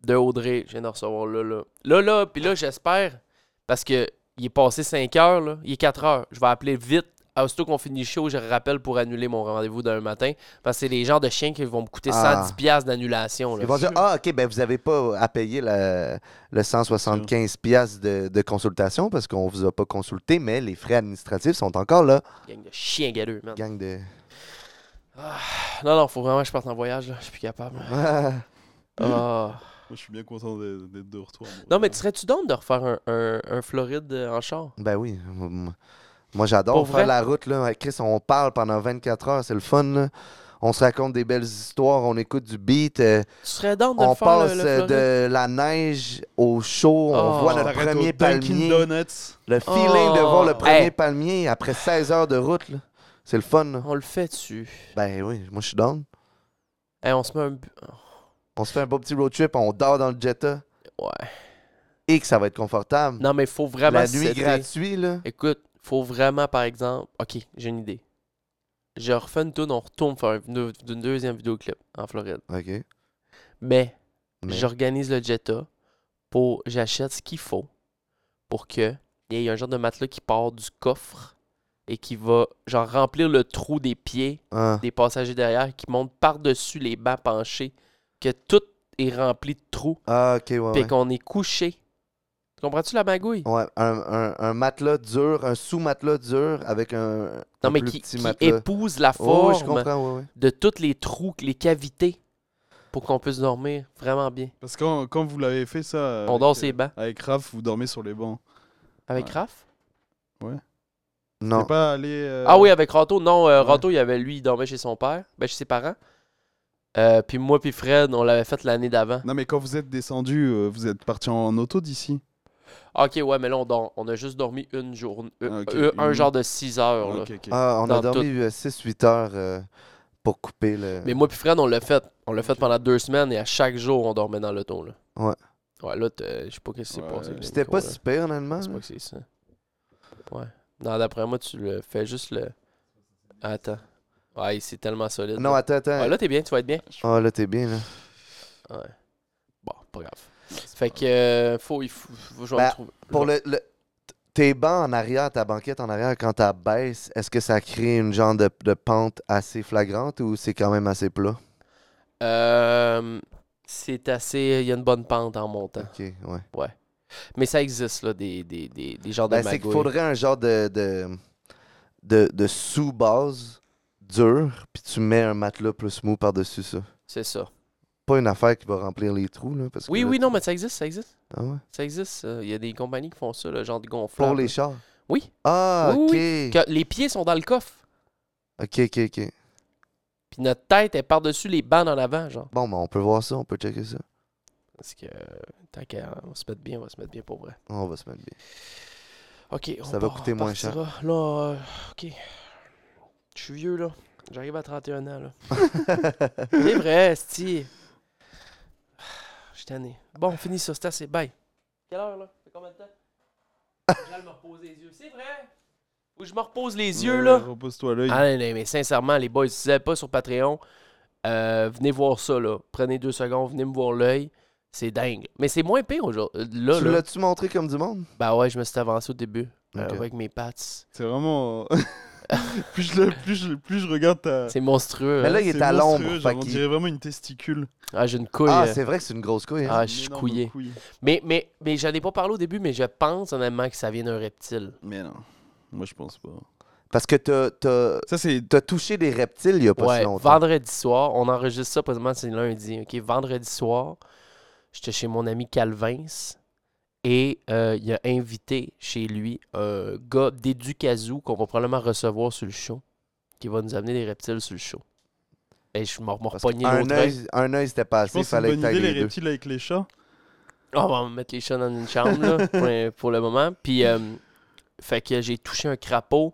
Speaker 4: de Audrey, je viens de recevoir là là. Là là, puis là j'espère parce que il est passé 5 heures là, il est 4 heures, je vais appeler vite Aussitôt qu'on finit le show, je rappelle pour annuler mon rendez-vous d'un matin. Parce que c'est les genres de chiens qui vont me coûter
Speaker 5: Ah.
Speaker 4: 110$ piastres d'annulation. là.
Speaker 5: Ils vont dire Ah, OK, ben, vous n'avez pas à payer la- le 175$ piastres de, de consultation parce qu'on vous a pas consulté, mais les frais administratifs sont encore là.
Speaker 4: Gang de chiens galeux, man.
Speaker 5: Gang de.
Speaker 4: Non, non, faut vraiment que je parte en voyage, là. Je suis plus capable. Ah.
Speaker 6: Moi, je suis bien content d'être d'être de retour. moi.
Speaker 4: Non, mais tu serais-tu d'homme de refaire un, un- un Floride euh, en char?
Speaker 5: Ben oui. m- Moi, j'adore
Speaker 4: Pour
Speaker 5: faire
Speaker 4: vrai?
Speaker 5: la route. Là. Avec Chris, on parle pendant 24 heures. C'est le fun. là. On se raconte des belles histoires. On écoute du beat. euh,
Speaker 4: Tu serais d'homme de
Speaker 5: on
Speaker 4: le faire, le-
Speaker 5: passe
Speaker 4: le,
Speaker 5: euh,
Speaker 4: Floride?
Speaker 5: de la neige au chaud.
Speaker 4: Oh.
Speaker 5: On voit notre
Speaker 6: T'arrêtes
Speaker 5: premier
Speaker 6: au Ah, Dunkin'
Speaker 5: palmier.
Speaker 6: Donuts.
Speaker 5: Le feeling de voir le
Speaker 4: Oh.
Speaker 5: premier
Speaker 4: Hey.
Speaker 5: palmier après 16 heures de route. là. C'est le fun. là.
Speaker 4: On le fait dessus.
Speaker 5: Ben oui, moi, je suis down.
Speaker 4: Hey, on se met un... bu-
Speaker 5: On se fait un beau petit road trip. On dort dans le Jetta.
Speaker 4: Ouais.
Speaker 5: Et que ça va être confortable.
Speaker 4: Non, mais faut vraiment...
Speaker 5: la
Speaker 4: se
Speaker 5: nuit
Speaker 4: setter.
Speaker 5: gratuite, là.
Speaker 4: Écoute, faut vraiment, par exemple... OK, j'ai une idée. Je refais une tune, on retourne faire une, vidéo- une deuxième vidéoclip en Floride.
Speaker 5: OK. Mais-
Speaker 4: Mais, j'organise le Jetta pour... J'achète ce qu'il faut pour que... Il y ait un genre de matelas qui part du coffre et qui va, genre, remplir le trou des pieds
Speaker 5: Ah.
Speaker 4: des passagers derrière qui montent par-dessus les bancs penchés, que tout est rempli de trous,
Speaker 5: Ah, OK, ouais,
Speaker 4: puis
Speaker 5: ouais.
Speaker 4: qu'on est couché. Tu Comprends-tu la magouille?
Speaker 5: Ouais, un, un- un matelas dur, un sous-matelas dur avec un,
Speaker 4: Non,
Speaker 5: un
Speaker 4: mais
Speaker 5: plus
Speaker 4: qui,
Speaker 5: petit
Speaker 4: qui
Speaker 5: matelas.
Speaker 4: épouse la
Speaker 5: Oh,
Speaker 4: forme
Speaker 5: je comprends, ouais, ouais.
Speaker 4: de tous les trous, les cavités, pour qu'on puisse dormir vraiment bien.
Speaker 6: Parce que quand, quand vous l'avez fait ça.
Speaker 4: On
Speaker 6: avec-
Speaker 4: dort ces bancs
Speaker 6: Avec Raph, vous dormez sur les bancs.
Speaker 4: avec
Speaker 6: Ouais.
Speaker 4: Raph?
Speaker 5: Non.
Speaker 6: T'es pas allé. euh,
Speaker 4: Ah oui, avec Rato. Non, euh,
Speaker 6: ouais.
Speaker 4: Rato, il y avait lui, il dormait chez son père, ben, chez ses parents. Euh, puis moi, puis Fred, on l'avait fait l'année d'avant.
Speaker 6: Non, mais quand vous êtes descendu, euh, vous êtes parti en auto d'ici.
Speaker 4: Ah, Ok, ouais, mais là, on, dort- on a juste dormi une journée. euh,
Speaker 6: Ah, ok,
Speaker 4: euh, un
Speaker 6: une-
Speaker 4: genre de 6 heures. là.
Speaker 6: Ok, ok.
Speaker 5: Ah, on a
Speaker 4: Dans
Speaker 5: dormi 6-8 heures euh, pour couper le.
Speaker 4: Mais moi puis Fred, on l'a fait. On l'a fait pendant deux semaines et à chaque jour, on dormait dans l'auto. Là.
Speaker 5: Ouais.
Speaker 4: Ouais, là, t'as- je sais pas qu'est-ce qui s'est
Speaker 6: Ouais,
Speaker 4: passé. là,
Speaker 5: C'était
Speaker 4: Nico,
Speaker 5: pas
Speaker 4: là.
Speaker 5: si pire, honnêtement.
Speaker 4: C'est
Speaker 5: là.
Speaker 4: pas que c'est ça. Ouais. Non, d'après moi, tu le fais juste le. Attends. Ouais, c'est tellement solide.
Speaker 5: Non,
Speaker 4: là.
Speaker 5: attends, attends.
Speaker 4: Ouais, là, t'es bien, tu vas être bien.
Speaker 5: Ah, là, t'es bien, là.
Speaker 4: Ouais. Bon, pas grave. Fait que, euh, faut, il faut, faut- je vais
Speaker 5: Ben,
Speaker 4: me trouver.
Speaker 5: Pour le. le- Tes bancs en arrière, ta banquette en arrière, quand tu baisse, est-ce que ça crée une genre de, de pente assez flagrante ou c'est quand même assez plat?
Speaker 4: Euh, c'est assez. Il y a une bonne pente en montant.
Speaker 5: Ok, ouais.
Speaker 4: Mais ça existe, là, des, des, des, des genres de
Speaker 5: Ben, c'est qu'il
Speaker 4: magouilles.
Speaker 5: faudrait un genre de, de, de, de sous-base dure, puis tu mets un matelas plus mou par-dessus ça.
Speaker 4: C'est ça.
Speaker 5: Pas une affaire qui va remplir les trous, là. Parce que
Speaker 4: Oui,
Speaker 5: là,
Speaker 4: oui,
Speaker 5: tu-
Speaker 4: non, mais ça existe, ça existe.
Speaker 5: Ah ouais?
Speaker 4: Ça existe. euh, Il y a des compagnies qui font ça, le genre de
Speaker 5: Pour
Speaker 4: gonflable.
Speaker 5: les chars.
Speaker 4: Oui.
Speaker 5: Ah,
Speaker 4: Oui,
Speaker 5: ok.
Speaker 4: Que les pieds sont dans le coffre.
Speaker 5: Ok, ok, ok.
Speaker 4: Puis Puis notre tête est par-dessus les bandes en avant, genre.
Speaker 5: Bon, ben, on peut voir ça, on peut checker ça.
Speaker 4: Parce que, euh, tant qu'on se mette bien, on va se mettre bien pour vrai.
Speaker 5: On va se mettre bien.
Speaker 4: Ok, on
Speaker 5: Ça va
Speaker 4: part-
Speaker 5: coûter moins cher.
Speaker 4: partira. Là, euh, ok. Je suis vieux, là. J'arrive à 31 ans, là. C'est vrai, Sti. Je suis tanné. Bon, on finit ça, c'est assez. Bye. Quelle heure, là Fait combien de temps J'allais me reposer les yeux. C'est vrai Ou je me repose les yeux,
Speaker 6: Ouais,
Speaker 4: là
Speaker 6: Repose-toi l'œil.
Speaker 4: Ah, non, non, mais sincèrement, les boys, si vous n'êtes pas sur Patreon, euh, venez voir ça, là. Prenez deux secondes, venez me voir l'œil. C'est dingue. Mais c'est moins pire aujourd'hui. Euh, Là,
Speaker 5: tu
Speaker 4: là.
Speaker 5: l'as-tu montré comme du monde?
Speaker 4: Bah ouais, je me suis avancé au début. euh,
Speaker 5: Ok.
Speaker 4: avec mes pattes.
Speaker 6: C'est vraiment. euh, plus, je le- plus, je, plus je regarde ta.
Speaker 4: C'est monstrueux.
Speaker 5: Mais
Speaker 4: hein.
Speaker 5: là, il
Speaker 6: c'est
Speaker 5: est à
Speaker 6: monstrueux,
Speaker 5: l'ombre.
Speaker 6: genre,
Speaker 5: fait
Speaker 6: On
Speaker 5: qu'il-
Speaker 6: dirait vraiment une testicule.
Speaker 4: Ah, j'ai une couille.
Speaker 5: Ah,
Speaker 4: euh.
Speaker 5: c'est vrai que c'est une grosse couille. hein.
Speaker 4: Ah,
Speaker 6: Une
Speaker 4: je suis
Speaker 6: énorme
Speaker 4: couillé.
Speaker 6: couille.
Speaker 4: Mais, mais, mais j'en ai pas parlé au début, mais je pense honnêtement que ça vient d'un reptile.
Speaker 6: Mais non. Moi, je pense pas.
Speaker 5: Parce que t'as- t'as
Speaker 6: Ça, c'est.
Speaker 5: t'as touché des reptiles il y a pas
Speaker 4: ouais,
Speaker 5: si longtemps.
Speaker 4: vendredi soir, on enregistre ça présentement, c'est lundi. OK, vendredi soir, j'étais chez mon ami Calvins et euh, il a invité chez lui un gars d'Educazou qu'on va probablement recevoir sur le show, qui va nous amener des reptiles sur le show. Et je m'en
Speaker 5: Parce que
Speaker 4: repogné
Speaker 5: un
Speaker 4: l'autre œil.
Speaker 5: œil, un œil, c'était pas assez.
Speaker 6: Je
Speaker 5: Il
Speaker 6: pense que c'est une
Speaker 5: fallait que
Speaker 6: bonne idée,
Speaker 5: t'ailles les
Speaker 6: les
Speaker 5: deux.
Speaker 6: reptiles avec les chats.
Speaker 4: On va mettre les chats dans une chambre là, pour, pour le moment. Puis, euh, fait que j'ai touché un crapaud,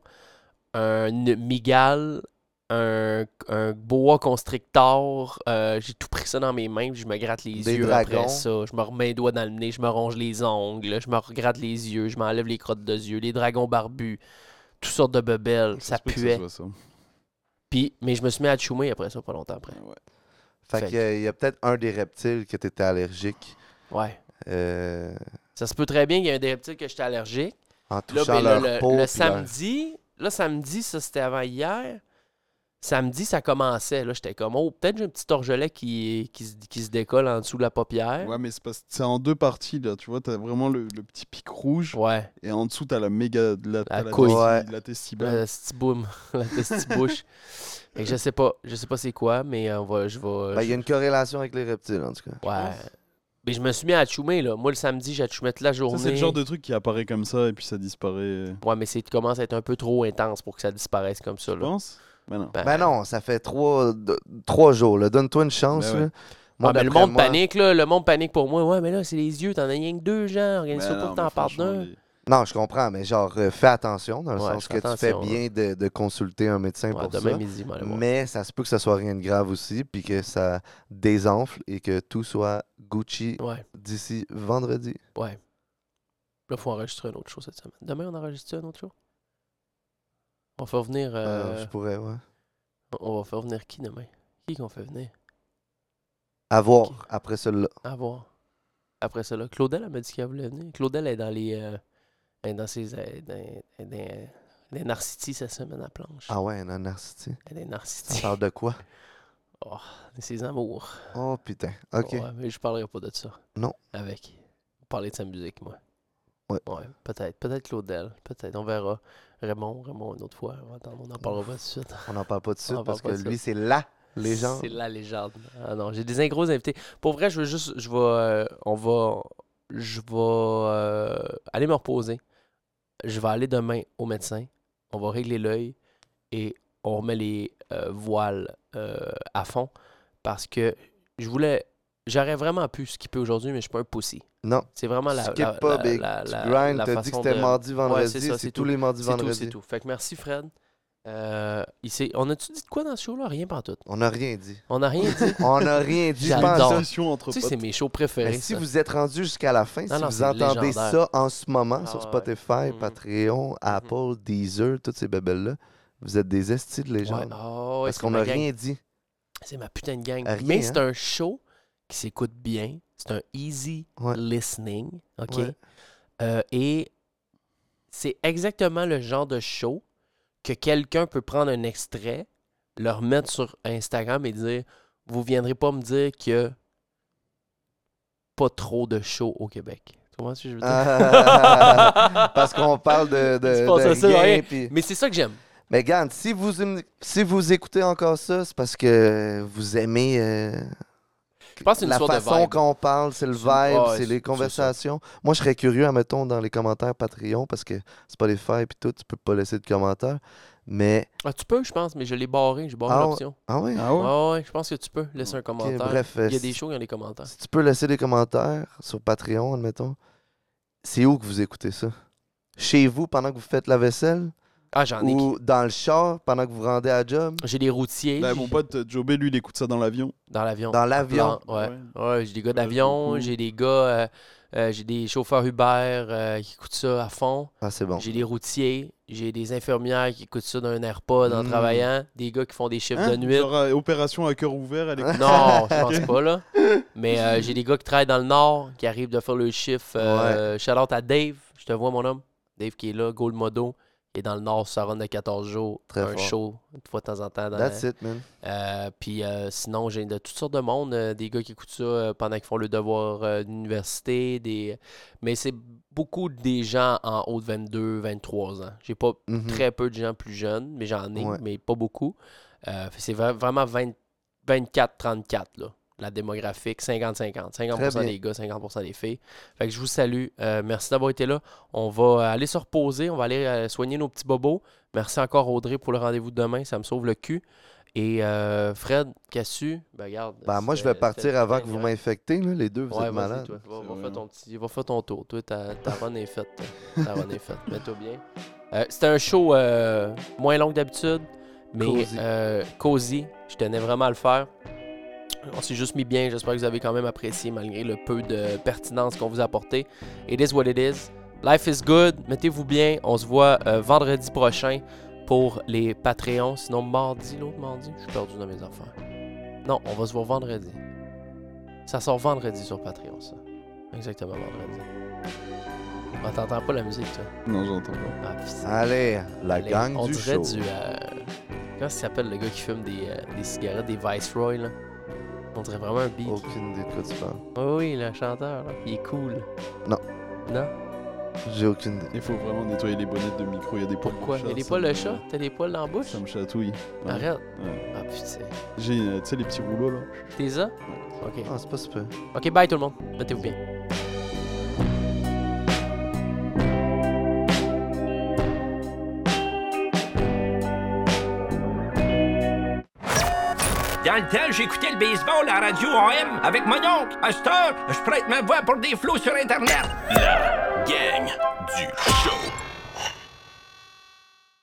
Speaker 4: un migale, un, un boa constrictor. euh, j'ai tout pris ça dans mes mains. puis je me gratte les
Speaker 5: Des
Speaker 4: yeux
Speaker 5: dragons.
Speaker 4: après ça. Je me remets les doigts dans le nez. Je me ronge les ongles. Je me regratte les yeux. Je m'enlève les crottes de yeux. Les dragons barbus. Toutes sortes de bebelles. Ça,
Speaker 6: se peut que
Speaker 4: puait.
Speaker 6: soit ça.
Speaker 4: Puis, mais je me suis mis à choumer après ça, pas longtemps après.
Speaker 6: Ouais.
Speaker 5: Fait
Speaker 4: Fait
Speaker 5: qu'il y a peut-être un des reptiles que t'étais allergique
Speaker 4: Ouais.
Speaker 5: euh,
Speaker 4: Ça se peut très bien qu'il y ait un des reptiles que j'étais allergique.
Speaker 5: en
Speaker 4: Là,
Speaker 5: touchant
Speaker 4: ben, là,
Speaker 5: leur
Speaker 4: le,
Speaker 5: peau.
Speaker 4: le
Speaker 5: puis leur-
Speaker 4: samedi, là, samedi, ça c'était avant hier. Samedi, ça commençait. Là, j'étais comme, oh, peut-être j'ai un petit orgelet qui, qui, se- qui se décolle en dessous de la paupière.
Speaker 6: Ouais, mais c'est parce- c'est en deux parties, là. Tu vois, t'as vraiment le, le petit pic rouge.
Speaker 4: Ouais,
Speaker 6: Et en dessous, t'as la méga. La, t'as
Speaker 4: couille.
Speaker 6: La,
Speaker 5: Ouais.
Speaker 6: testi- la testibule.
Speaker 4: le petit boom, la petite bouche. Fait que je sais pas, je sais pas c'est quoi, mais euh, on va, je vais.
Speaker 5: Ben, il y a une corrélation avec les reptiles, en tout cas.
Speaker 4: je- ouais. Mais je me suis mis à choumer, là. Moi, le samedi, j'ai choumé toute la journée.
Speaker 6: Ça, c'est le genre de truc qui apparaît comme ça et puis ça disparaît.
Speaker 4: Ouais, mais c'est commence à être un peu trop intense pour que ça disparaisse comme ça,
Speaker 6: Tu
Speaker 4: là.
Speaker 6: penses Ben non.
Speaker 4: Ben,
Speaker 5: Ben non, ça fait trois, deux- trois jours. là. Donne-toi une chance.
Speaker 6: Ben ouais.
Speaker 5: là.
Speaker 4: Ah,
Speaker 5: Moi,
Speaker 4: mais le
Speaker 5: d'après
Speaker 4: monde
Speaker 5: moi-
Speaker 4: panique, là. Le monde panique pour moi. Ouais, mais là, c'est les yeux. T'en as rien que deux, genre. Rien que ça
Speaker 6: Ben
Speaker 4: pour
Speaker 6: non,
Speaker 4: que t'en
Speaker 6: mais
Speaker 4: parles
Speaker 6: franchement,
Speaker 4: d'un.
Speaker 6: les-
Speaker 5: Non, je comprends, mais genre, euh, fais attention dans le
Speaker 4: Ouais,
Speaker 5: sens
Speaker 4: je
Speaker 5: que
Speaker 4: fais
Speaker 5: tu fais
Speaker 4: attention,
Speaker 5: bien de, de consulter un médecin
Speaker 4: Ouais,
Speaker 5: pour
Speaker 4: demain
Speaker 5: ça.
Speaker 4: midi, je m'en allais voir.
Speaker 5: Mais ça se peut que ça soit rien de grave aussi, puis que ça désenfle et que tout soit Gucci
Speaker 4: Ouais,
Speaker 5: d'ici vendredi.
Speaker 4: ouais. Là, faut enregistrer un autre show cette semaine. Demain, on enregistre un autre show? On va faire venir. euh,
Speaker 5: Euh, je pourrais, ouais.
Speaker 4: On va faire venir qui demain? Qui qu'on fait venir?
Speaker 5: À voir
Speaker 4: ok.
Speaker 5: après cela.
Speaker 4: À voir. Après ça, là. Claudel, elle m'a dit qu'elle voulait venir. Claudel est dans les. euh, elle est dans ses. euh, dans- elle est dans les narcitis cette semaine à planche.
Speaker 5: Ah ouais, un narcissique.
Speaker 4: Elle est dans les narcitis.
Speaker 5: Ça parle de quoi?
Speaker 4: de ses amours.
Speaker 5: Oh putain. Ok.
Speaker 4: Ouais, mais je parlerai pas de ça.
Speaker 5: Non.
Speaker 4: Avec. Parler de sa musique, moi.
Speaker 5: Ouais.
Speaker 4: peut-être. Peut-être Claudel. Peut-être. On verra. Raymond, Raymond, une autre fois. On va attendre, On en parlera pas tout de suite.
Speaker 5: On n'en parle pas tout de
Speaker 4: On
Speaker 5: suite
Speaker 4: en
Speaker 5: parce que
Speaker 4: parle pas tout de
Speaker 5: lui, c'est la légende.
Speaker 4: C'est la légende. Ah non, j'ai des in- gros invités. Pour vrai, je veux juste. Je vais. euh, on va. Je vais euh, aller me reposer. Je vais aller demain au médecin. On va régler l'œil et on remet les euh, voiles euh, à fond parce que je voulais. J'aurais vraiment pu skipper aujourd'hui, mais je suis pas un pussy.
Speaker 5: Non.
Speaker 4: C'est vraiment la.
Speaker 5: Skip
Speaker 4: la-
Speaker 5: pas,
Speaker 4: la-
Speaker 5: big.
Speaker 4: la-
Speaker 5: tu
Speaker 4: la-
Speaker 5: grind,
Speaker 4: la
Speaker 5: t'as dit que
Speaker 4: façon
Speaker 5: c'était
Speaker 4: de-
Speaker 5: mardi, vendredi,
Speaker 4: ça,
Speaker 5: c'est
Speaker 4: c'est
Speaker 5: tous
Speaker 4: tout.
Speaker 5: les mardis,
Speaker 4: C'est tout, c'est
Speaker 5: vendredis.
Speaker 4: tout. Fait que merci, Fred. Euh, il s'est- on a-tu dit de quoi dans ce show-là? Rien pas tout.
Speaker 5: On n'a rien dit.
Speaker 4: On n'a rien dit.
Speaker 5: On n'a rien dit. je
Speaker 4: J'adore.
Speaker 5: pense.
Speaker 4: Non.
Speaker 6: Sensation entre
Speaker 4: tu sais,
Speaker 6: potes.
Speaker 4: c'est mes shows préférés.
Speaker 5: Mais Ben, si
Speaker 4: ça.
Speaker 5: vous êtes rendu jusqu'à la fin, si
Speaker 4: non,
Speaker 5: vous
Speaker 4: c'est
Speaker 5: entendez
Speaker 4: légendaire.
Speaker 5: ça en ce moment
Speaker 4: Ah
Speaker 5: sur
Speaker 4: ouais.
Speaker 5: Spotify,
Speaker 4: Mhm.
Speaker 5: Patreon, Apple, Deezer, toutes ces babelles-là, vous êtes des estis de
Speaker 4: Ouais.
Speaker 5: légende.
Speaker 4: Ah ouais,
Speaker 5: parce
Speaker 4: c'est
Speaker 5: qu'on
Speaker 4: ma
Speaker 5: n'a
Speaker 4: gang.
Speaker 5: rien dit.
Speaker 4: C'est ma putain de gang.
Speaker 5: Rien,
Speaker 4: Mais c'est
Speaker 5: hein.
Speaker 4: un show qui s'écoute bien. C'est un easy
Speaker 5: Ouais.
Speaker 4: listening. OK?
Speaker 5: Ouais.
Speaker 4: Euh, et c'est exactement le genre de show que quelqu'un peut prendre un extrait, le remettre sur Instagram et dire Vous viendrez pas me dire que pas trop de show au Québec. Tu vois ce que je veux dire?
Speaker 5: Ah, parce qu'on parle de, de,
Speaker 4: Il se passe
Speaker 5: de
Speaker 4: ça,
Speaker 5: rien,
Speaker 4: rien.
Speaker 5: puis-
Speaker 4: Mais c'est ça que j'aime.
Speaker 5: Mais regarde, si vous, si vous écoutez encore ça, c'est parce que vous aimez euh,
Speaker 4: Je pense que c'est une
Speaker 5: la
Speaker 4: sorte de
Speaker 5: façon
Speaker 4: vibe.
Speaker 5: qu'on parle, c'est le
Speaker 4: C'est une-
Speaker 5: vibe,
Speaker 4: ouais,
Speaker 5: c'est
Speaker 4: c'est-
Speaker 5: les
Speaker 4: c'est ça.
Speaker 5: conversations. Moi, je serais curieux, admettons, dans les commentaires Patreon, parce que Spotify et tout, tu peux pas laisser de commentaires. Mais.
Speaker 4: Ah, tu peux, je pense, mais je l'ai barré. J'ai barré
Speaker 5: Ah ouais.
Speaker 4: l'option.
Speaker 5: Ah ouais?
Speaker 6: Ah ouais?
Speaker 4: Ah ouais, je pense que tu peux laisser un
Speaker 5: Ok,
Speaker 4: commentaire.
Speaker 5: bref, euh,
Speaker 4: Il y a des
Speaker 5: si-
Speaker 4: shows, il y a des commentaires.
Speaker 5: si tu peux laisser des commentaires sur Patreon, admettons, c'est où que vous écoutez ça? Chez vous pendant que vous faites la vaisselle?
Speaker 4: Ah, j'en ai.
Speaker 5: Ou dans le char pendant que vous rendez à job?
Speaker 4: J'ai des routiers
Speaker 6: Là, mon pote euh, Jobé, lui, il écoute ça dans l'avion.
Speaker 4: dans l'avion.
Speaker 5: Dans l'avion?
Speaker 4: Plan- Ouais.
Speaker 6: Ouais.
Speaker 4: Ouais, j'ai des gars
Speaker 6: Ça, j'aime
Speaker 4: d'avion,
Speaker 6: beaucoup.
Speaker 4: j'ai des gars, euh, euh, j'ai des chauffeurs Uber euh, qui écoutent ça à fond.
Speaker 5: Ah, c'est bon.
Speaker 4: J'ai des routiers, j'ai des infirmières qui écoutent ça d'un AirPod en
Speaker 5: Mm.
Speaker 4: travaillant, des gars qui font des chiffres
Speaker 6: Hein?
Speaker 4: de nuit.
Speaker 6: Genre, euh, opération à cœur ouvert, elle écoute.
Speaker 4: Non, je pense pas, là. Mais euh, j'ai des gars qui travaillent dans le Nord, qui arrivent de faire le chiffre. Euh, shout out à Dave, je te vois, mon homme. Dave qui est là, Gold Modo, qui est dans le Nord, ça run de 14 jours.
Speaker 5: Très
Speaker 4: un
Speaker 5: fort.
Speaker 4: show, une fois de temps en temps. Dans
Speaker 5: That's it, man.
Speaker 4: euh, puis euh, sinon, j'ai de toutes sortes de monde, euh, des gars qui écoutent ça euh, pendant qu'ils font le devoir euh, d'université, des... mais c'est beaucoup des gens en haut de 22, 23 ans. J'ai pas
Speaker 5: Mhm.
Speaker 4: très peu de gens plus jeunes, mais j'en ai,
Speaker 5: Ouais.
Speaker 4: mais pas beaucoup. Euh, fait que c'est vra- vraiment 20 24-34, là, la démographique, 50-50. 50%,
Speaker 5: bien.
Speaker 4: des gars, 50% des filles. Fait que je vous salue. Euh, merci d'avoir été là. On va euh, aller se reposer, on va aller euh, soigner nos petits bobos. Merci encore Audrey pour le rendez-vous de demain, ça me sauve le cul. Et euh, Fred, Cassu, ben regarde.
Speaker 5: Ben, moi, je
Speaker 4: c'était-
Speaker 5: vais partir
Speaker 4: c'était
Speaker 5: avant
Speaker 4: très
Speaker 5: que vous
Speaker 4: bien.
Speaker 5: m'infectez, là, les deux, vous
Speaker 4: Ouais,
Speaker 5: êtes
Speaker 4: vas-y,
Speaker 5: malades.
Speaker 4: toi. Va,
Speaker 6: C'est
Speaker 4: va
Speaker 6: vrai. hein.
Speaker 4: faire ton petit, va faire ton tour. Toi, ta, ta run est faite. toi. Ta run est faite. Mets-toi bien. Euh, C'était un show euh, moins long que d'habitude, mais
Speaker 5: Cozy.
Speaker 4: euh, cozy. Je tenais vraiment à le faire. On s'est juste mis bien. J'espère que vous avez quand même apprécié malgré le peu de pertinence qu'on vous a apporté. It is what it is. Life is good. Mettez-vous bien. On se voit euh, vendredi prochain pour les Patreons. Sinon, mardi, l'autre mardi, je suis perdu dans mes affaires. Non, on va se voir vendredi. Ça sort vendredi sur Patreon, ça. Exactement, vendredi. Ah, T'entends pas la musique, toi?
Speaker 6: Non, j'entends pas.
Speaker 4: Ah, putain.
Speaker 5: Allez, la
Speaker 4: Allez,
Speaker 5: gang
Speaker 4: on
Speaker 5: du
Speaker 4: dirait
Speaker 5: show.
Speaker 4: du. euh, Comment ça s'appelle le gars qui fume des, euh, des cigarettes, des Viceroy, là? On dirait vraiment un beat.
Speaker 5: Aucune idée de quoi tu parles.
Speaker 4: Oh oui, le chanteur, là. Il est cool.
Speaker 5: Non.
Speaker 4: Non?
Speaker 5: J'ai aucune idée.
Speaker 6: Il faut vraiment nettoyer les bonnettes de micro. Il y a des poils. de
Speaker 4: Pourquoi?
Speaker 6: chat,
Speaker 4: T'as des
Speaker 6: ça
Speaker 4: poils
Speaker 6: me-
Speaker 4: le chat? T'as des poils dans la bouche?
Speaker 6: Ça me chatouille. Ouais.
Speaker 4: Arrête.
Speaker 6: Ouais.
Speaker 4: Ah, putain.
Speaker 6: J'ai, euh, tu sais, les petits rouleaux là.
Speaker 4: T'es ça? Ok.
Speaker 5: Ah, c'est pas super.
Speaker 4: Ok, bye tout le monde. Mettez-vous bien.
Speaker 7: Dans le temps, j'écoutais le baseball à la radio AM avec mon oncle. À cette heure, je prête ma voix pour des flots sur Internet.
Speaker 2: Gang du show.